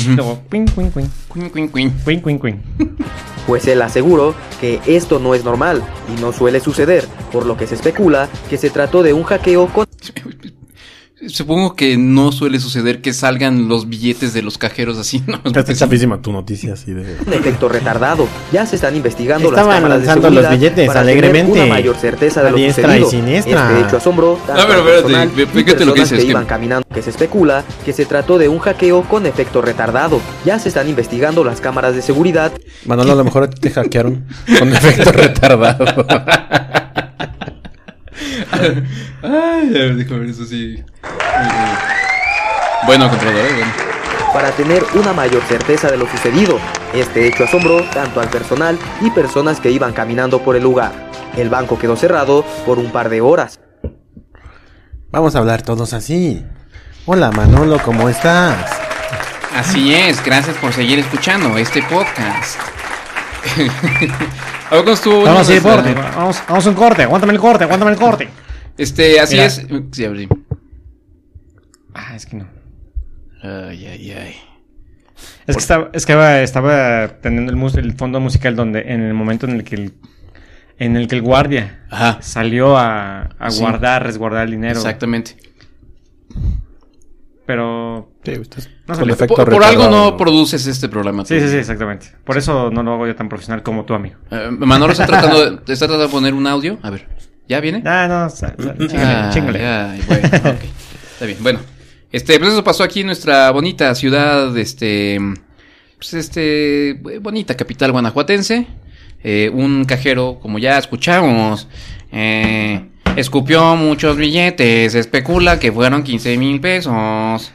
[SPEAKER 2] luego, cuing, cuing, cuing.
[SPEAKER 1] Queen, queen, queen.
[SPEAKER 2] Cuing, cuing, cuing.
[SPEAKER 9] pues él aseguró que esto no es normal y no suele suceder, por lo que se especula que se trató de un hackeo con
[SPEAKER 1] Supongo que no suele suceder que salgan los billetes de los cajeros así, ¿no?
[SPEAKER 3] Está chapísima tu noticia así de.
[SPEAKER 9] un efecto retardado. Ya se están investigando
[SPEAKER 3] Estaban
[SPEAKER 9] las cámaras de
[SPEAKER 3] lanzando los
[SPEAKER 9] seguridad
[SPEAKER 3] billetes
[SPEAKER 9] para
[SPEAKER 3] alegremente,
[SPEAKER 9] tener una mayor certeza
[SPEAKER 3] a
[SPEAKER 9] de lo
[SPEAKER 3] diestra
[SPEAKER 9] sucedido.
[SPEAKER 3] y siniestra.
[SPEAKER 9] Este hecho asombró tanto
[SPEAKER 1] A ver,
[SPEAKER 9] al
[SPEAKER 1] espérate,
[SPEAKER 9] personal
[SPEAKER 1] ve-
[SPEAKER 9] y
[SPEAKER 1] fíjate lo que
[SPEAKER 9] personas
[SPEAKER 1] dices,
[SPEAKER 9] que iban
[SPEAKER 1] que-
[SPEAKER 9] caminando, que se especula que se trató de un hackeo con efecto retardado. Ya se están investigando las cámaras de seguridad
[SPEAKER 3] Manolo, a lo mejor a ti te hackearon con efecto retardado.
[SPEAKER 1] Ay, a ver, déjame ver eso sí. Bueno, controlador, eh, bueno.
[SPEAKER 9] para tener una mayor certeza de lo sucedido. Este hecho asombró tanto al personal y personas que iban caminando por el lugar. El banco quedó cerrado por un par de horas.
[SPEAKER 3] Vamos a hablar todos así. Hola Manolo, ¿cómo estás?
[SPEAKER 1] Así es, gracias por seguir escuchando este podcast. a ver, ¿cómo estuvo? Bueno, pues, ah,
[SPEAKER 2] Vamos a ir
[SPEAKER 1] nuestra-
[SPEAKER 2] corte. Vamos, vamos a un corte. Aguántame el corte. Aguántame el corte.
[SPEAKER 1] Este, así
[SPEAKER 2] Mira.
[SPEAKER 1] es. Sí, abrí.
[SPEAKER 2] Ah, es que no.
[SPEAKER 1] Ay, ay, ay.
[SPEAKER 2] Es que estaba, es que estaba, estaba teniendo el, mus- el fondo musical donde en el momento en el que el, en el que el guardia
[SPEAKER 1] Ajá,
[SPEAKER 2] salió a, a
[SPEAKER 1] Sí.
[SPEAKER 2] guardar, resguardar el dinero.
[SPEAKER 1] exactamente.
[SPEAKER 2] Pero.
[SPEAKER 3] Sí, estás
[SPEAKER 2] no
[SPEAKER 3] con
[SPEAKER 2] salió.
[SPEAKER 3] efecto
[SPEAKER 1] Por, por
[SPEAKER 3] retardado,
[SPEAKER 1] algo no produces este programa.
[SPEAKER 2] Sí, sí, sí, exactamente. Por eso no lo hago yo tan profesional como tu amigo.
[SPEAKER 1] Eh, Manolo está tratando, de, está tratando de poner un audio. A ver, ¿ya viene?
[SPEAKER 2] Ah, no, sa- sa-
[SPEAKER 1] Ah,
[SPEAKER 2] chíngale, chíngale.
[SPEAKER 1] ay, bueno, ok. Está bien, bueno. Este, pues eso pasó aquí en nuestra bonita ciudad, este, pues este, eh, bonita capital guanajuatense. Eh, un cajero, como ya escuchamos, eh, escupió muchos billetes, especula que fueron 15 mil pesos.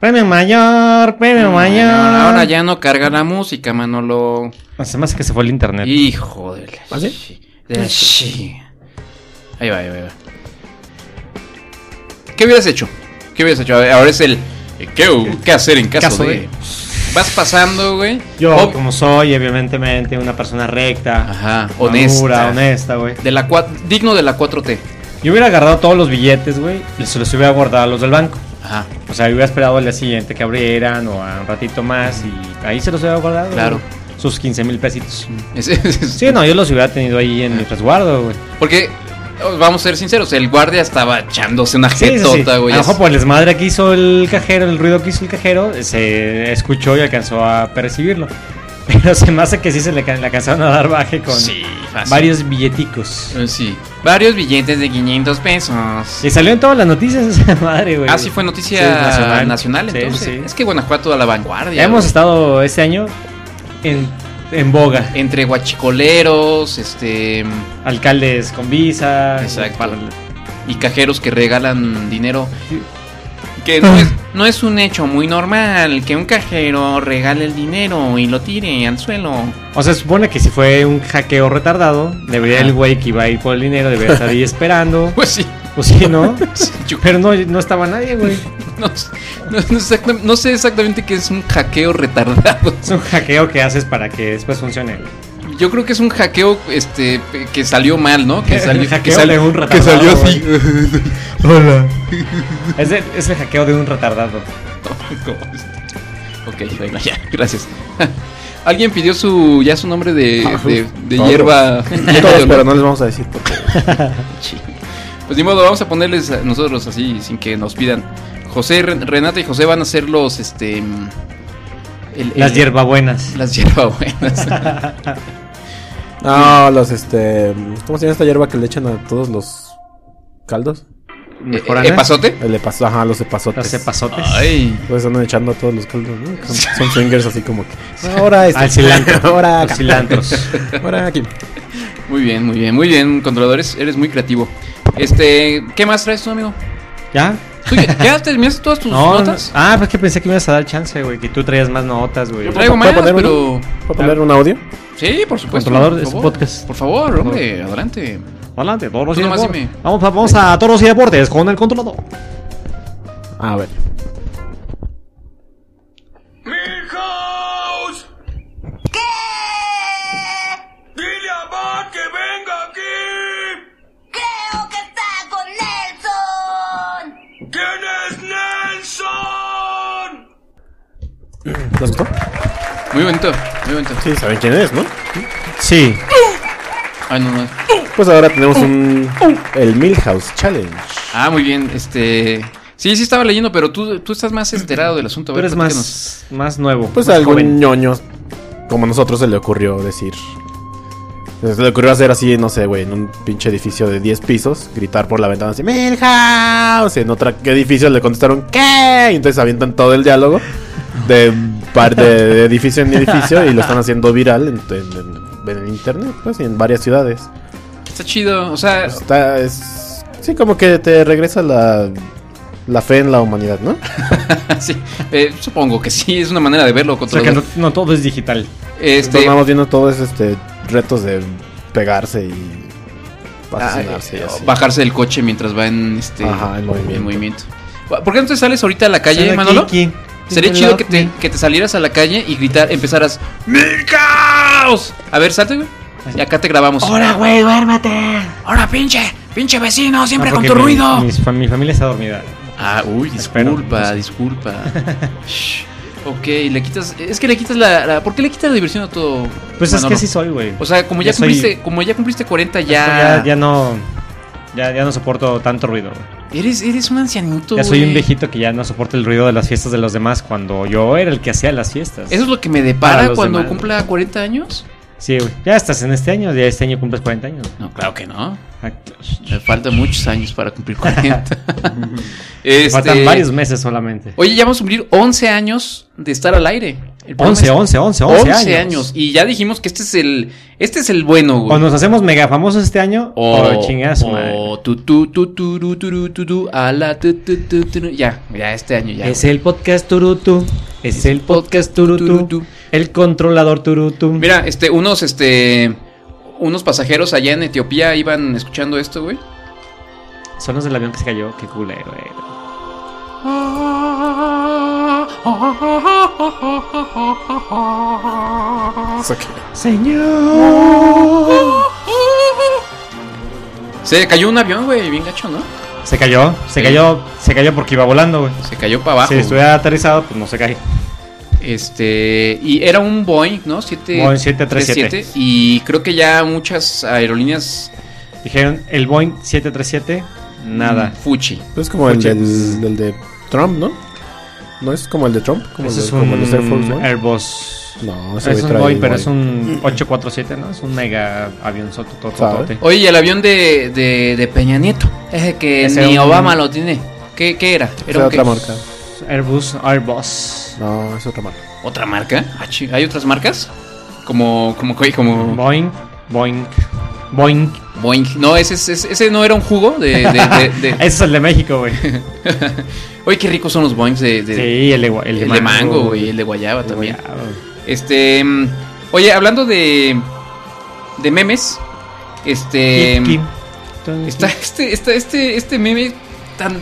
[SPEAKER 2] Premio mayor, premio mayor.
[SPEAKER 1] Ahora Ah, ya no carga la música, Manolo.
[SPEAKER 2] Se me ¿Ah, hace que se fue el internet.
[SPEAKER 1] Hijo de la shi- de la shi- Ahí va, ahí va, ahí va. ¿Qué hubieras hecho? ¿Qué hubieras hecho? A ver, Ahora es el eh, ¿qué, hu- qué hacer en caso,
[SPEAKER 2] Caso
[SPEAKER 1] de...
[SPEAKER 2] de-
[SPEAKER 1] Vas pasando, güey.
[SPEAKER 2] Yo,
[SPEAKER 1] Ob-
[SPEAKER 2] como soy, evidentemente, una persona recta,
[SPEAKER 1] Ajá,
[SPEAKER 2] honesta,
[SPEAKER 1] honesta.
[SPEAKER 2] honesta, güey.
[SPEAKER 1] De la cua- digno de la 4T.
[SPEAKER 2] Yo hubiera agarrado todos los billetes, güey, y se los hubiera guardado a los del banco.
[SPEAKER 1] Ajá,
[SPEAKER 2] O sea, hubiera esperado al día siguiente que abrieran o a un ratito más y ahí se los hubiera guardado.
[SPEAKER 1] Claro. Mm.
[SPEAKER 2] güey, Sus 15 mil pesitos.
[SPEAKER 1] Es- es- es-
[SPEAKER 2] Sí, no, yo los hubiera tenido ahí en mi resguardo, güey.
[SPEAKER 1] Porque, oh, vamos a ser sinceros, el guardia estaba echándose una
[SPEAKER 2] Sí, sí, sí.
[SPEAKER 1] jetota, güey.
[SPEAKER 2] A lo
[SPEAKER 1] Es-
[SPEAKER 2] mejor por el desmadre que hizo el cajero, el ruido que hizo el cajero, se escuchó y alcanzó a percibirlo. Pero se me hace que sí se le, ca- le alcanzaron a dar baje con
[SPEAKER 1] Sí, fácil.
[SPEAKER 2] varios billeticos.
[SPEAKER 1] Eh, Sí, varios billetes de 500 pesos.
[SPEAKER 2] Y salió en todas las noticias esa madre, güey.
[SPEAKER 1] Ah, sí, fue noticia
[SPEAKER 2] Sí,
[SPEAKER 1] nacional,
[SPEAKER 2] Sí,
[SPEAKER 1] entonces.
[SPEAKER 2] sí.
[SPEAKER 1] Es que Guanajuato a la vanguardia.
[SPEAKER 2] Hemos
[SPEAKER 1] güey.
[SPEAKER 2] estado este año en, en boga.
[SPEAKER 1] entre guachicoleros, este
[SPEAKER 2] Alcaldes con visa.
[SPEAKER 1] Exacto.
[SPEAKER 2] para-
[SPEAKER 1] y cajeros que regalan dinero. Que no es, no es un hecho muy normal que un cajero regale el dinero y lo tire al suelo.
[SPEAKER 2] O sea, supone que si fue un hackeo retardado, debería
[SPEAKER 1] Ajá.
[SPEAKER 2] el güey que iba a ir por el dinero, debería estar ahí esperando.
[SPEAKER 1] Pues sí,
[SPEAKER 2] O si no.
[SPEAKER 1] sí, yo
[SPEAKER 2] Pero no, no estaba nadie, güey.
[SPEAKER 1] no, sé- no- no exacta- no sé exactamente qué es un hackeo retardado.
[SPEAKER 2] Es un hackeo que haces para que después funcione.
[SPEAKER 1] Yo creo que es un hackeo este que salió mal, ¿no? Que salió
[SPEAKER 2] el hackeo
[SPEAKER 1] que sal-
[SPEAKER 2] de un retardado. güey.
[SPEAKER 3] Hola.
[SPEAKER 2] Es, de- es el hackeo de un retardado.
[SPEAKER 1] Ok, bueno, ya, gracias. Alguien pidió su ya su nombre de,
[SPEAKER 3] Ah,
[SPEAKER 1] de, de
[SPEAKER 3] todos.
[SPEAKER 1] hierba. hierba de
[SPEAKER 3] Todos,
[SPEAKER 1] olor.
[SPEAKER 3] pero no les vamos a decir porque
[SPEAKER 1] Ching. Pues ni modo, vamos a ponerles a nosotros así sin que nos pidan. José, Ren- Renata y José van a ser los este mm, el-
[SPEAKER 2] Las
[SPEAKER 1] el-
[SPEAKER 2] hierbabuenas.
[SPEAKER 1] las Eh, hierbabuenas.
[SPEAKER 3] No, los este. ¿Cómo se llama esta hierba que le echan a todos los caldos?
[SPEAKER 2] Mejoranas.
[SPEAKER 1] ¿Epazote?
[SPEAKER 3] El epazo, ajá, los epazotes.
[SPEAKER 2] Los cepazotes.
[SPEAKER 1] Eh, Ay,
[SPEAKER 3] Pues andan echando a todos los caldos, ¿no? Son, son swingers así como que. Ahora este.
[SPEAKER 2] Al Ah, cilantro.
[SPEAKER 3] Ahora
[SPEAKER 2] Los
[SPEAKER 3] acá.
[SPEAKER 2] cilantros.
[SPEAKER 3] Ahora aquí.
[SPEAKER 1] muy bien, muy bien, muy bien, controladores, eres muy creativo. Este, ¿qué más traes tú, amigo?
[SPEAKER 2] ¿Ya?
[SPEAKER 1] ¿Tú ya, ya terminaste todas tus
[SPEAKER 2] No, no.
[SPEAKER 1] notas?
[SPEAKER 2] Ah, pues que pensé que me ibas a dar chance, güey. Que tú traías más notas, güey.
[SPEAKER 1] Traigo más,
[SPEAKER 3] ¿Puedo poner
[SPEAKER 1] pero
[SPEAKER 3] ¿Puedo poner un audio?
[SPEAKER 1] sí, por supuesto.
[SPEAKER 2] Controlador,
[SPEAKER 1] por
[SPEAKER 2] es un
[SPEAKER 1] favor.
[SPEAKER 2] podcast.
[SPEAKER 1] Por favor, hombre, adelante.
[SPEAKER 2] Adelante, toros
[SPEAKER 1] Tú
[SPEAKER 2] y
[SPEAKER 1] nomás
[SPEAKER 2] deportes.
[SPEAKER 1] dime.
[SPEAKER 2] Vamos, vamos a toros y deportes con el controlador.
[SPEAKER 3] A ver.
[SPEAKER 10] Creo que está con Nelson.
[SPEAKER 3] ¿Les gustó?
[SPEAKER 1] Muy bonito, muy bonito.
[SPEAKER 3] Sí, saben quién es, ¿no?
[SPEAKER 2] Sí.
[SPEAKER 1] Ay, no, no.
[SPEAKER 3] Pues ahora tenemos un. El Milhouse Challenge.
[SPEAKER 1] Ah, muy bien, este... Sí, sí estaba leyendo, pero tú, tú estás más enterado del asunto. A
[SPEAKER 2] Tú
[SPEAKER 1] ver,
[SPEAKER 2] eres
[SPEAKER 1] platícanos.
[SPEAKER 2] más, más nuevo.
[SPEAKER 3] Pues
[SPEAKER 2] más
[SPEAKER 3] a algún
[SPEAKER 2] joven.
[SPEAKER 3] ñoño como nosotros se le ocurrió decir. Se le ocurrió hacer así, no sé, güey, en un pinche edificio de 10 pisos, gritar por la ventana así, Milhouse. En otro edificio le contestaron, ¿qué? Y entonces avientan todo el diálogo de, par de, de edificio en edificio y lo están haciendo viral en, en- en- en internet, pues, y en varias ciudades.
[SPEAKER 1] Está chido, o sea,
[SPEAKER 3] Está, es. Sí, como que te regresa la, la fe en la humanidad, ¿no?
[SPEAKER 1] sí, eh, supongo que sí, es una manera de verlo.
[SPEAKER 2] O sea que no,
[SPEAKER 1] Controlador.
[SPEAKER 2] no todo es digital.
[SPEAKER 1] Este,
[SPEAKER 3] Entonces vamos viendo todos este retos de pegarse y
[SPEAKER 1] ah,
[SPEAKER 3] asesinarse y
[SPEAKER 1] eh,
[SPEAKER 3] así.
[SPEAKER 1] bajarse del coche mientras va en este
[SPEAKER 3] Ajá, en movimiento.
[SPEAKER 1] ¿Por qué no te sales ahorita a la calle,
[SPEAKER 2] Sale
[SPEAKER 1] Manolo?
[SPEAKER 2] Kiki.
[SPEAKER 1] Sería chido que te, que te salieras a la calle y gritar, empezaras ¡Milcaos! A ver, salte, güey. Y acá te grabamos. ¡Ahora, güey, duérmete! ¡Ahora, pinche! ¡Pinche vecino! ¡Siempre
[SPEAKER 2] No,
[SPEAKER 1] con
[SPEAKER 2] Ah, porque
[SPEAKER 1] tu
[SPEAKER 2] mi-
[SPEAKER 1] ruido!
[SPEAKER 2] mis fam- mi familia está dormida.
[SPEAKER 1] Ah, uy,
[SPEAKER 2] Espero.
[SPEAKER 1] disculpa, disculpa. Shh. Ok, le quitas. Es que le quitas la. la- ¿Por qué le quitas la diversión a todo?
[SPEAKER 2] Pues es
[SPEAKER 1] Manolo?
[SPEAKER 2] que sí soy, güey.
[SPEAKER 1] O sea, como ya,
[SPEAKER 2] Ya soy-
[SPEAKER 1] cumpliste, como ya cumpliste 40, ya.
[SPEAKER 2] ya, ya no. Ya, ya no soporto tanto ruido.
[SPEAKER 1] Eres, eres un ancianito.
[SPEAKER 2] Ya soy un
[SPEAKER 1] güey.
[SPEAKER 2] viejito que ya no soporta el ruido de las fiestas de los demás cuando yo era el que hacía las fiestas.
[SPEAKER 1] Eso es lo que me
[SPEAKER 2] Para
[SPEAKER 1] depara
[SPEAKER 2] los
[SPEAKER 1] cuando
[SPEAKER 2] demás.
[SPEAKER 1] cumpla 40 años.
[SPEAKER 2] Sí, güey. Ya estás en este año, ya este año cumples 40 años. Ah,
[SPEAKER 1] No, claro que no. Me faltan muchos años para cumplir 40. Este,
[SPEAKER 2] Faltan varios meses solamente.
[SPEAKER 1] Oye, ya vamos a cumplir 11 años de estar al aire. El programa
[SPEAKER 2] 11,
[SPEAKER 1] es
[SPEAKER 2] 11, 11, 11 años.
[SPEAKER 1] Y ya dijimos que este es el, este es el bueno, güey.
[SPEAKER 2] O nos hacemos mega famosos este año, o chingas, madre.
[SPEAKER 1] o tu, tu, tu, tu, tu, tu, tu, tu, tu, a la, tu, tu, tu, tu, ya, ya este año ya.
[SPEAKER 2] Es el podcast Turutu. Es el podcast Turutu. El controlador Turutu.
[SPEAKER 1] Mira, este, unos, este, unos pasajeros allá en Etiopía iban escuchando esto, güey.
[SPEAKER 2] Son los del avión que se cayó. Qué culero, eh, güey.
[SPEAKER 11] Señor.
[SPEAKER 1] Se cayó un avión, güey, bien gacho, ¿no?
[SPEAKER 2] Se cayó, se cayó, se cayó porque iba volando, güey.
[SPEAKER 1] Se cayó para abajo.
[SPEAKER 2] Si estuviera aterrizado, pues no se cae.
[SPEAKER 1] Este, y era un Boeing, ¿no? Siete-
[SPEAKER 2] Boeing 737.
[SPEAKER 1] 37, Y creo que ya muchas aerolíneas.
[SPEAKER 2] Dijeron, el Boeing 737, nada.
[SPEAKER 1] mm, Fuchi.
[SPEAKER 3] Pues como el
[SPEAKER 2] Fuchi.
[SPEAKER 3] del, del de Trump, ¿no? ¿No es como el de Trump? Como el,
[SPEAKER 2] Ese
[SPEAKER 3] de-
[SPEAKER 2] es
[SPEAKER 3] como el de Air Force
[SPEAKER 2] un
[SPEAKER 3] One.
[SPEAKER 2] Airbus.
[SPEAKER 3] No, ese
[SPEAKER 2] es
[SPEAKER 3] güey
[SPEAKER 2] un
[SPEAKER 3] trae
[SPEAKER 2] Boeing, pero
[SPEAKER 3] Boeing.
[SPEAKER 2] es un 847, ¿no? Es un mega avión sotototote.
[SPEAKER 1] Oye, y el avión de, de, de Peña Nieto. Es que
[SPEAKER 2] Ese
[SPEAKER 1] ni
[SPEAKER 2] un-
[SPEAKER 1] Obama lo tiene. ¿Qué, qué era?
[SPEAKER 3] Esa
[SPEAKER 1] un
[SPEAKER 3] otra
[SPEAKER 1] qué?
[SPEAKER 3] marca.
[SPEAKER 2] Airbus, Airbus.
[SPEAKER 3] No, es otra marca.
[SPEAKER 1] ¿Otra marca? Ah, chi- ¿Hay otras marcas? Como, como, que- como
[SPEAKER 2] Boeing, Boeing, Boeing.
[SPEAKER 1] Boeing. No, ese, es- ese, ese no era un jugo de. de- de- de-
[SPEAKER 2] Ese es el de México, güey.
[SPEAKER 1] Oye, qué ricos son los Boeings de. de-
[SPEAKER 2] Sí, el de, gua-
[SPEAKER 1] el,
[SPEAKER 2] el de
[SPEAKER 1] de mango, güey, el de guayaba también. Este. mm, Oye, hablando de. De memes. Este.
[SPEAKER 3] Em,
[SPEAKER 2] Kim,
[SPEAKER 1] mm, Está este, está este, este meme tan.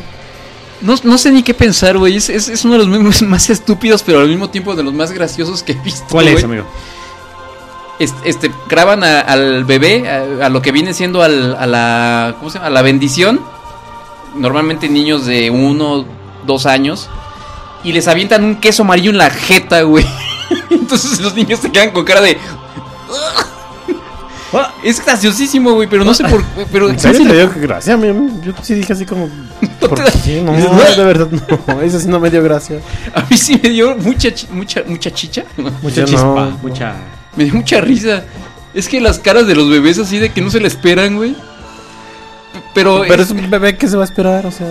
[SPEAKER 1] No, no sé ni qué pensar, güey. Es, es- es uno de los memes más estúpidos, pero al mismo tiempo de los más graciosos que he visto.
[SPEAKER 2] ¿Cuál es,
[SPEAKER 1] güey.
[SPEAKER 2] amigo?
[SPEAKER 1] Es- Este, graban a- al bebé, a, a lo que viene siendo al- a la. ¿Cómo se llama? A la bendición. Normalmente niños de uno, dos años. Y les avientan un queso amarillo en la jeta, güey. Entonces los niños se quedan con cara de. Es graciosísimo, güey, pero no sé por pero
[SPEAKER 3] Ah. ¿En serio te dio gracia? A mí- a mí- yo sí dije así como... ¿Por qué? No,
[SPEAKER 1] Dices,
[SPEAKER 3] de verdad, no. Eso sí no me dio gracia.
[SPEAKER 1] A mí sí me dio mucha, chi- mucha, mucha chicha.
[SPEAKER 2] Mucha
[SPEAKER 3] Yo
[SPEAKER 2] chispa,
[SPEAKER 3] no.
[SPEAKER 2] mucha.
[SPEAKER 1] Me dio mucha risa. Es que las caras de los bebés así de que no se le esperan, güey. P- Pero,
[SPEAKER 3] Pero
[SPEAKER 1] es,
[SPEAKER 3] es un bebé que se va a esperar, o sea...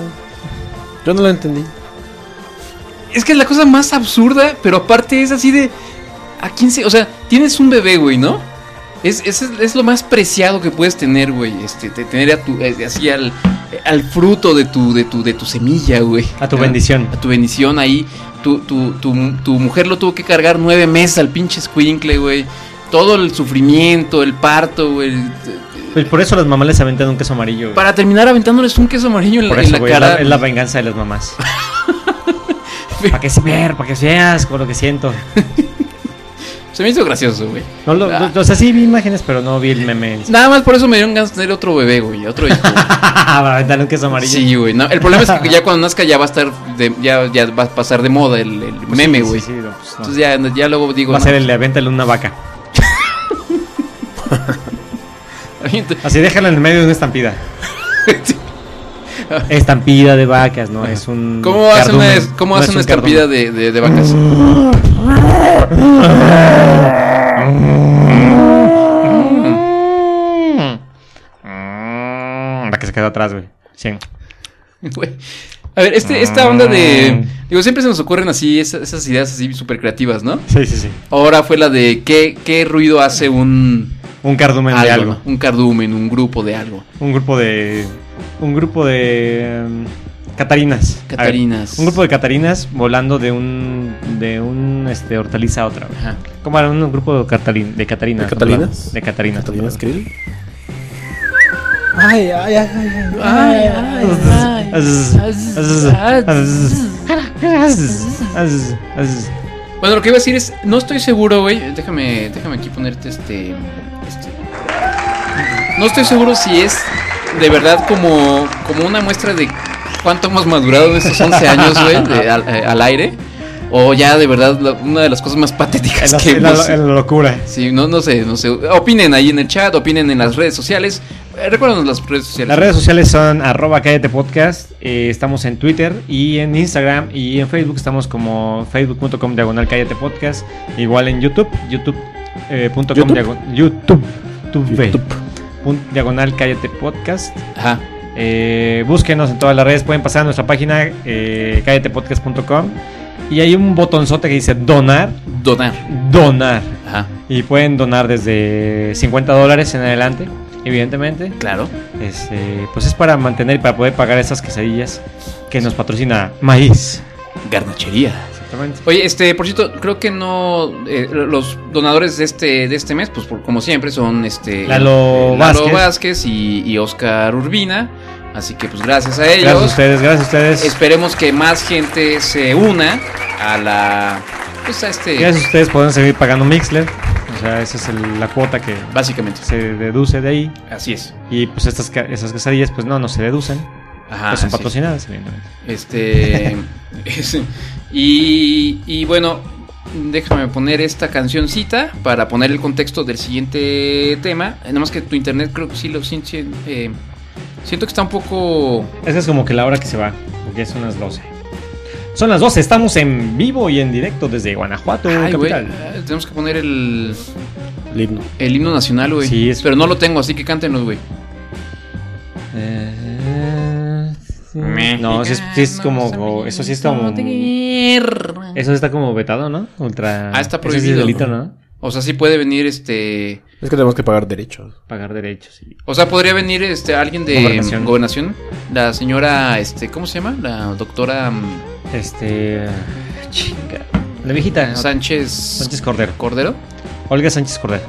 [SPEAKER 3] Yo no lo entendí.
[SPEAKER 1] es que es la cosa más absurda, pero aparte es así de... ¿A quién se...? O sea, tienes un bebé, güey, ¿no? Es, es, es lo más preciado que puedes tener, güey. Este, te- tener a tu, eh, así al, al fruto de tu, de, tu, de tu semilla, güey.
[SPEAKER 2] A tu
[SPEAKER 1] Ah,
[SPEAKER 2] bendición.
[SPEAKER 1] A tu bendición ahí. Tu, tu, tu, tu mujer lo tuvo que cargar nueve meses al pinche squinkle, güey. Todo el sufrimiento, el parto, güey.
[SPEAKER 2] Pues por eso las mamás les aventan un queso amarillo. güey.
[SPEAKER 1] Para terminar aventándoles un queso amarillo en, la-
[SPEAKER 2] Por
[SPEAKER 1] en
[SPEAKER 2] eso,
[SPEAKER 1] la
[SPEAKER 2] güey, es
[SPEAKER 1] cara.
[SPEAKER 2] la- es la venganza de las mamás. para que se ver, para que seas con lo que siento.
[SPEAKER 1] Se me hizo gracioso, güey.
[SPEAKER 2] No, lo,
[SPEAKER 1] Ah.
[SPEAKER 2] lo- o sea, sí vi imágenes, pero no vi el meme. en sí.
[SPEAKER 1] Nada más por eso me dieron ganas de tener otro bebé, güey. Otro hijo. güey.
[SPEAKER 2] para aventar un queso amarillo.
[SPEAKER 1] sí, güey. no, el problema es que ya cuando nazca ya va a estar. de- ya, ya va a pasar de moda el, el
[SPEAKER 2] Pues sí,
[SPEAKER 1] meme,
[SPEAKER 2] sí,
[SPEAKER 1] güey.
[SPEAKER 2] sí, no, pues no.
[SPEAKER 1] Entonces ya, ya luego digo.
[SPEAKER 2] Va a
[SPEAKER 1] no,
[SPEAKER 2] ser el de avéntale una vaca. Así déjala en el medio de una estampida. Estampida de vacas, ¿no? Es un.
[SPEAKER 1] ¿Cómo hace una,
[SPEAKER 2] cardumen,
[SPEAKER 1] cómo
[SPEAKER 2] no
[SPEAKER 1] hace
[SPEAKER 2] es
[SPEAKER 1] una
[SPEAKER 2] un cardumen.
[SPEAKER 1] estampida de, de, de vacas?
[SPEAKER 2] Mm, La que se quedó atrás, güey. Sí.
[SPEAKER 1] Güey. A ver, este, esta onda de.
[SPEAKER 2] Ah.
[SPEAKER 1] Digo, siempre se nos ocurren así esas, esas ideas así súper creativas, ¿no?
[SPEAKER 2] Sí, sí, sí.
[SPEAKER 1] Ahora fue la de qué, qué ruido hace un.
[SPEAKER 2] Un cardumen de algo.
[SPEAKER 1] ¿no? Un cardumen, un grupo de algo.
[SPEAKER 2] Un grupo de. Un grupo de. em, Catarinas. A ver,
[SPEAKER 1] Catarinas.
[SPEAKER 2] un grupo de catarinas volando de un. De un. Este, hortaliza a otra. güey.
[SPEAKER 1] Ajá.
[SPEAKER 2] ¿Cómo era? Un grupo de, catalin, de catarinas.
[SPEAKER 3] ¿De catalinas?
[SPEAKER 2] ¿no? De catarinas.
[SPEAKER 3] ¿Catalina Skrill?
[SPEAKER 2] Az- az- az- az- az- az-
[SPEAKER 1] Bueno, lo que iba a decir es, no estoy seguro, güey. Déjame, déjame aquí ponerte este, este. No estoy seguro si es de verdad como, como una muestra de cuánto hemos madurado en estos 11 años, güey, de- al, eh, al aire. O ya de verdad la- una de las cosas más patéticas
[SPEAKER 2] En la-
[SPEAKER 1] que
[SPEAKER 2] en la-
[SPEAKER 1] hemos...
[SPEAKER 2] en la locura.
[SPEAKER 1] Sí, no, no sé, no sé. Opinen ahí en el chat, opinen en las redes sociales. Eh, Recuérdanos las redes sociales.
[SPEAKER 2] Las redes sociales son arroba cállate podcast. eh, estamos en Twitter y en Instagram y en Facebook. Estamos como facebook.com diagonal cállate podcast. Igual en YouTube, eh, youtube.com
[SPEAKER 3] ¿YouTube?
[SPEAKER 2] diagonal YouTube, tuve, pun- diagonal cállate podcast.
[SPEAKER 1] Ajá.
[SPEAKER 2] Eh, búsquenos en todas las redes. Pueden pasar a nuestra página eh, cállatepodcast.com y hay un botonzote que dice donar.
[SPEAKER 1] Donar.
[SPEAKER 2] Donar.
[SPEAKER 1] Ajá.
[SPEAKER 2] Y pueden donar desde 50 dólares en adelante, evidentemente.
[SPEAKER 1] Claro.
[SPEAKER 2] Este, pues es para mantener y para poder pagar esas quesadillas que nos patrocina Maíz.
[SPEAKER 1] Garnachería.
[SPEAKER 2] Exactamente.
[SPEAKER 1] Oye, este, por cierto, creo que no. eh, los donadores de este, de este mes, pues por- como siempre, son este.
[SPEAKER 2] Lalo
[SPEAKER 1] eh,
[SPEAKER 2] Vázquez.
[SPEAKER 1] Vázquez y, y Oscar Urbina. Así que, pues gracias a ellos.
[SPEAKER 2] Gracias a ustedes, gracias a ustedes.
[SPEAKER 1] Esperemos que más gente se una a la. Pues a este.
[SPEAKER 2] Gracias a ustedes pueden seguir pagando Mixler. O sea, esa es el- la cuota que
[SPEAKER 1] Básicamente.
[SPEAKER 2] se deduce de ahí.
[SPEAKER 1] Así es.
[SPEAKER 2] Y pues estas ca- esas quesadillas, pues no, no se deducen.
[SPEAKER 1] Ajá,
[SPEAKER 2] pues son
[SPEAKER 1] Ah, así es.
[SPEAKER 2] patrocinadas, evidentemente.
[SPEAKER 1] Este. es- y, y bueno, déjame poner esta cancioncita para poner el contexto del siguiente tema. Eh, Nada más que tu internet creo que sí lo siento. eh, siento que está un poco.
[SPEAKER 2] Esa es como que la hora que se va, porque son las 12. Son las 12, estamos en vivo y en directo desde Guanajuato,
[SPEAKER 1] Ay, güey,
[SPEAKER 2] capital.
[SPEAKER 1] eh, Tenemos que poner el,
[SPEAKER 3] El himno.
[SPEAKER 1] el himno nacional, güey.
[SPEAKER 2] Sí, es-
[SPEAKER 1] Pero no lo tengo, así que cántenos, güey.
[SPEAKER 2] Eh, sí. No, sí es, sí es como. como- Eso sí está como. Eso está como vetado, ¿no? Ultra.
[SPEAKER 1] Ah, está
[SPEAKER 2] eso sí es
[SPEAKER 1] prohibido.
[SPEAKER 2] delito, ¿no?
[SPEAKER 1] O sea, sí puede venir este.
[SPEAKER 3] Es que tenemos que pagar derechos.
[SPEAKER 2] Pagar derechos. sí.
[SPEAKER 1] O sea, podría venir este alguien de
[SPEAKER 2] Gobernación.
[SPEAKER 1] gobernación. La señora, este, ¿cómo se llama? La doctora mm,
[SPEAKER 2] Este. Chinga. La viejita.
[SPEAKER 1] Sánchez,
[SPEAKER 2] Sánchez Cordero.
[SPEAKER 1] Cordero.
[SPEAKER 2] Olga Sánchez Cordero.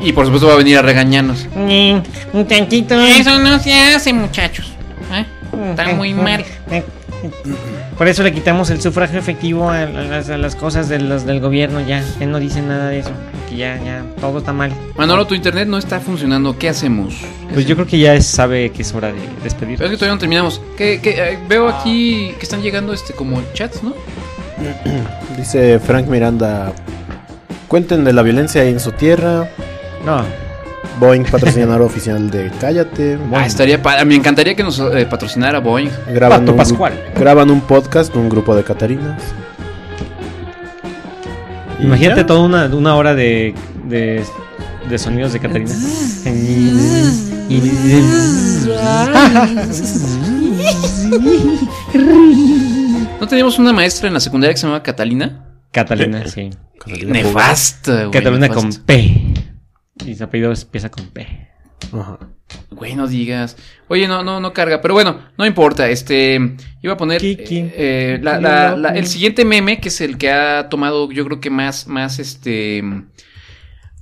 [SPEAKER 1] Y por supuesto va a venir a regañarnos.
[SPEAKER 4] Mm, Un tantito.
[SPEAKER 12] Eso no se hace, muchachos. ¿eh? Está muy mal.
[SPEAKER 4] eh, Por eso le quitamos el sufragio efectivo a, a las, a las cosas de los del gobierno ya. Él no dice nada de eso. Que ya, ya, todo está mal.
[SPEAKER 1] Manolo, tu internet no está funcionando. ¿Qué hacemos?
[SPEAKER 2] Pues yo creo que ya es- sabe que es hora de
[SPEAKER 1] Pero es
[SPEAKER 2] despedir.
[SPEAKER 1] que todavía no terminamos. ¿Qué, qué, eh, veo aquí que están llegando este como chats, ¿no?
[SPEAKER 3] Dice Frank Miranda. Cuenten de la violencia en su tierra.
[SPEAKER 2] No.
[SPEAKER 3] Boeing patrocinador oficial de Cállate.
[SPEAKER 1] Ah, estaría pa- me encantaría que nos eh, patrocinara Boeing.
[SPEAKER 3] Graban
[SPEAKER 2] Pato
[SPEAKER 3] un,
[SPEAKER 2] Pascual.
[SPEAKER 3] graban un podcast con un grupo de Catarinas. Y
[SPEAKER 2] Imagínate
[SPEAKER 3] ya.
[SPEAKER 2] toda una, una hora de, de, de sonidos de Catarina.
[SPEAKER 1] ¿No teníamos una maestra en la secundaria que se llamaba Catalina?
[SPEAKER 2] Catalina, sí.
[SPEAKER 1] Nefasta, güey.
[SPEAKER 2] Catalina
[SPEAKER 1] nefasta.
[SPEAKER 2] con P. Y su apellido es- empieza con P.
[SPEAKER 3] Ajá.
[SPEAKER 1] Güey, no digas. Oye, no, no, no carga. Pero bueno, no importa. Este, iba a poner
[SPEAKER 2] Kiki.
[SPEAKER 1] eh, eh, la- la- la- el siguiente meme, que es el que ha tomado, yo creo que más, más, este,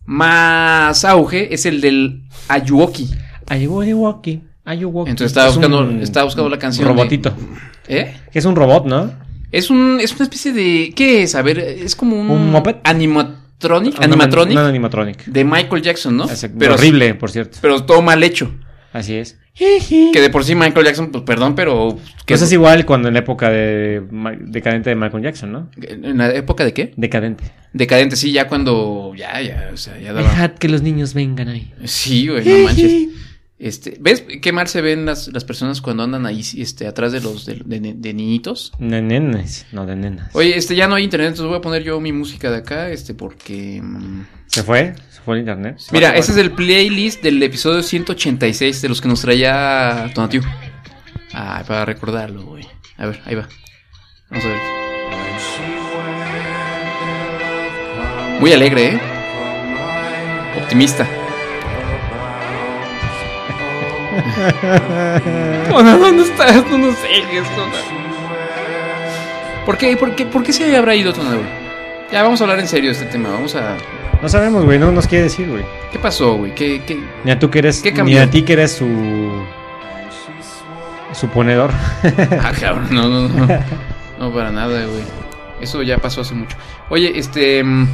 [SPEAKER 1] más auge, es el del Ayuoki.
[SPEAKER 2] Ayuwoki. Ayuwoki.
[SPEAKER 1] Entonces estaba
[SPEAKER 2] Es
[SPEAKER 1] buscando-
[SPEAKER 2] un
[SPEAKER 1] estaba buscando la canción
[SPEAKER 2] Robotito.
[SPEAKER 1] ¿Eh?
[SPEAKER 2] Que es un robot, ¿no?
[SPEAKER 1] Es un, es una especie de, ¿qué es? A ver, es como un...
[SPEAKER 2] ¿Un moped?
[SPEAKER 1] Animatronic, animatronic
[SPEAKER 2] No, no, animatronic.
[SPEAKER 1] de Michael Jackson, ¿no?
[SPEAKER 2] Es
[SPEAKER 1] Pero,
[SPEAKER 2] horrible, por cierto.
[SPEAKER 1] Pero todo mal hecho.
[SPEAKER 2] Así es.
[SPEAKER 1] Que de por sí Michael Jackson, pues perdón, pero... que-
[SPEAKER 2] Eso Pues es igual cuando en la época de Ma- decadente de Michael Jackson, ¿no?
[SPEAKER 1] ¿En la época de qué?
[SPEAKER 2] Decadente.
[SPEAKER 1] Decadente, sí, ya cuando. Ya, ya, o sea, ya daba.
[SPEAKER 4] Dejad que los niños vengan ahí.
[SPEAKER 1] Sí, güey, no manches. Este, ¿Ves qué mal se ven las, las personas cuando andan ahí este, atrás de los de, de- de niñitos?
[SPEAKER 2] De nenes, no de nenas.
[SPEAKER 1] Oye, este ya no hay internet, entonces voy a poner yo mi música de acá, este, porque. mm,
[SPEAKER 2] ¿Se fue? ¿Se fue el internet?
[SPEAKER 1] Mira, ese es el playlist del episodio 186 de los que nos traía Tonatiu. Ah, para recordarlo, güey. A ver, ahí va. Vamos a ver. Muy alegre, ¿eh? Optimista. Tona, ¿dónde estás? No nos dejes, Tona. ¿Por qué? ¿Por qué? ¿Por qué se habrá ido Tona, güey? Ya, vamos a hablar en serio de este tema. Vamos a...
[SPEAKER 2] No sabemos, güey, no nos quiere decir, güey.
[SPEAKER 1] ¿Qué pasó, güey? ¿Qué, qué,
[SPEAKER 2] Ni a tú que eres,
[SPEAKER 1] ¿Qué
[SPEAKER 2] ni
[SPEAKER 1] cambió?
[SPEAKER 2] a ti que eres su su ponedor.
[SPEAKER 1] Ah, cabrón, no, no, no. No, para nada, güey. Eso ya pasó hace mucho. Oye, este. mm,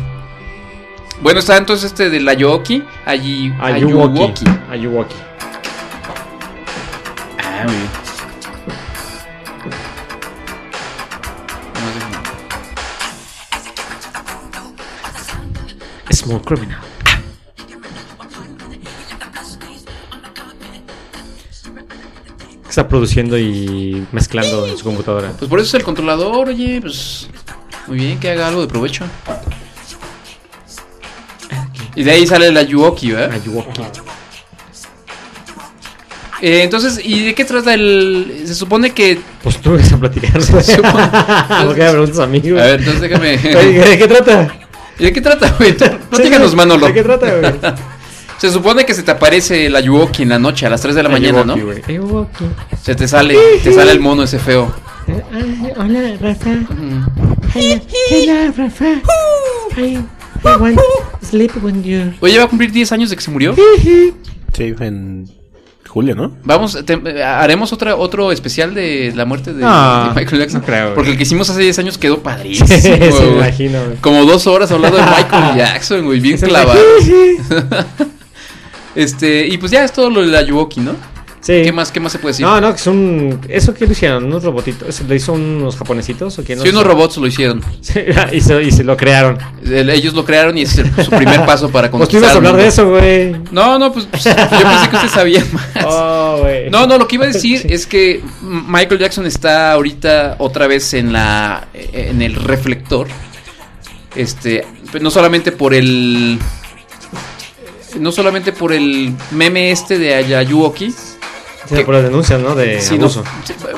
[SPEAKER 1] Bueno, está entonces este de la Yoki. Allí.
[SPEAKER 2] Ayuwoki. Ayuwoki.
[SPEAKER 1] Ah, muy bien. No, déjame.
[SPEAKER 2] Small criminal. está produciendo y mezclando en su computadora?
[SPEAKER 1] Pues por eso es el controlador, oye, pues. Muy bien, que haga algo de provecho. Y de ahí sale la Yuoki, ¿verdad?
[SPEAKER 2] La Yuoki.
[SPEAKER 1] Eh, entonces, ¿y de qué trata el.? Se supone que.
[SPEAKER 2] Pues tú vas a platicar.
[SPEAKER 1] Se supone-
[SPEAKER 2] ¿Por qué me preguntas a mí,
[SPEAKER 1] A
[SPEAKER 2] güey?
[SPEAKER 1] ver, entonces déjame.
[SPEAKER 2] Oye, ¿De qué trata?
[SPEAKER 1] ¿Y de qué trata, güey? Tú, Platícanos, Manolo.
[SPEAKER 2] ¿De qué trata, güey?
[SPEAKER 1] Se supone que se te aparece la Yuoki en la noche, a las 3 de la mañana,
[SPEAKER 2] Yuwoki,
[SPEAKER 1] ¿no?
[SPEAKER 2] güey.
[SPEAKER 4] Yuwoki.
[SPEAKER 1] Se te sale, te sale el mono ese feo.
[SPEAKER 4] eh, Ay, hola, Rafa. Hello, hello, Rafa. I, I want sleep when you.
[SPEAKER 1] Oye, va a cumplir 10 años de que se murió.
[SPEAKER 3] Sí, en julio, ¿no?
[SPEAKER 1] Vamos, te- eh, haremos otra, otro especial de la muerte de,
[SPEAKER 2] No,
[SPEAKER 1] de Michael Jackson.
[SPEAKER 2] no creo, güey.
[SPEAKER 1] porque el que hicimos hace 10 años quedó padrísimo.
[SPEAKER 2] Sí, se
[SPEAKER 1] güey.
[SPEAKER 2] me imagino, güey.
[SPEAKER 1] Como dos horas hablando de Michael Jackson, güey, bien
[SPEAKER 2] Se me
[SPEAKER 1] clavado.
[SPEAKER 2] imagino.
[SPEAKER 1] este, y pues ya es todo lo de la Yuwoki, ¿no?
[SPEAKER 2] Sí.
[SPEAKER 1] ¿Qué más, qué más se puede decir?
[SPEAKER 2] No, no, que es un. ¿Eso qué lo hicieron? ¿Unos robotitos? ¿Eso ¿Lo hizo unos japonesitos o qué? No
[SPEAKER 1] Si
[SPEAKER 2] sé.
[SPEAKER 1] unos robots lo hicieron.
[SPEAKER 2] y, se, y se lo crearon.
[SPEAKER 1] El- ellos lo crearon y es el- su primer paso para
[SPEAKER 2] Pues tú
[SPEAKER 1] conquistar.
[SPEAKER 2] ibas a
[SPEAKER 1] al
[SPEAKER 2] hablar de
[SPEAKER 1] mundo.
[SPEAKER 2] eso, güey.
[SPEAKER 1] No, no, pues, pues, yo pensé que usted sabía más.
[SPEAKER 2] Oh, güey.
[SPEAKER 1] No, no, lo que iba a decir es que M- Michael Jackson está ahorita otra vez en la eh, en el reflector. Este, no solamente por el no solamente por el meme este de Ayayuoki,
[SPEAKER 2] Sí, por las denuncias, ¿no? De
[SPEAKER 1] sino
[SPEAKER 2] Eh, abuso.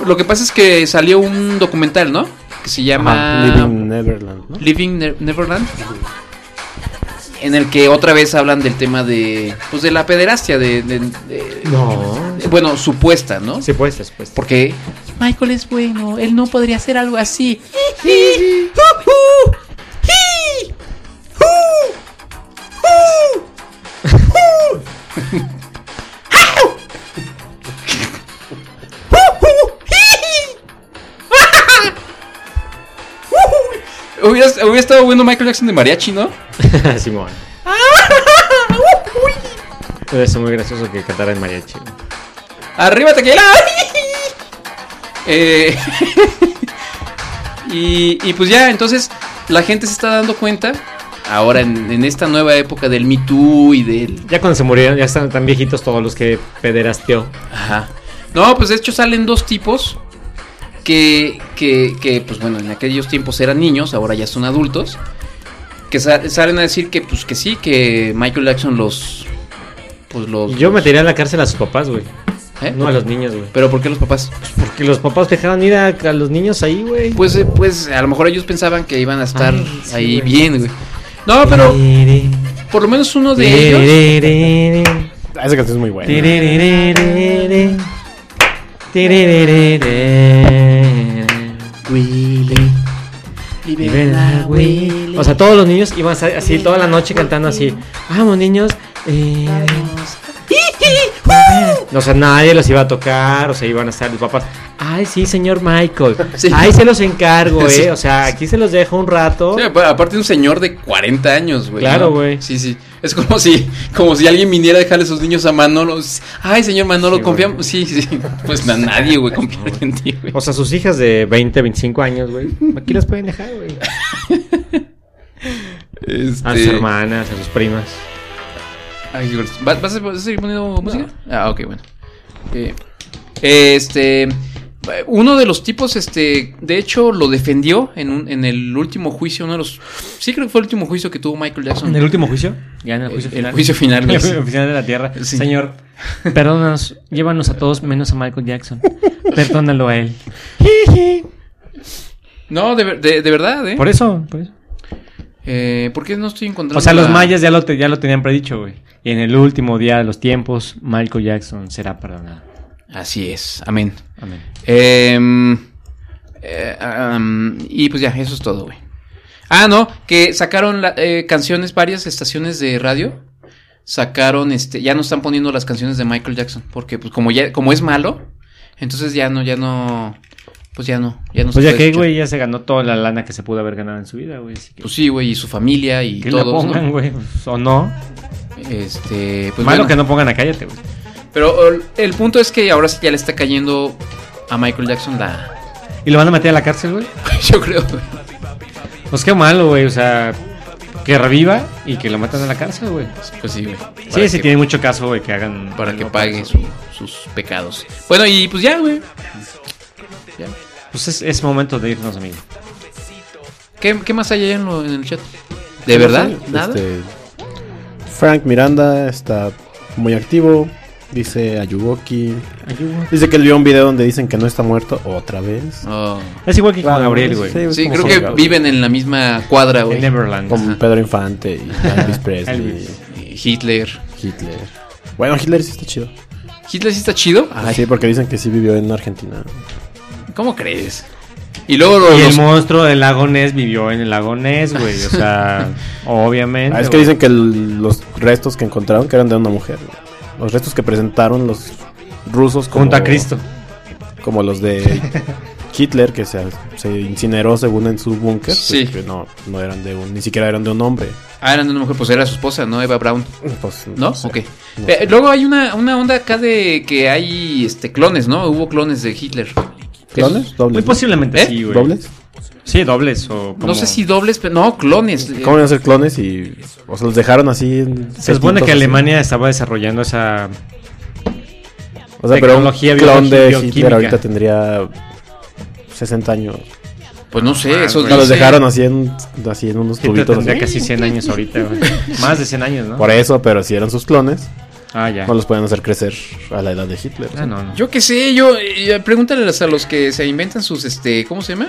[SPEAKER 1] lo que pasa es que salió un documental, ¿no? Que se llama
[SPEAKER 3] Living Neverland, ¿no?
[SPEAKER 1] Living Ne- Neverland. En el que otra vez hablan del tema de. Pues de la pederastia, de. de- de-
[SPEAKER 2] No.
[SPEAKER 1] de- Eh, bueno, supuesta, ¿no?
[SPEAKER 2] Sí, pues, después.
[SPEAKER 1] Porque.
[SPEAKER 13] Michael es bueno, él no podría hacer algo así.
[SPEAKER 1] Hubiera, hubiera estado bueno Michael Jackson de mariachi, ¿no?
[SPEAKER 2] Simón. Debe ser muy gracioso que cantara en mariachi.
[SPEAKER 1] ¡Arriba tequila! Eh, y, y pues ya, entonces la gente se está dando cuenta. Ahora en, en esta nueva época del Me Too y del
[SPEAKER 2] Ya cuando se murieron, ya están tan viejitos todos los que pederasteó.
[SPEAKER 1] Ajá. No, pues de hecho salen dos tipos que, que, que, pues bueno, en aquellos tiempos eran niños, ahora ya son adultos, que sa- salen a decir que, pues que sí, que Michael Jackson los, pues los...
[SPEAKER 2] Yo metería a la cárcel a sus papás, güey.
[SPEAKER 1] ¿Eh?
[SPEAKER 2] No a los niños, güey.
[SPEAKER 1] Pero ¿por qué los papás?
[SPEAKER 2] Porque los papás dejaron ir a, a los niños ahí, güey.
[SPEAKER 1] Pues, eh, pues a lo mejor ellos pensaban que iban a estar
[SPEAKER 2] Ay, sí,
[SPEAKER 1] ahí
[SPEAKER 2] güey.
[SPEAKER 1] bien, güey. No, pero por lo menos uno de ellos...
[SPEAKER 3] Ah, Esa canción es muy buena.
[SPEAKER 2] O sea, todos los niños iban a estar así toda la noche cantando así. Vamos, niños. eh". O sea, nadie los iba a tocar. O sea, iban a estar los papás. Ay, sí, señor Michael.
[SPEAKER 1] Sí.
[SPEAKER 2] Ahí se los encargo, eh.
[SPEAKER 1] Sí.
[SPEAKER 2] O sea, aquí se los dejo un rato.
[SPEAKER 1] Sí, apa- pues, aparte un señor de 40 años, güey.
[SPEAKER 2] Claro,
[SPEAKER 1] ¿no?
[SPEAKER 2] güey.
[SPEAKER 1] Sí, sí. Es como si, como si alguien viniera a dejarle sus niños a Manolo. Ay, señor Manolo,
[SPEAKER 2] Sí,
[SPEAKER 1] confiamos. Sí, sí. Pues a nadie, güey, confía en ti, güey.
[SPEAKER 2] O sea, sus hijas de 20, 25 años, güey. Aquí las pueden dejar, güey.
[SPEAKER 1] Este,
[SPEAKER 2] A sus hermanas, a sus primas.
[SPEAKER 1] ay, Dios, ¿va- ¿vas, a, vas a seguir poniendo música? Ah, ok, bueno. Eh, este. Uno de los tipos, este, de hecho, lo defendió en, un- en el último juicio, uno de los, sí creo que fue el último juicio que tuvo Michael Jackson.
[SPEAKER 2] último juicio? Ya en el juicio
[SPEAKER 1] El- Eh, el
[SPEAKER 2] final.
[SPEAKER 1] juicio final,
[SPEAKER 2] El
[SPEAKER 1] güey.
[SPEAKER 2] juicio final de la Tierra.
[SPEAKER 1] Sí.
[SPEAKER 2] Señor.
[SPEAKER 4] Perdónanos, llévanos a todos menos a Michael Jackson. Perdónalo a él.
[SPEAKER 1] No, de, ver- de- de verdad, ¿eh?
[SPEAKER 2] Por eso, por eso.
[SPEAKER 1] Eh, ¿Por qué no estoy encontrando?
[SPEAKER 2] O sea, los
[SPEAKER 1] la-
[SPEAKER 2] mayas ya lo, te- ya lo tenían predicho, güey. Y en el último día de los tiempos, Michael Jackson será perdonado.
[SPEAKER 1] Así es, amén.
[SPEAKER 2] Amén.
[SPEAKER 1] Em, eh, am, y pues ya, eso es todo, güey. Ah, no, que sacaron la- eh, canciones, varias estaciones de radio. Sacaron, este, ya no están poniendo las canciones de Michael Jackson. Porque, pues, como ya, como es malo, entonces ya no, ya no. Pues ya no, ya no se
[SPEAKER 2] Pues ya
[SPEAKER 1] puede
[SPEAKER 2] que,
[SPEAKER 1] escuchar.
[SPEAKER 2] güey, ya se ganó toda la lana que se pudo haber ganado en su vida, güey. Así que,
[SPEAKER 1] Pues sí, güey, y su familia y
[SPEAKER 2] que la
[SPEAKER 1] todos. ¿no?
[SPEAKER 2] pongan, güey. pues, O no.
[SPEAKER 1] Este, pues
[SPEAKER 2] Malo
[SPEAKER 1] bueno.
[SPEAKER 2] que no pongan a cállate, güey.
[SPEAKER 1] Pero el, el punto es que ahora sí ya le está cayendo a Michael Jackson la.
[SPEAKER 2] ¿Y lo van a meter a la cárcel, güey?
[SPEAKER 1] Yo creo, güey.
[SPEAKER 2] Pues qué malo, güey. O sea, Que reviva y que lo metan a la cárcel, güey.
[SPEAKER 1] Es posible.
[SPEAKER 2] Sí, sí, tiene mucho caso, güey, que hagan.
[SPEAKER 1] Para que pague su- sus pecados. Bueno, y pues ya, güey. Ya.
[SPEAKER 2] Pues es, es momento de irnos, amigo.
[SPEAKER 1] ¿Qué, qué más hay allá en, lo- en el chat? ¿De verdad?
[SPEAKER 3] Sí,
[SPEAKER 1] ¿Nada?
[SPEAKER 3] este, Frank Miranda está muy activo. Dice Ayuboki.
[SPEAKER 2] Ayuwoki.
[SPEAKER 3] Dice que él vio un video donde dicen que no está muerto otra vez.
[SPEAKER 1] Oh.
[SPEAKER 2] Es igual que con
[SPEAKER 3] Claro,
[SPEAKER 2] Gabriel, güey.
[SPEAKER 3] sí, es
[SPEAKER 1] Sí,
[SPEAKER 3] como
[SPEAKER 1] creo
[SPEAKER 3] si-
[SPEAKER 1] que viven en la misma cuadra,
[SPEAKER 2] En
[SPEAKER 1] güey.
[SPEAKER 2] Neverland.
[SPEAKER 3] Con Pedro Infante y Elvis Presley.
[SPEAKER 2] Elvis.
[SPEAKER 1] Hitler.
[SPEAKER 3] Hitler. Bueno, Hitler sí está chido.
[SPEAKER 1] ¿Hitler sí está chido? Ay,
[SPEAKER 3] Sí, porque dicen que sí vivió en Argentina.
[SPEAKER 1] ¿Cómo crees? Y luego
[SPEAKER 2] Y el
[SPEAKER 1] los-
[SPEAKER 2] monstruo del lago Ness vivió en el lago Ness, güey. O sea, obviamente.
[SPEAKER 3] Ah, es que dicen que el- los restos que encontraron que eran de una mujer. güey. Los restos que presentaron los rusos como,
[SPEAKER 2] Junto a Cristo.
[SPEAKER 3] como los de Hitler que se, se incineró según en su búnker. pues,
[SPEAKER 1] Sí.
[SPEAKER 3] que no, no eran de un, ni siquiera eran de un hombre.
[SPEAKER 1] Ah, era una mujer, pues era su esposa, ¿no? Eva Brown.
[SPEAKER 3] Pues,
[SPEAKER 1] ¿No?
[SPEAKER 3] sé.
[SPEAKER 1] Ok. Eh, luego hay una, una onda acá de que hay este clones, ¿no? Hubo clones de Hitler.
[SPEAKER 3] ¿Clones?
[SPEAKER 1] Esos-
[SPEAKER 3] ¿Dobles?
[SPEAKER 2] Muy
[SPEAKER 3] no?
[SPEAKER 2] posiblemente
[SPEAKER 1] ¿Eh?
[SPEAKER 2] sí, güey.
[SPEAKER 3] ¿Dobles?
[SPEAKER 2] Sí, dobles. O como-
[SPEAKER 1] No sé si dobles, pero no, clones. Eh,
[SPEAKER 3] ¿Cómo iban a ser clones y o sea, los dejaron así? en
[SPEAKER 2] Se supone que
[SPEAKER 3] distintos, así?
[SPEAKER 2] Alemania estaba desarrollando esa.
[SPEAKER 3] O sea, pero un
[SPEAKER 2] tecnología
[SPEAKER 3] clon de
[SPEAKER 2] biológica-
[SPEAKER 3] Hitler ahorita tendría 60 años.
[SPEAKER 1] Pues no sé, esos
[SPEAKER 3] No, los
[SPEAKER 1] dicen-
[SPEAKER 3] dejaron así en, así en unos
[SPEAKER 2] Hitler
[SPEAKER 3] tubitos.
[SPEAKER 2] tendría
[SPEAKER 3] así.
[SPEAKER 2] casi 100 años ahorita, güey. Más de 100 años, ¿no?
[SPEAKER 3] Por eso, pero si eran sus clones,
[SPEAKER 2] Ah, ya.
[SPEAKER 3] no los pueden hacer crecer a la edad de Hitler.
[SPEAKER 2] Ah, no, no.
[SPEAKER 1] Yo qué sé, yo. eh, pregúntales a los que se inventan sus, este, ¿cómo se llama?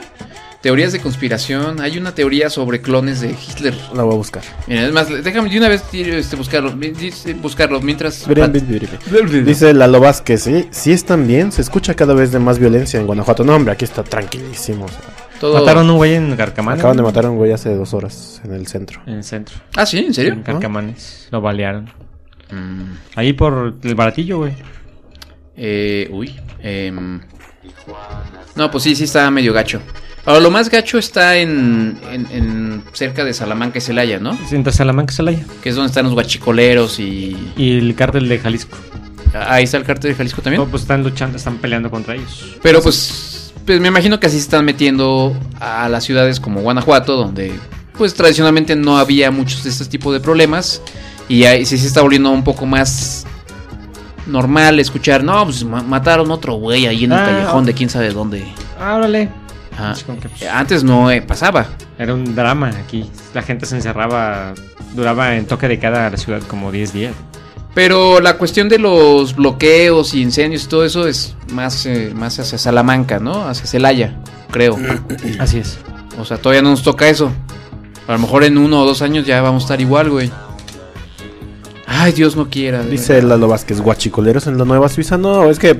[SPEAKER 1] Teorías de conspiración. Hay una teoría sobre clones de Hitler.
[SPEAKER 3] La voy a buscar.
[SPEAKER 1] Mira, además, déjame de una vez este, buscarlo. mi- dice, Buscarlo mientras.
[SPEAKER 3] Bien, bien, bien, bien. Dice Lalo Vázquez, sí, sí están bien, se escucha cada vez de más violencia en Guanajuato. No, hombre, aquí está tranquilísimo. o sea,
[SPEAKER 1] Todo-
[SPEAKER 2] Mataron a un güey en Garcamanes.
[SPEAKER 3] acaban de matar a un güey hace dos horas en el centro.
[SPEAKER 2] En el centro.
[SPEAKER 1] Ah, sí, ¿Ah? ¿en serio?
[SPEAKER 2] En Garcamanes. Lo balearon.
[SPEAKER 1] Mm,
[SPEAKER 2] Ahí por el baratillo, güey.
[SPEAKER 1] eh, uy. em. no, pues sí, sí está medio gacho. Ahora, lo más gacho está en, en- en cerca de Salamanca y Celaya, ¿no?
[SPEAKER 2] Es Entre Salamanca y Celaya.
[SPEAKER 1] Que es donde están los guachicoleros y... ah,
[SPEAKER 2] Y el cártel de Jalisco.
[SPEAKER 1] Ahí está el cártel de Jalisco
[SPEAKER 3] ¿Eh?
[SPEAKER 1] también.
[SPEAKER 2] No, pues están luchando, están peleando contra ellos.
[SPEAKER 1] Pero pues, pues me imagino que así se están metiendo a las ciudades como Guanajuato, donde pues tradicionalmente no había muchos de estos tipos de problemas. Y ahí sí se está volviendo un poco más normal escuchar, no, pues ma- mataron otro güey ahí en el
[SPEAKER 2] Ah,
[SPEAKER 1] callejón de quién sabe dónde.
[SPEAKER 2] Ah, órale.
[SPEAKER 1] Ajá.
[SPEAKER 2] Es como que, pues,
[SPEAKER 1] Antes no eh, pasaba.
[SPEAKER 2] Era un drama aquí. La gente se encerraba, duraba en toque de cada ciudad como 10 días.
[SPEAKER 1] Pero la cuestión de los bloqueos y incendios y todo eso es más, eh, más hacia Salamanca, ¿no? Hacia Celaya, creo.
[SPEAKER 2] Así es.
[SPEAKER 1] O sea, todavía no nos toca eso. A lo mejor en uno o dos años ya vamos a estar igual, güey. Ay, Dios no quiera. de
[SPEAKER 3] Dice
[SPEAKER 1] verdad.
[SPEAKER 3] Lalo Vázquez, guachicoleros en la Nueva Suiza. No, es que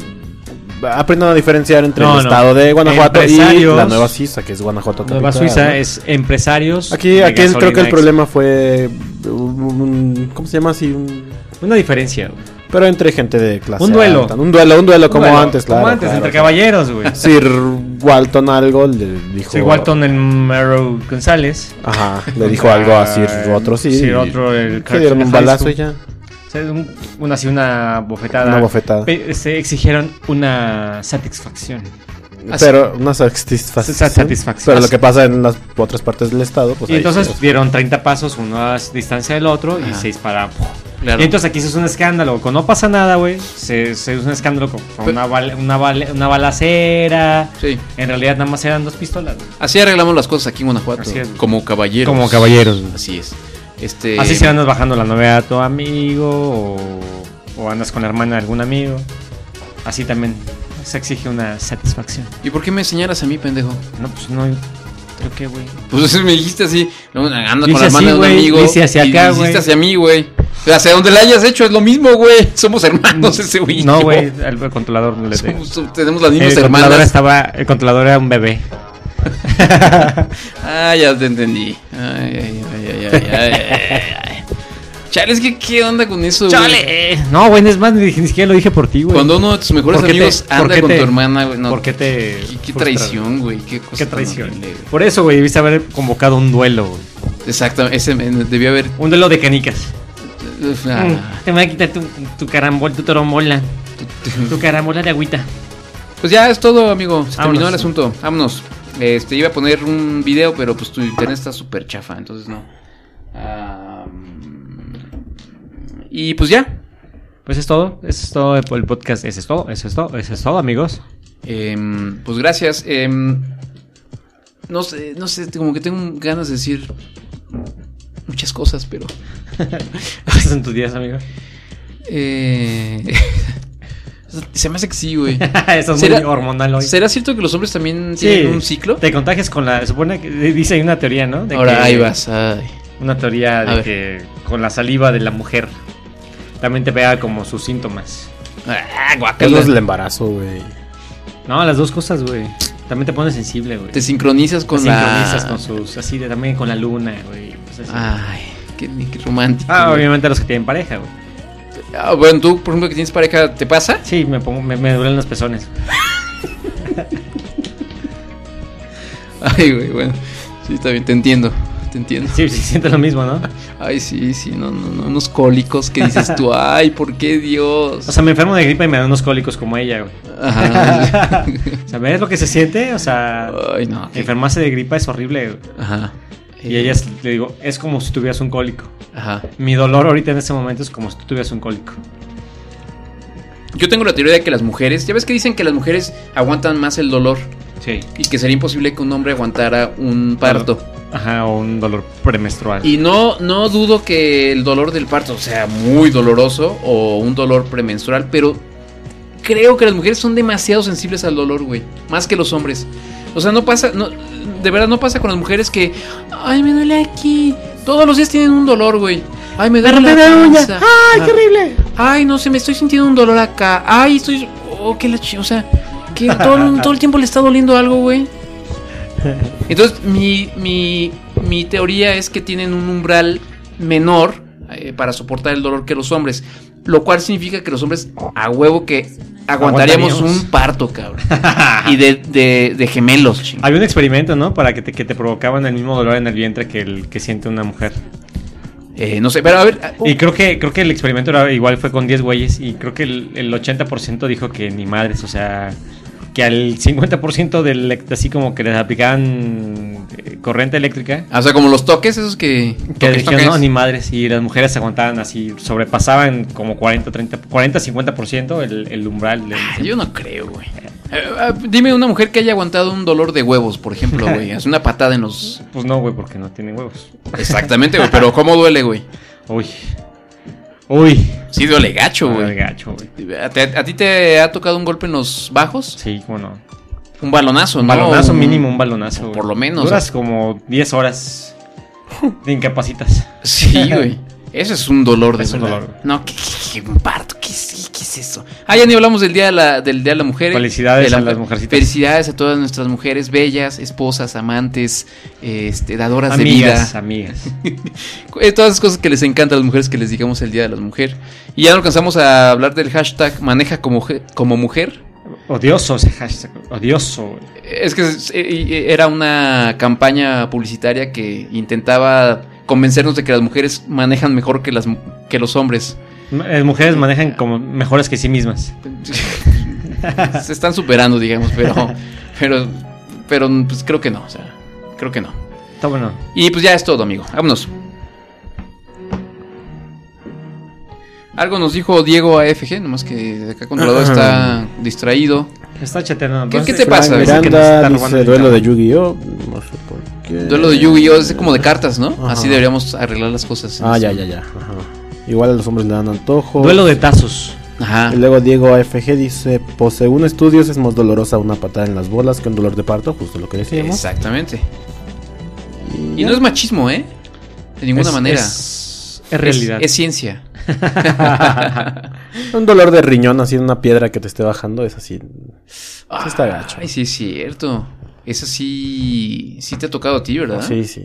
[SPEAKER 3] aprendan a diferenciar entre
[SPEAKER 2] No,
[SPEAKER 3] el
[SPEAKER 2] no.
[SPEAKER 3] estado de Guanajuato y
[SPEAKER 2] Empresarios.
[SPEAKER 3] la Nueva Suiza, que es Guanajuato.
[SPEAKER 2] Nueva
[SPEAKER 3] capital,
[SPEAKER 2] Suiza
[SPEAKER 3] ¿no?
[SPEAKER 2] es empresarios.
[SPEAKER 3] Aquí,
[SPEAKER 2] de
[SPEAKER 3] aquí es- creo que el
[SPEAKER 2] gasolina
[SPEAKER 3] problema fue un- un- ¿cómo se llama así? Un-
[SPEAKER 2] ex- Una diferencia. güey.
[SPEAKER 3] pero entre gente de clase
[SPEAKER 2] Un duelo.
[SPEAKER 3] alta. Un duelo, un duelo como
[SPEAKER 2] Bueno,
[SPEAKER 3] antes, claro.
[SPEAKER 2] Como antes,
[SPEAKER 3] claro,
[SPEAKER 2] entre
[SPEAKER 3] claro.
[SPEAKER 2] caballeros, güey.
[SPEAKER 3] Sir Walton algo le dijo.
[SPEAKER 2] Sir Walton el Merrow González.
[SPEAKER 3] Ajá, le dijo algo a Sir otro sí.
[SPEAKER 2] Sir otro, el
[SPEAKER 3] Que dieron un
[SPEAKER 2] Jalisco.
[SPEAKER 3] balazo y ya.
[SPEAKER 2] O sea, un- una así, una bofetada.
[SPEAKER 3] Una bofetada.
[SPEAKER 2] Pe- se exigieron una satisfacción.
[SPEAKER 1] Ah,
[SPEAKER 3] Pero una satisfacción.
[SPEAKER 2] Sa- satisfacción.
[SPEAKER 3] Pero lo que pasa en las otras partes del estado, pues
[SPEAKER 2] y
[SPEAKER 3] ahí
[SPEAKER 2] entonces
[SPEAKER 3] sí, o sea,
[SPEAKER 2] dieron 30 pasos, uno a distancia del otro, y se dispararon.
[SPEAKER 1] Claro.
[SPEAKER 2] Y entonces aquí se hizo un escándalo. Con no pasa nada, güey. Se, se hizo un escándalo con, con
[SPEAKER 1] Pe-
[SPEAKER 2] una, bal- una, bal- una balacera.
[SPEAKER 1] Sí.
[SPEAKER 2] En realidad nada más eran dos pistolas. güey.
[SPEAKER 1] Así arreglamos las cosas aquí en Guanajuato.
[SPEAKER 2] Así es, güey.
[SPEAKER 1] Como caballeros.
[SPEAKER 2] Como caballeros, güey.
[SPEAKER 1] Así es. Este,
[SPEAKER 2] Así se andas bajando la novia a tu amigo o, o andas con la hermana de algún amigo. Así también se exige una satisfacción.
[SPEAKER 1] ¿Y por qué me señalas a mí, pendejo?
[SPEAKER 2] No, pues no. Creo que, güey.
[SPEAKER 1] Pues me dijiste así. luego Anda
[SPEAKER 2] Dice
[SPEAKER 1] con la
[SPEAKER 2] así,
[SPEAKER 1] hermana de un
[SPEAKER 2] güey,
[SPEAKER 1] amigo.
[SPEAKER 2] dice hacia
[SPEAKER 1] y
[SPEAKER 2] acá,
[SPEAKER 1] dijiste
[SPEAKER 2] güey.
[SPEAKER 1] hacia mí, güey. Pero Hacia donde la hayas hecho es lo mismo, güey. Somos hermanos ese güey. y
[SPEAKER 2] Mm, No,
[SPEAKER 1] yo.
[SPEAKER 2] güey, Eh, el, el controlador no le
[SPEAKER 1] Somos- so- tenemos las mismas
[SPEAKER 2] El controlador
[SPEAKER 1] hermanas.
[SPEAKER 2] estaba. El controlador era un bebé.
[SPEAKER 1] Ah, ya te entendí. Ay, ay, ay, ay, ay, ay, ay, ay. Chale, es que qué onda con eso, güey?
[SPEAKER 2] ¡Chale! No, güey, es más, ni, ni siquiera lo dije por ti, güey.
[SPEAKER 1] Cuando uno de tus mejores
[SPEAKER 2] ¿Por qué te-
[SPEAKER 1] amigos
[SPEAKER 2] por
[SPEAKER 1] anda
[SPEAKER 2] qué
[SPEAKER 1] con
[SPEAKER 2] te-
[SPEAKER 1] tu hermana, güey. no,
[SPEAKER 2] ¿Por qué te.?
[SPEAKER 1] qué- Qué
[SPEAKER 2] frustras?
[SPEAKER 1] traición, güey. Qué, cosa
[SPEAKER 2] Qué
[SPEAKER 1] tan
[SPEAKER 2] traición.
[SPEAKER 1] horrible, güey.
[SPEAKER 2] Por eso, güey, debiste haber convocado un duelo, güey.
[SPEAKER 1] Exacto, ese men- debió haber.
[SPEAKER 2] Un duelo de canicas.
[SPEAKER 1] Uf, ah,
[SPEAKER 2] Mm.
[SPEAKER 14] Te voy a quitar tu, tu carambol, tu torombola, tu carambola de agüita.
[SPEAKER 1] Pues ya es todo, amigo. Se terminó
[SPEAKER 2] Vámonos.
[SPEAKER 1] el asunto. Vámonos. Este, iba a poner un video, pero pues tu internet está súper chafa, entonces no. Um, y pues ya.
[SPEAKER 2] Pues es todo, eso es todo el podcast, eso es todo, eso es todo, eso es todo, amigos.
[SPEAKER 1] Eh, pues gracias. Eh, no sé, no sé, como que tengo ganas de decir muchas cosas, pero.
[SPEAKER 2] ¿Qué son tus días, amigo?
[SPEAKER 1] Eh... Se me hace que sí, güey.
[SPEAKER 2] Eso es muy hormonal hoy.
[SPEAKER 1] ¿Será cierto que los hombres también tienen un ciclo?
[SPEAKER 2] Te contagias con la. Supone que dice hay una teoría, ¿no?
[SPEAKER 1] De Ahora que, ahí vas. Ay.
[SPEAKER 2] Una teoría de que con la saliva de la mujer también te pega como sus síntomas.
[SPEAKER 3] Ah, guacala. es el embarazo, güey.
[SPEAKER 2] No, las dos cosas, güey. También te pones sensible, güey.
[SPEAKER 1] Te sincronizas con
[SPEAKER 2] te sincronizas la... con sus. Así de, también con la luna, güey. Pues así.
[SPEAKER 1] Ay, qué, qué romántico.
[SPEAKER 2] Ah, güey. obviamente los que tienen pareja, güey.
[SPEAKER 1] Ah, bueno, tú, por ejemplo, que tienes pareja, ¿te pasa?
[SPEAKER 2] Sí, me, pongo, me, me duelen los pezones.
[SPEAKER 1] Ay, güey, bueno. Sí, está bien, te entiendo. Te entiendo.
[SPEAKER 2] Sí, sí, siente lo mismo, ¿no?
[SPEAKER 1] Ay, sí, sí, no, no, no. Unos cólicos que dices tú, ay, ¿por qué Dios?
[SPEAKER 2] O sea, me enfermo de gripa y me dan unos cólicos como ella, güey. Ajá. o sea, ¿ves lo que se siente? O sea,
[SPEAKER 1] ay, no,
[SPEAKER 2] qué... enfermarse de gripa es horrible, güey.
[SPEAKER 1] Ajá.
[SPEAKER 2] Y ella le digo, es como si tuvieras un cólico.
[SPEAKER 1] Ajá.
[SPEAKER 2] Mi dolor ahorita en este momento es como si tú tuvieras un cólico.
[SPEAKER 1] Yo tengo la teoría de que las mujeres, ya ves que dicen que las mujeres aguantan más el dolor.
[SPEAKER 2] Sí.
[SPEAKER 1] Y que sería imposible que un hombre aguantara un parto.
[SPEAKER 2] Ajá, o un dolor premenstrual.
[SPEAKER 1] Y no, no dudo que el dolor del parto sea muy doloroso o un dolor premenstrual, pero creo que las mujeres son demasiado sensibles al dolor, güey. Más que los hombres. O sea, no pasa, no, de verdad no pasa con las mujeres que, ay, me duele aquí. Todos los días tienen un dolor, güey. Ay, me duele
[SPEAKER 4] Me
[SPEAKER 1] la
[SPEAKER 4] rompí la uña.
[SPEAKER 1] panza.
[SPEAKER 4] ¡Ay, qué
[SPEAKER 1] Ah.
[SPEAKER 4] horrible!
[SPEAKER 1] Ay, no sé, me estoy sintiendo un dolor acá. Ay, estoy. Oh, qué la chi- O sea, que todo, todo el tiempo le está doliendo algo, güey. Entonces, mi, mi, mi teoría es que tienen un umbral menor eh, para soportar el dolor que los hombres. Lo cual significa que los hombres, a huevo, que aguantaríamos
[SPEAKER 2] Aguantaríamos.
[SPEAKER 1] un parto, cabrón. Y de, de, de gemelos, ching.
[SPEAKER 2] Había un experimento, ¿no? Para que te, que te provocaban el mismo dolor en el vientre que el que siente una mujer.
[SPEAKER 1] Eh, no sé, pero a ver. ah,
[SPEAKER 2] Y creo que, creo que el experimento era, igual fue con 10 güeyes y creo que el, el 80% dijo que ni madres, o sea, que al 50% del, así como que les aplicaban eh, corriente eléctrica,
[SPEAKER 1] O sea, como los toques, esos que.
[SPEAKER 2] que
[SPEAKER 1] toques,
[SPEAKER 2] dijeron,
[SPEAKER 1] toques.
[SPEAKER 2] no, ni madres, y las mujeres aguantaban así, sobrepasaban como 40, 30, 40, 50% el, el umbral. del-
[SPEAKER 1] Ah, Yo no creo, güey. Eh, ah, Dime una mujer que haya aguantado un dolor de huevos, por ejemplo, güey. Es una patada en los.
[SPEAKER 2] Pues no, güey, porque no tienen huevos.
[SPEAKER 1] Exactamente, güey. Pero ¿cómo duele, güey?
[SPEAKER 2] Uy. Uy.
[SPEAKER 1] Sí, duele gacho,
[SPEAKER 2] Ah,
[SPEAKER 1] güey.
[SPEAKER 2] gacho, güey.
[SPEAKER 1] ¿A, te- a ti te ha tocado un golpe en los bajos?
[SPEAKER 2] Sí, cómo no.
[SPEAKER 1] Un balonazo,
[SPEAKER 2] Un
[SPEAKER 1] ¿no?
[SPEAKER 2] balonazo mínimo, un balonazo. güey.
[SPEAKER 1] por lo menos.
[SPEAKER 2] Duras como 10 horas. Te incapacitas.
[SPEAKER 1] Sí, güey. Eso es un dolor de
[SPEAKER 2] Es un
[SPEAKER 1] verdad.
[SPEAKER 2] dolor.
[SPEAKER 1] No, ¿qué, qué- qué- un parto? ¿Qué, es- qué es eso? Ah, ya ni hablamos del Día de la, del día de la Mujer.
[SPEAKER 2] Felicidades
[SPEAKER 1] De la
[SPEAKER 2] a
[SPEAKER 1] mujer.
[SPEAKER 2] las mujercitas.
[SPEAKER 1] Felicidades a todas nuestras mujeres bellas, esposas, amantes, este, dadoras
[SPEAKER 2] Amigas,
[SPEAKER 1] de vida.
[SPEAKER 2] amigas.
[SPEAKER 1] Eh, Todas esas cosas que les encanta a las mujeres que les digamos el Día de la Mujer. Y ya no alcanzamos a hablar del hashtag maneja como, je- como mujer.
[SPEAKER 2] Odioso ese hashtag. Odioso, güey.
[SPEAKER 1] Es que es- eh, era una campaña publicitaria que intentaba convencernos de que las mujeres manejan mejor que, las, mu- que los hombres.
[SPEAKER 2] M- Las Eh, mujeres manejan como mejores que sí mismas.
[SPEAKER 1] Se están superando, digamos, pero, pero, pero pues creo que no, o sea, creo que no.
[SPEAKER 2] Está bueno.
[SPEAKER 1] Y pues ya es todo, amigo. Vámonos. Algo nos dijo Diego AFG, nomás que acá controlador está distraído.
[SPEAKER 2] Está chateando.
[SPEAKER 1] ¿Qué-
[SPEAKER 2] pues,
[SPEAKER 1] qué te pasa?
[SPEAKER 2] Frank
[SPEAKER 1] Dice
[SPEAKER 2] Miranda
[SPEAKER 3] Miranda
[SPEAKER 2] dice
[SPEAKER 3] dice duelo de Yu-Gi-Oh! No sé por qué.
[SPEAKER 1] Duelo de Yu-Gi-Oh! es como de cartas, ¿no?
[SPEAKER 3] Ajá.
[SPEAKER 1] Así deberíamos arreglar las cosas.
[SPEAKER 3] Ah, ya, ya, ya. Ajá. Igual a los hombres le dan antojo.
[SPEAKER 2] Duelo de tazos.
[SPEAKER 1] Ajá.
[SPEAKER 3] Y luego Diego AFG dice: Pues según estudios es más dolorosa una patada en las bolas que un dolor de parto, justo lo que decíamos.
[SPEAKER 1] Exactamente. Y no es machismo, ¿eh? De ninguna
[SPEAKER 2] Es-
[SPEAKER 1] manera.
[SPEAKER 2] Es, es realidad.
[SPEAKER 1] Es, ciencia.
[SPEAKER 3] Un dolor de riñón así en una piedra que te esté bajando es así. Sí está gacho.
[SPEAKER 1] Ay, sí, es cierto. Eso sí. Sí te ha tocado a ti, ¿verdad?
[SPEAKER 3] Sí, sí.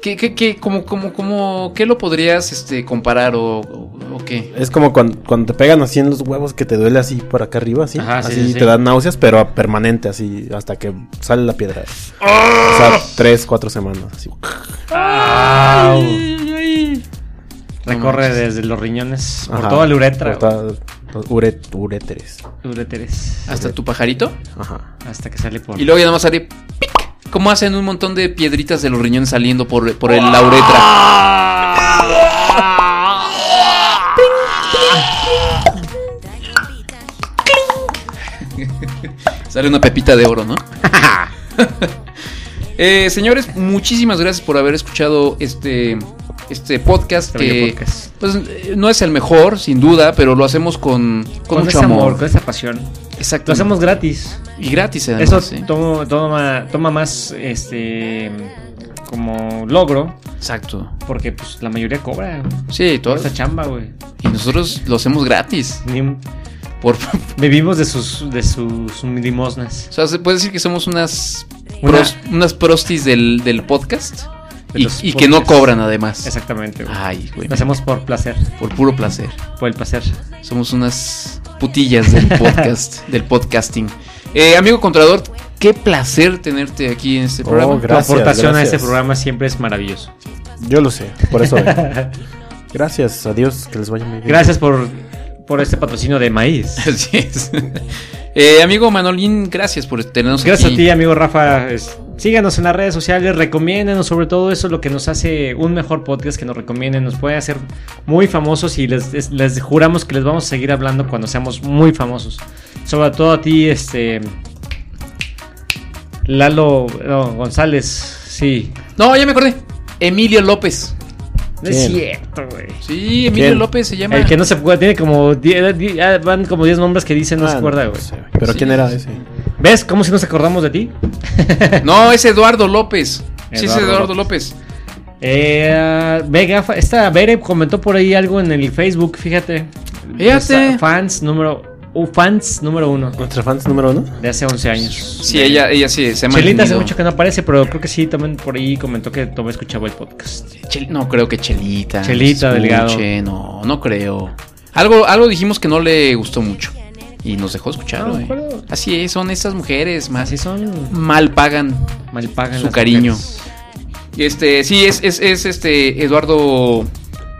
[SPEAKER 1] ¿Qué, qué, qué, cómo, cómo, cómo, qué lo podrías este, comparar o, o- o qué?
[SPEAKER 3] Es como cuando, cuando te pegan así en los huevos que te duele así por acá arriba, así.
[SPEAKER 2] Ajá, sí,
[SPEAKER 3] así
[SPEAKER 2] sí, sí.
[SPEAKER 3] te dan náuseas, pero a- permanente, así, hasta que sale la piedra. O sea, tres, cuatro semanas, así.
[SPEAKER 2] Au.
[SPEAKER 1] No
[SPEAKER 2] Recorre
[SPEAKER 1] manches.
[SPEAKER 2] desde los riñones por
[SPEAKER 3] Ajá,
[SPEAKER 2] toda la uretra.
[SPEAKER 3] por toda- los uret- uréteres.
[SPEAKER 2] güey. Ureteres.
[SPEAKER 1] Hasta tu pajarito.
[SPEAKER 3] Ajá.
[SPEAKER 2] Hasta que sale por.
[SPEAKER 1] Y luego ya nada más sale. Como hacen un montón de piedritas de los riñones saliendo por, por el, la uretra. Sale una pepita de oro, ¿no? eh, señores, muchísimas gracias por haber escuchado este, este podcast. Que, podcast. Pues no es el mejor, sin duda, pero lo hacemos con, con, con mucho amor, amor.
[SPEAKER 2] Con esa pasión.
[SPEAKER 1] Exacto.
[SPEAKER 2] Lo hacemos gratis.
[SPEAKER 1] Y gratis, además.
[SPEAKER 2] Eso ¿eh? toma, toma, toma más este como logro.
[SPEAKER 1] Exacto.
[SPEAKER 2] Porque pues la mayoría cobra.
[SPEAKER 1] Sí, toda
[SPEAKER 2] esta chamba, güey.
[SPEAKER 1] Y nosotros lo hacemos gratis.
[SPEAKER 2] Ni...
[SPEAKER 1] Por...
[SPEAKER 2] Vivimos de sus de sus limosnas.
[SPEAKER 1] O sea, se puede decir que somos unas Una... pros, unas prostis del, del podcast. De y, y que no cobran además.
[SPEAKER 2] Exactamente.
[SPEAKER 1] Güey. Ay, güey.
[SPEAKER 2] Lo hacemos por placer.
[SPEAKER 1] Por puro placer.
[SPEAKER 2] Por el placer.
[SPEAKER 1] Somos unas putillas del podcast, del podcasting. Eh, amigo Contrador, qué placer tenerte aquí en este programa. Oh,
[SPEAKER 2] gracias, tu aportación gracias. a este programa siempre es maravilloso.
[SPEAKER 3] Yo lo sé, por eso. Eh. gracias, adiós, que les vaya muy bien.
[SPEAKER 2] Gracias por, por este patrocinio de maíz.
[SPEAKER 1] Así es. Eh, amigo Manolín, gracias por tenernos
[SPEAKER 2] gracias aquí. Gracias a ti, amigo Rafa. Es, síganos en las redes sociales, recomiéndenos, sobre todo eso es lo que nos hace un mejor podcast, que nos recomienden, nos puede hacer muy famosos y les, les, les juramos que les vamos a seguir hablando cuando seamos muy famosos. Sobre todo a ti, este... Lalo no, González, sí.
[SPEAKER 1] No, ya me acordé. Emilio López.
[SPEAKER 2] No es cierto, güey.
[SPEAKER 1] Sí, Emilio ¿Quién? López se llama.
[SPEAKER 2] El que no se acuerda, tiene como 10, van como 10 nombres que dicen no ah, se acuerda, güey. No sé,
[SPEAKER 3] Pero sí. ¿quién era ese?
[SPEAKER 2] ¿Ves cómo si nos acordamos de ti?
[SPEAKER 1] no, es Eduardo López. Eduardo sí, es Eduardo López. López.
[SPEAKER 2] Eh, Vega, esta Bere comentó por ahí algo en el Facebook, fíjate.
[SPEAKER 1] Fíjate.
[SPEAKER 2] Fans número Uh, fans número uno.
[SPEAKER 3] ¿Nuestra fans número uno?
[SPEAKER 2] De hace 11 años.
[SPEAKER 1] Sí, ella, ella sí se
[SPEAKER 2] Chelita hace mucho que no aparece, pero creo que sí, también por ahí comentó que tomé escuchaba el podcast.
[SPEAKER 1] Chel no creo que Chelita.
[SPEAKER 2] Chelita, Delgado.
[SPEAKER 1] No, no creo. Algo, algo dijimos que no le gustó mucho. Y nos dejó escucharlo,
[SPEAKER 2] Ah,
[SPEAKER 1] no, eh. Así es, son estas mujeres más.
[SPEAKER 2] Así son.
[SPEAKER 1] Mal pagan.
[SPEAKER 2] Mal pagan.
[SPEAKER 1] Su cariño. Mujeres. Este, sí, es, es, es este Eduardo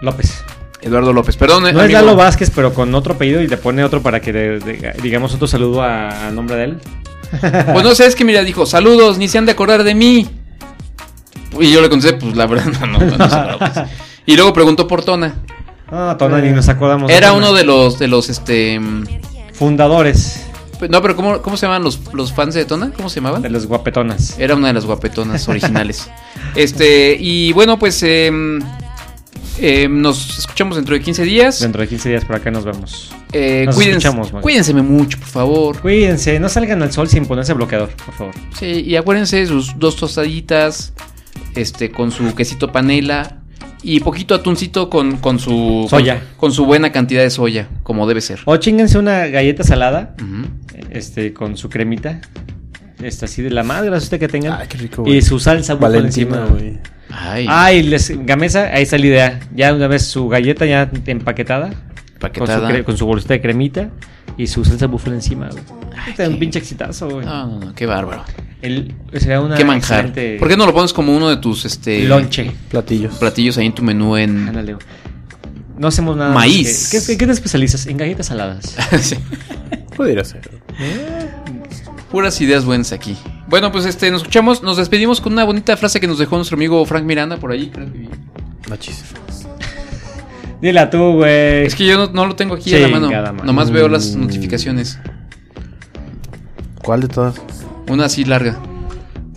[SPEAKER 2] López.
[SPEAKER 1] Eduardo López, perdón.
[SPEAKER 2] No amigo. es Lalo Vázquez, pero con otro apellido y le pone otro para que de, de, digamos otro saludo a, a, nombre de él.
[SPEAKER 1] Pues no sé, es que mira, dijo, saludos, ni se han de acordar de mí. Y yo le contesté, pues la verdad, no, no, no, no pues. Y luego preguntó por Tona.
[SPEAKER 2] Ah, Tona, eh, ni nos acordamos.
[SPEAKER 1] pues. Era uno de los, de los, este...
[SPEAKER 2] Fundadores.
[SPEAKER 1] No, pero ¿cómo, cómo se llaman los, los, fans de Tona? ¿Cómo se llamaban?
[SPEAKER 2] De las guapetonas.
[SPEAKER 1] Era una de las guapetonas originales. este, y bueno, pues... Eh, eh, nos escuchamos dentro de 15 días.
[SPEAKER 2] Dentro de 15 días por acá nos vemos.
[SPEAKER 1] Eh, nos cuídense, cuídense mucho, por favor.
[SPEAKER 2] Cuídense, no salgan al sol sin ponerse bloqueador, por favor.
[SPEAKER 1] Sí, y acuérdense sus dos tostaditas, este, con su quesito panela y poquito atuncito con, con su
[SPEAKER 2] soya.
[SPEAKER 1] Con, con, su buena cantidad de soya, como debe ser.
[SPEAKER 2] O chinguense una galleta salada, uh -huh. este, con su cremita. Esta así de la más grasita que tengan.
[SPEAKER 3] Ay, qué rico,
[SPEAKER 2] y su salsa
[SPEAKER 3] Valentina, encima. Wey.
[SPEAKER 2] Ay. Ay, les, Gamesa, ahí está la idea. Ya una vez su galleta ya empaquetada.
[SPEAKER 1] empaquetada.
[SPEAKER 2] Con su, con su bolsita de cremita y su salsa búfala encima, güey. Este es un pinche exitazo, güey.
[SPEAKER 1] No, no, no, qué bárbaro.
[SPEAKER 2] El, será una
[SPEAKER 1] qué manjar. Excelente... ¿Por qué no lo pones como uno de tus, este...
[SPEAKER 2] Lonche.
[SPEAKER 3] Platillos.
[SPEAKER 1] Platillos ahí en tu menú en...
[SPEAKER 2] Ándale, no hacemos nada.
[SPEAKER 1] Maíz.
[SPEAKER 2] Que, ¿Qué, qué, te especializas? En galletas saladas. sí.
[SPEAKER 3] Pudiera ser.
[SPEAKER 1] ¿Eh? Puras ideas buenas aquí. Bueno, pues este, nos escuchamos, nos despedimos con una bonita frase que nos dejó nuestro amigo Frank Miranda por ahí.
[SPEAKER 3] Machis.
[SPEAKER 2] Dila tú, güey.
[SPEAKER 1] Es que yo no, no lo tengo aquí sí, a la mano. mano. Nomás mm. veo las notificaciones.
[SPEAKER 3] ¿Cuál de todas?
[SPEAKER 1] Una así larga.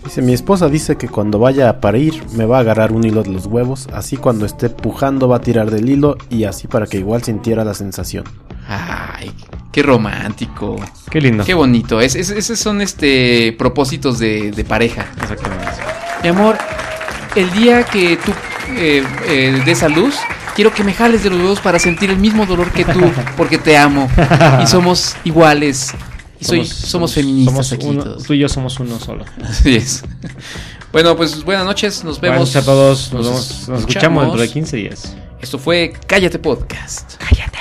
[SPEAKER 3] Dice, mi esposa dice que cuando vaya a parir me va a agarrar un hilo de los huevos, así cuando esté pujando va a tirar del hilo y así para que igual sintiera la sensación.
[SPEAKER 1] Ay, qué romántico.
[SPEAKER 2] Qué lindo.
[SPEAKER 1] Qué bonito. Es, es, esos son este propósitos de, de pareja.
[SPEAKER 2] Exactamente.
[SPEAKER 1] Mi amor, el día que tú eh, eh, des a luz, quiero que me jales de los huevos para sentir el mismo dolor que tú, porque te amo. Y somos iguales. Y soy, somos, somos, feministas somos aquí
[SPEAKER 2] uno,
[SPEAKER 1] todos.
[SPEAKER 2] Tú y yo somos uno solo.
[SPEAKER 1] Así es. Bueno, pues buenas noches, nos vemos.
[SPEAKER 2] Buenas noches a todos, nos, nos, vemos, nos escuchamos. escuchamos dentro de 15 días.
[SPEAKER 1] Esto fue Cállate Podcast.
[SPEAKER 2] Cállate.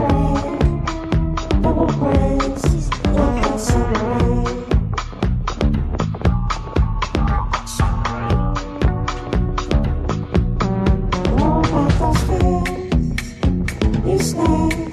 [SPEAKER 2] Thank you.
[SPEAKER 13] snow.